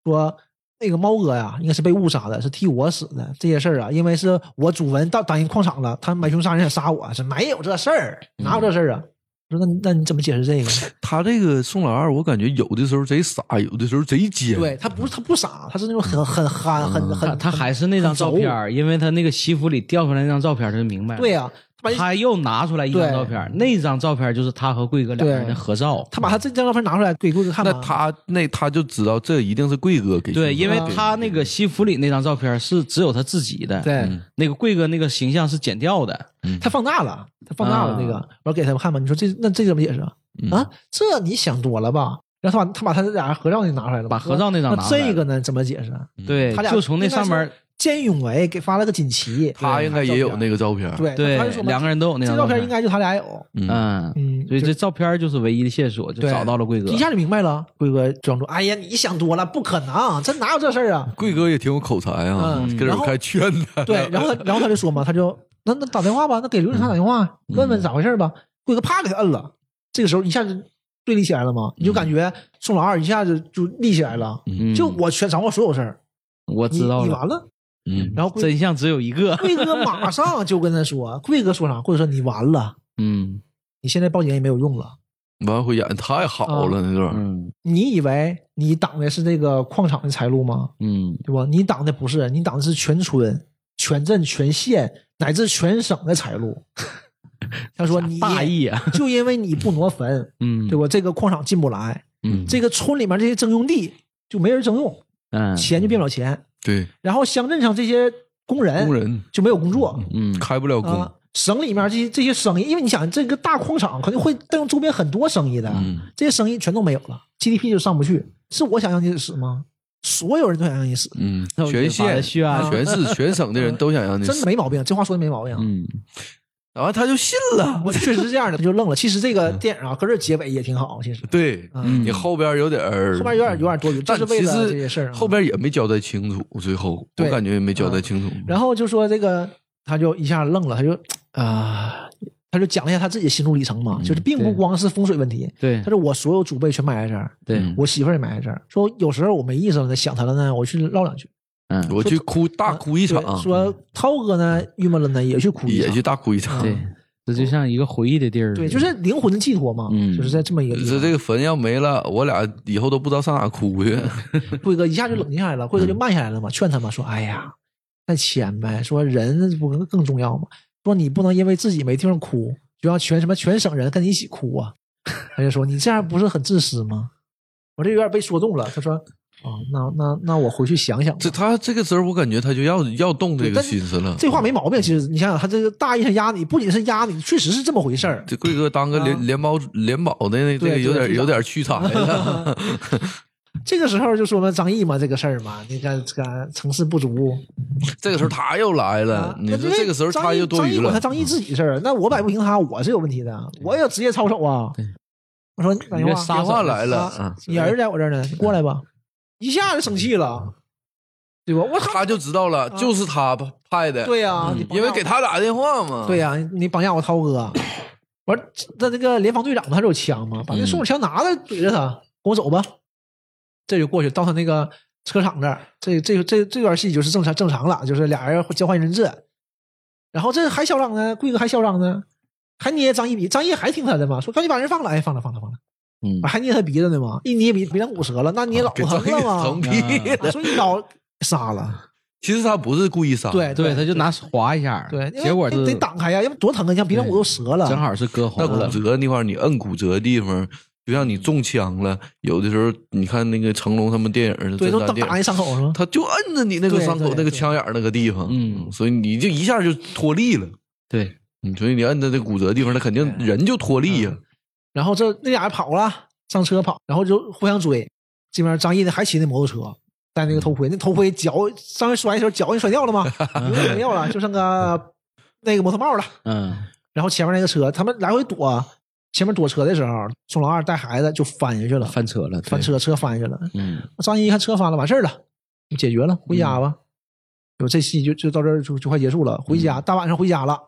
Speaker 4: 说那个猫哥呀，应该是被误杀的，是替我死的。这些事儿啊，因为是我祖坟到打印矿场了，他买凶杀人想杀我，是没有这事儿，哪有这事儿啊？我说那那你怎么解释这个？
Speaker 6: 他这个宋老二，我感觉有的时候贼傻，有的时候贼尖，
Speaker 4: 对他不是他不傻，他是那种很很憨很
Speaker 5: 他
Speaker 4: 很
Speaker 5: 他还是那张照片儿，因为他那个西服里掉出来那张照片儿，他就明白了。
Speaker 4: 对呀、他把
Speaker 5: 他又拿出来一张照片儿，那张照片儿就是他和贵哥两个人的合照。
Speaker 4: 他把他这张照片拿出来给贵哥看
Speaker 6: 那
Speaker 4: 嘛
Speaker 6: 他那他就知道这一定是贵哥
Speaker 5: 对，
Speaker 6: 给送的
Speaker 5: 因为他那个西服里那张照片儿是只有他自己的，嗯
Speaker 4: 对、
Speaker 5: 那个贵哥那个形象是剪掉的。
Speaker 4: 他放大了，他放大了
Speaker 5: 啊嗯
Speaker 4: 那个，我说给他们看吧，你说这那这怎么解释啊？啊，这你想多了吧？然后他把他把他俩合照那拿出来了，
Speaker 5: 把合照那张拿
Speaker 4: 那
Speaker 5: 出来
Speaker 4: 这个呢怎么解释啊？
Speaker 5: 对，
Speaker 4: 他俩
Speaker 5: 就从那上面儿，
Speaker 4: 见义勇为，给发了个锦旗。
Speaker 6: 他应该也有那
Speaker 4: 个
Speaker 6: 个照片，，
Speaker 4: 对
Speaker 5: 对
Speaker 4: 哎他就说嘛
Speaker 5: 两个人都有那
Speaker 4: 这
Speaker 5: 张
Speaker 4: 照
Speaker 5: 片
Speaker 4: 片
Speaker 5: 儿
Speaker 4: 应该就他俩有，
Speaker 5: 嗯，
Speaker 4: 嗯，
Speaker 5: 所以
Speaker 4: 就
Speaker 5: 这照片儿就是唯一的线索，就
Speaker 4: 对
Speaker 5: 找到了贵哥
Speaker 4: 一。下就明白了。贵哥装作哎呀，你想多了，不可能，这哪有这事儿啊？
Speaker 6: 贵哥也挺有口才啊，
Speaker 4: 嗯
Speaker 6: 跟人
Speaker 4: 然后
Speaker 6: 开劝 他，
Speaker 4: 对，然后他然后他就说嘛，他就那那打电话吧，那给刘振强打电话问问咋回事吧。贵哥啪给他摁了，这个时候一下就对立起来了嘛，你就感觉宋老二一下就就立起来了，
Speaker 5: 嗯
Speaker 4: 就我全掌握所有事儿，
Speaker 5: 我
Speaker 4: 你
Speaker 5: 知道
Speaker 4: 你
Speaker 5: 了，
Speaker 4: 完了。
Speaker 5: 嗯，
Speaker 4: 然后贵
Speaker 5: 真相只有一 个，
Speaker 4: 贵哥马上就跟他说，贵哥说啥？贵哥说你完了，
Speaker 5: 嗯
Speaker 4: 你现在报警也没有用了。
Speaker 6: 王慧演太好了那段儿，
Speaker 5: 嗯
Speaker 4: 你以为你挡的是这个矿场的财路吗？
Speaker 5: 嗯
Speaker 4: 对吧？你挡的不是，你挡的是全村、全镇、全县乃至全省的财路。 他说你
Speaker 5: 大意啊，
Speaker 4: 就因为你不挪坟，
Speaker 5: 嗯
Speaker 4: 对吧？这个矿场进不来，
Speaker 5: 嗯
Speaker 4: 这个村里面这些征用地就没人征用，
Speaker 5: 嗯
Speaker 4: 钱就变不了钱。
Speaker 6: 对，
Speaker 4: 然后乡镇上这些工人
Speaker 6: 工人
Speaker 4: 就没有工作
Speaker 5: 嗯
Speaker 6: 开不了工，
Speaker 4: 哎啊。省里面这些这些生意，因为你想这个大矿场肯定会带动周边很多生意的，
Speaker 6: 嗯
Speaker 4: 这些生意全都没有了，GDP 就上不去。是我想让你死吗？所有人都想让你死，
Speaker 6: 嗯
Speaker 5: 那，我就
Speaker 6: 全
Speaker 5: 把他
Speaker 6: 县、
Speaker 5: 血
Speaker 4: 啊
Speaker 5: 案
Speaker 6: 全市、全省的人都想让你
Speaker 4: 真
Speaker 6: 死
Speaker 4: 的，没毛病。这话说的没毛病。
Speaker 5: 嗯
Speaker 6: 然后他就信 了。
Speaker 4: 我确实是这样的，他就愣了。其实这个电影啊，搁这结尾也挺好，其实
Speaker 6: 对，
Speaker 4: 嗯
Speaker 6: 你后边有点儿
Speaker 4: 后边有点有点多余，就
Speaker 6: 但
Speaker 4: 是为
Speaker 6: 其
Speaker 4: 了
Speaker 6: 实
Speaker 4: 这些事儿啊。
Speaker 6: 后边也没交代清楚，最后我
Speaker 4: 对
Speaker 6: 感觉也没交代清楚。
Speaker 4: 然后就说这个，他就一下愣了，他就啊、他就讲了一下他自己的心路历程
Speaker 6: 嗯
Speaker 4: 嘛，就是并不
Speaker 5: 对
Speaker 4: 光是风水问题，
Speaker 5: 对
Speaker 4: 他说我所有祖辈全埋在这儿，
Speaker 5: 对
Speaker 4: 我媳妇儿也埋在这儿。说有时候我没意思了，想他了呢，我去唠两句，
Speaker 5: 嗯
Speaker 6: 我去哭大
Speaker 4: 啊
Speaker 6: 哭一场，
Speaker 4: 对说涛哥呢郁闷了呢，也去哭一
Speaker 6: 也
Speaker 4: 场嗯
Speaker 6: 去，大哭一场。
Speaker 5: 对，这就像一个回忆的地儿，
Speaker 4: 对，就是灵魂的寄托嘛，
Speaker 5: 嗯
Speaker 4: 就是在这么一个地
Speaker 6: 这
Speaker 4: 方。
Speaker 6: 这个坟要没了，我俩以后都不知道上哪哭去。
Speaker 4: 嗯贵哥一下就冷静下来了，贵哥就慢下来了嘛，劝他嘛说：“哎呀，那钱呗，说人不更重要吗？说你不能因为自己没地方哭，就让全什么全省人跟你一起哭啊。”他就说：“你这样不是很自私吗？”我这有点被说动了。他说：“哦，那那那我回去想想吧。
Speaker 6: 这他这个时候，我感觉他就要要动这
Speaker 4: 对
Speaker 6: 个
Speaker 4: 但是
Speaker 6: 心思了。
Speaker 4: 这话没毛病，其实你想想，他这个大意上压你，不仅是压你，确实是这么回事儿。
Speaker 6: 这贵哥当个
Speaker 4: 啊
Speaker 6: 联联保联保的那这
Speaker 4: 对对
Speaker 6: 个有点
Speaker 4: 是的
Speaker 6: 有点屈才了。
Speaker 4: 这个时候就说嘛，张译嘛，这个事儿嘛，那个这个成事不足，
Speaker 6: 这个时候他又来
Speaker 4: 啊
Speaker 6: 了，你
Speaker 4: 那
Speaker 6: 说
Speaker 4: 因为
Speaker 6: 这个时候
Speaker 4: 张
Speaker 6: 他
Speaker 4: 译
Speaker 6: 又多
Speaker 4: 张
Speaker 6: 余
Speaker 4: 译管
Speaker 6: 了嗯
Speaker 4: 他。张译自己事儿，那我摆不平他，我是有问题的，我也职业操守啊。我说你打电
Speaker 5: 你这
Speaker 4: 话，
Speaker 5: 杀
Speaker 6: 电话
Speaker 5: 手
Speaker 6: 来了
Speaker 4: 啊
Speaker 6: 啊嗯
Speaker 4: 你儿子在我这儿呢，你过来吧。一下就生气了，对吧？我操
Speaker 6: 他，就知道了，就是他派的，
Speaker 4: 啊对呀、
Speaker 6: 嗯
Speaker 4: 你绑架
Speaker 6: 因为给他打电话嘛。
Speaker 5: 啊
Speaker 4: 我，对呀、你绑架我涛 哥。我说那那个联防队长他是有枪吗？把
Speaker 5: 嗯
Speaker 4: 那送枪拿着怼着他，跟我走吧。这就过去到他那个车厂这儿，这这这这段戏就是正常正常了，就是俩人交换人质，然后这还嚣张呢，贵哥还嚣张呢，还捏张一鼻，张一还听他的嘛，说赶紧把人放了，哎，放了放了放了，
Speaker 5: 嗯啊
Speaker 4: 还捏他鼻子呢嘛，一捏鼻鼻梁骨折了，那你也老
Speaker 6: 给
Speaker 4: 疼
Speaker 6: 张译
Speaker 4: 了嘛
Speaker 6: 疼，屁
Speaker 5: 嗯
Speaker 4: 啊
Speaker 6: 了。
Speaker 4: 所以 老杀了，
Speaker 6: 其实他不是故意杀，
Speaker 4: 对
Speaker 5: 啊对，他就拿划一下，
Speaker 4: 对，因为
Speaker 5: 结果
Speaker 4: 得
Speaker 5: 是
Speaker 4: 得挡开呀，要不多疼啊，你像鼻梁骨都折了，
Speaker 5: 正好是割
Speaker 6: 那
Speaker 5: 喉
Speaker 6: 骨
Speaker 5: 了，
Speaker 6: 折的地方，你摁骨折的地方，就像你中枪了，有的时候你看那个成龙他们电影，
Speaker 4: 对，
Speaker 6: 侦
Speaker 4: 都
Speaker 6: 探
Speaker 4: 挡
Speaker 6: 电
Speaker 4: 打
Speaker 6: 影
Speaker 4: 一，伤口是吗？
Speaker 6: 他就摁着你那个
Speaker 4: 对
Speaker 6: 伤口
Speaker 4: 对
Speaker 6: 那个
Speaker 4: 对
Speaker 6: 枪眼儿那个地方，
Speaker 5: 嗯
Speaker 6: 所以你就一下就脱力了，
Speaker 5: 对，
Speaker 6: 嗯所以你摁着这骨折的地方，他肯定人就脱力
Speaker 4: 嗯
Speaker 6: 呀，
Speaker 4: 然后这那俩人跑了，上车跑，然后就互相追。这边张译呢还骑那摩托车，戴那个头
Speaker 5: 嗯
Speaker 4: 盔，那头盔脚上回摔的时候脚给摔掉了 吗？没有了，就剩个那个摩托帽了。
Speaker 5: 嗯
Speaker 4: 然后前面那个车，他们来回躲，前面躲车的时候，宋老二带孩子就翻下去了，翻
Speaker 5: 翻车了，对
Speaker 4: 翻，车，车翻下去了。
Speaker 5: 嗯
Speaker 4: 张一看车翻了，完事儿了，解决了，回家吧。有这戏就就到这儿就就快结束了，回
Speaker 5: 嗯
Speaker 4: 家大晚上回家了，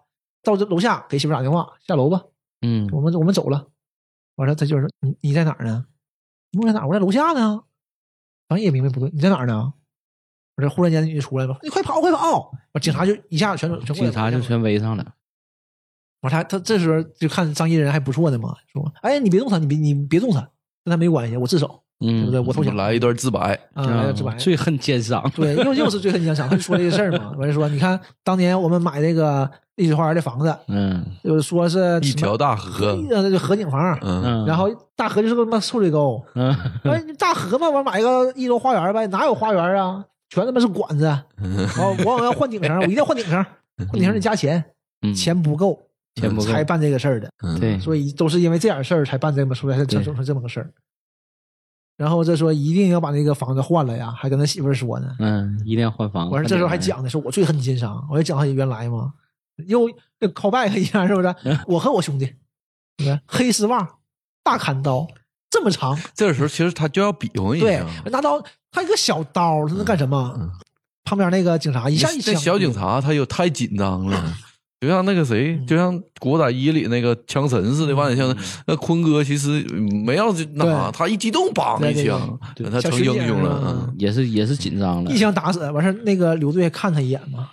Speaker 4: 到这楼下给媳妇打电话，下楼吧。
Speaker 5: 嗯
Speaker 4: 我们我们走了。完了，他就是你你在哪儿呢？我在哪儿？我在楼下呢。咱也明白不对，你在哪儿呢？我这忽然间你就出来吧，你快跑快跑！我警察就一下全全过来
Speaker 5: 警察就全围上了，
Speaker 4: 完他他这时候就看张一人还不错呢嘛，说哎你别动他，你别你别动他，跟他没关系，我自首，对不
Speaker 5: 嗯
Speaker 4: 对？，我投降
Speaker 6: 来一段自白，
Speaker 4: 啊，
Speaker 5: 啊
Speaker 4: 直白。
Speaker 5: 最恨奸商，
Speaker 4: 对，又又是最恨你想想，他就说这个事儿嘛，完就说你看当年我们买那个丽水花园的房子，
Speaker 5: 嗯
Speaker 4: 就是说是
Speaker 6: 一
Speaker 4: 什么
Speaker 6: 条大河，
Speaker 4: 呃那就河景房，
Speaker 6: 嗯，
Speaker 5: 嗯，
Speaker 4: 然后大河就是个他妈臭水沟，
Speaker 5: 嗯
Speaker 4: 哎，你大河嘛，我买个一楼花园呗，哪有花园啊？全他妈是管 子。然后我我要换顶绳，我一定要换顶绳，换顶绳得加钱，
Speaker 5: 嗯
Speaker 4: 钱不够，嗯
Speaker 5: 钱不够
Speaker 4: 才办这个事儿的。
Speaker 5: 嗯对，
Speaker 6: 嗯
Speaker 4: 所以都是因为这点事儿才办这么出来才
Speaker 5: 对
Speaker 4: 才做出这么个事儿。然后这说一定要把那个房子换了呀，还跟他媳妇儿说呢。
Speaker 5: 嗯，一定要换房。
Speaker 4: 完事儿这时候还讲呢，说我最恨奸商，我也讲他原来嘛，又又 call back 一下是 不是？我和我兄弟，你看黑丝袜、大砍刀这么长，
Speaker 6: 这个时候其实他就要比划一
Speaker 4: 对
Speaker 6: 下，，
Speaker 4: 拿刀，他一个小刀，他能干什么？旁边那个警察一下一
Speaker 6: 这
Speaker 4: 枪，
Speaker 6: 小警察他有太紧张了，就像那个谁，
Speaker 4: 嗯
Speaker 6: 就像国打一里那个枪神似的，完了像那坤哥，其实没让这那，
Speaker 4: 对
Speaker 6: 他一激动，梆
Speaker 4: 对
Speaker 6: 一
Speaker 4: 对
Speaker 6: 枪，
Speaker 4: 对
Speaker 6: 他
Speaker 4: 小
Speaker 6: 成
Speaker 4: 学
Speaker 6: 英
Speaker 4: 姐
Speaker 6: 雄了。
Speaker 4: 是吧
Speaker 6: 嗯
Speaker 5: 也是也是紧张了
Speaker 4: 一。枪打死，完事儿那个刘队还看他一眼嘛，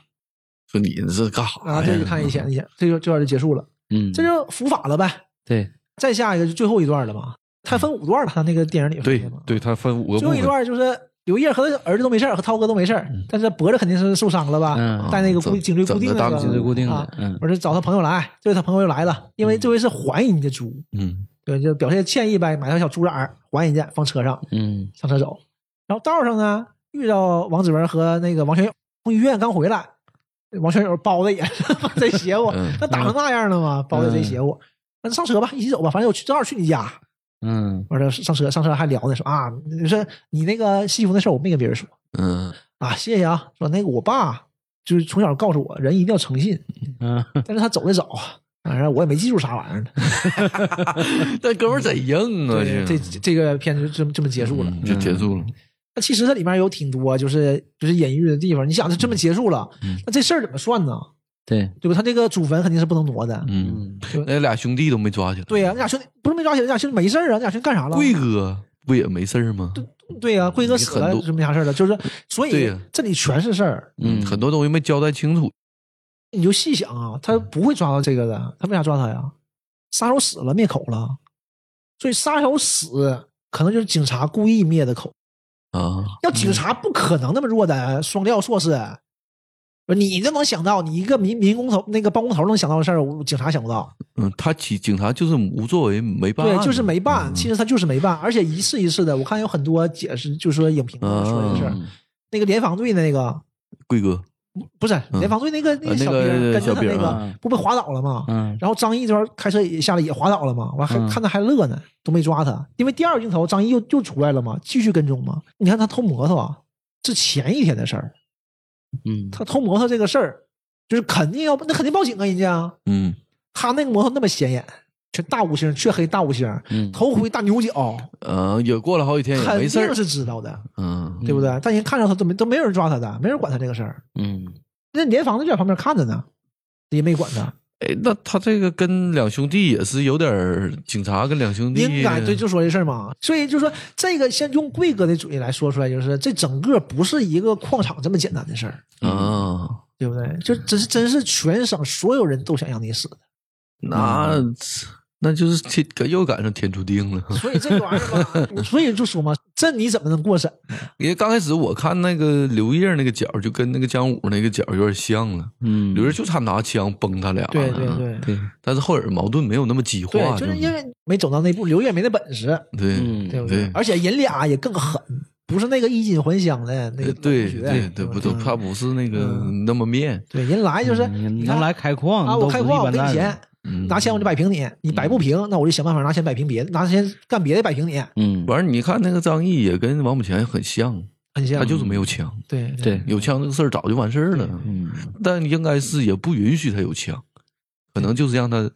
Speaker 6: 说你这干
Speaker 4: 啊，
Speaker 6: 啥
Speaker 4: 对，
Speaker 6: 哎呀
Speaker 4: 就？看一眼一眼，这就这段就结束了，
Speaker 5: 嗯，
Speaker 4: 这就伏法了呗。
Speaker 5: 对，
Speaker 4: 再下一个就最后一段了嘛，他分五段了，他那个电影里
Speaker 6: 对
Speaker 4: 分的嘛
Speaker 6: 对，他分五个
Speaker 4: 最
Speaker 6: 部
Speaker 4: 后一
Speaker 6: 分，
Speaker 4: 段就是刘烨和他儿子都没事儿，和涛哥都没事儿，但是脖子肯定是受伤了吧？
Speaker 5: 嗯
Speaker 4: 戴那个
Speaker 6: 怎
Speaker 4: 固颈椎固定
Speaker 6: 怎么
Speaker 4: 那
Speaker 6: 当
Speaker 4: 个，
Speaker 6: 嗯
Speaker 5: 颈椎固定
Speaker 4: 啊
Speaker 5: 的，嗯
Speaker 4: 我是找他朋友来，这回他朋友又来了，因为这回是还人家猪，
Speaker 6: 嗯，
Speaker 4: 对，就表现歉意呗，买条小猪崽儿还人家，放车上
Speaker 5: 嗯
Speaker 4: 上车走。然后道上呢遇到王志文和那个王全友从医院刚回来，王全友包的也 贼邪乎
Speaker 6: 嗯，
Speaker 4: 那打成那样了嘛，包的贼邪乎。那上车吧，一起走吧，反正我去正好去你家。
Speaker 5: 嗯
Speaker 4: 完了上车上车还聊呢，说啊，你说你那个西服那事儿我没跟别人说
Speaker 6: 嗯，
Speaker 4: 啊，谢谢啊。说那个我爸就是从小告诉我，人一定要诚 信，
Speaker 5: 嗯，
Speaker 4: 但是他走的早啊，反正我也没记住啥玩意儿呢。
Speaker 6: 那哥们儿贼硬啊，
Speaker 4: 对，这
Speaker 6: 这
Speaker 4: 这这个片子就这么这么结束了。
Speaker 6: 嗯就结束了。
Speaker 4: 那其实它里面有挺多就是就是隐喻的地方。你想，就
Speaker 6: 嗯
Speaker 4: 这么结束了，那这事儿怎么算呢？
Speaker 5: 对，
Speaker 4: 对吧？他这个祖坟肯定是不能挪的。
Speaker 6: 嗯，
Speaker 5: 嗯
Speaker 6: 那俩兄弟都没抓起来。
Speaker 4: 对呀、那俩兄弟不是没抓起来，那俩兄弟没事儿啊，那俩兄弟干啥了？
Speaker 6: 贵哥不也没事儿吗？
Speaker 4: 对呀、贵哥
Speaker 6: 你
Speaker 4: 死
Speaker 6: 很
Speaker 4: 了
Speaker 6: 多
Speaker 4: 是没啥事儿了，就是所
Speaker 6: 对
Speaker 4: 以
Speaker 6: 呀
Speaker 4: 这里全是事儿。
Speaker 5: 嗯
Speaker 6: 很多东西没交代清楚。
Speaker 4: 你就细想啊，他
Speaker 6: 嗯
Speaker 4: 不会抓到这个的，他为啥抓他呀？杀手死了，灭口了，所以杀手死可能就是警察故意灭的口。
Speaker 6: 啊，
Speaker 4: 要警察不可能那么弱的，双料硕士，不是你这能想到？你一个民民工头那个办公头能想到的事儿，我警察想不到。
Speaker 6: 嗯，他警警察就是无作为，没办案
Speaker 4: 对
Speaker 6: 嘛，，
Speaker 4: 就是没办，
Speaker 6: 嗯
Speaker 4: 其实他就是没办，而且一次一次的，我看有很多解释，就是说影评啊说这个事儿，
Speaker 5: 嗯
Speaker 4: 那个联防队的那个
Speaker 6: 贵哥，
Speaker 4: 不是
Speaker 6: 嗯
Speaker 4: 联防队那个那个
Speaker 6: 呃那
Speaker 4: 小兵
Speaker 6: 个
Speaker 4: 儿跟着他
Speaker 6: 小兵
Speaker 4: 那
Speaker 6: 儿嗯
Speaker 4: 个
Speaker 5: 啊
Speaker 4: 不被滑倒了吗？
Speaker 5: 嗯
Speaker 4: 然后张译这边开车也下来也滑倒了嘛，完还
Speaker 5: 嗯
Speaker 4: 看他还乐呢，都没抓他，因为第二个镜头张译又又出来了嘛，继续跟踪嘛。你看他偷摩托啊，是前一天的事儿，
Speaker 5: 嗯
Speaker 4: 他偷摩托这个事儿，就是肯定要那肯定报警啊，人家
Speaker 6: 嗯，
Speaker 4: 他那个摩托那么显眼，全大五星，黢黑大五星，
Speaker 5: 嗯
Speaker 4: 头盔大牛角，
Speaker 6: 呃，也过了好几天也
Speaker 4: 肯
Speaker 6: 没事儿
Speaker 4: 定，是知道的，
Speaker 6: 嗯
Speaker 4: 对不对？但人看着他都没都没有人抓他的，没人管他这个事儿，
Speaker 5: 嗯
Speaker 4: 那联防的就在旁边看着呢，也没管他。
Speaker 6: 哎，那他这个跟两兄弟也是有点儿，警察跟两兄弟
Speaker 4: 应该对，就说这事儿嘛。所以就说这个，先用贵哥的嘴来说出来，就是这整个不是一个矿场这么简单的事儿，
Speaker 6: 啊，
Speaker 4: 对不对？就真是真是全省所有人都想让你死的。
Speaker 6: 那那就是天又赶上天注定了。
Speaker 4: 所以这个玩意儿吧， 所以就说嘛，这你怎么能过审？
Speaker 6: 因为刚开始我看那个刘烨那个角儿，就跟那个姜武那个角儿有点像了。
Speaker 5: 嗯，
Speaker 6: 刘烨就差拿枪崩他俩，
Speaker 4: 对对，
Speaker 6: 啊
Speaker 4: 对
Speaker 5: 对，
Speaker 6: 但是后边矛盾没有那么激化，
Speaker 4: 对，就是因为没走到那步，刘烨没那本事，
Speaker 6: 对
Speaker 5: 嗯
Speaker 4: 对不
Speaker 6: 对
Speaker 4: 对？而且人俩也更狠，不是那个衣锦还乡的那个
Speaker 6: 呃对
Speaker 4: 同学
Speaker 6: 对对，不
Speaker 4: 吧
Speaker 6: 都他不是那个
Speaker 4: 嗯
Speaker 6: 那么面，
Speaker 4: 对人来就是
Speaker 5: 嗯
Speaker 4: 你
Speaker 5: 你
Speaker 4: 看
Speaker 5: 能来开矿
Speaker 4: 啊，
Speaker 5: 都
Speaker 4: 我
Speaker 5: 不是
Speaker 4: 开
Speaker 5: 一
Speaker 4: 矿我
Speaker 5: 般
Speaker 4: 给你
Speaker 5: 的
Speaker 4: 钱，
Speaker 6: 嗯
Speaker 4: 拿钱我就摆平你，你摆不平，那我就想办法拿钱摆平别，拿钱干别的摆平你，
Speaker 5: 嗯，
Speaker 6: 完事儿你看那个张译也跟王宝强很像，
Speaker 4: 很像嗯
Speaker 6: 他啊就是没有枪，
Speaker 4: 对
Speaker 5: 对，
Speaker 6: 有枪这个事儿早就完事儿了，
Speaker 5: 嗯
Speaker 6: 但应该是也不允许他有枪，可能就是让他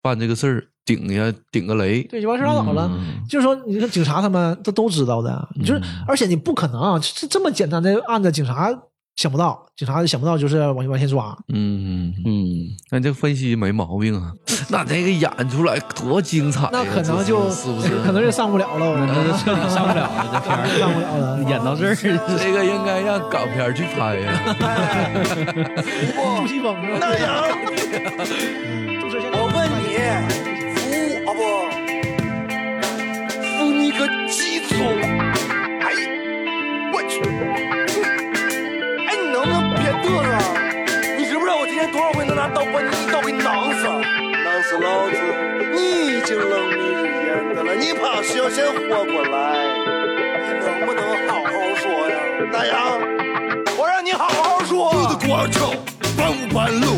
Speaker 6: 办这个事儿顶一下顶个雷，
Speaker 4: 对，就完事儿拉倒了。
Speaker 6: 嗯
Speaker 4: 就是说，你看警察他们都都知道的，就是而且你不可能啊，这这么简单的案子，警察想不到，警察想不到就是往往前抓，
Speaker 6: 嗯，
Speaker 5: 嗯
Speaker 6: 那这分析没毛病啊， 那这个演出来多精彩呀，
Speaker 4: 那可能就
Speaker 6: 这是不是？嗯
Speaker 4: 可能就上不了了，
Speaker 5: 那这彻底上不了了，这片儿
Speaker 4: 上不 了了。
Speaker 5: 演到这 儿，
Speaker 6: 这个应该让港片儿去拍呀。
Speaker 4: 杜琪峰是吧？
Speaker 1: 那 样，
Speaker 4: 杜琪峰
Speaker 2: 我问你，哎服啊不？服你个鸡葱！哎，我去！哎，你能不能别嘚瑟啊？你知不知道我今天多少回能拿刀把你一刀给囊死？
Speaker 1: 难死老子！你已经冷没日眼的了，你怕需要先活过来？
Speaker 2: 你能不能好好说呀？
Speaker 1: 那样。
Speaker 2: 我让你好好
Speaker 1: 我
Speaker 2: 说
Speaker 1: 的。国球，半不半路，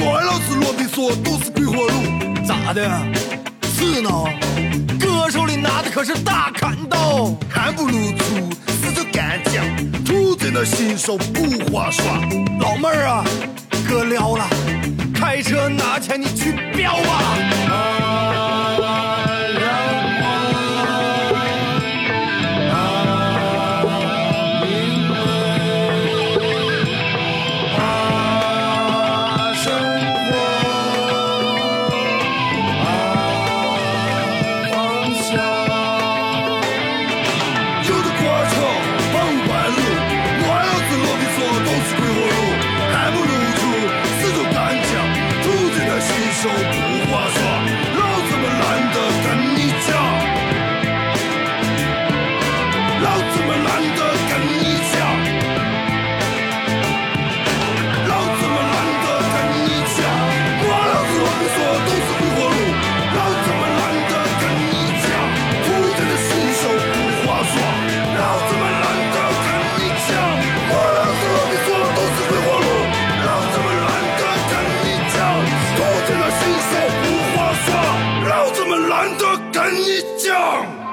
Speaker 1: 我老是罗比索，都是鬼火炉。
Speaker 2: 咋的？刺挠？哥手里拿的可是大砍刀。
Speaker 1: 还不如粗，死就干净，吐在那新手不划算。
Speaker 2: 老妹儿啊，哥撩了，开车拿钱你去飙啊吧。
Speaker 1: 生活。
Speaker 2: 你讲。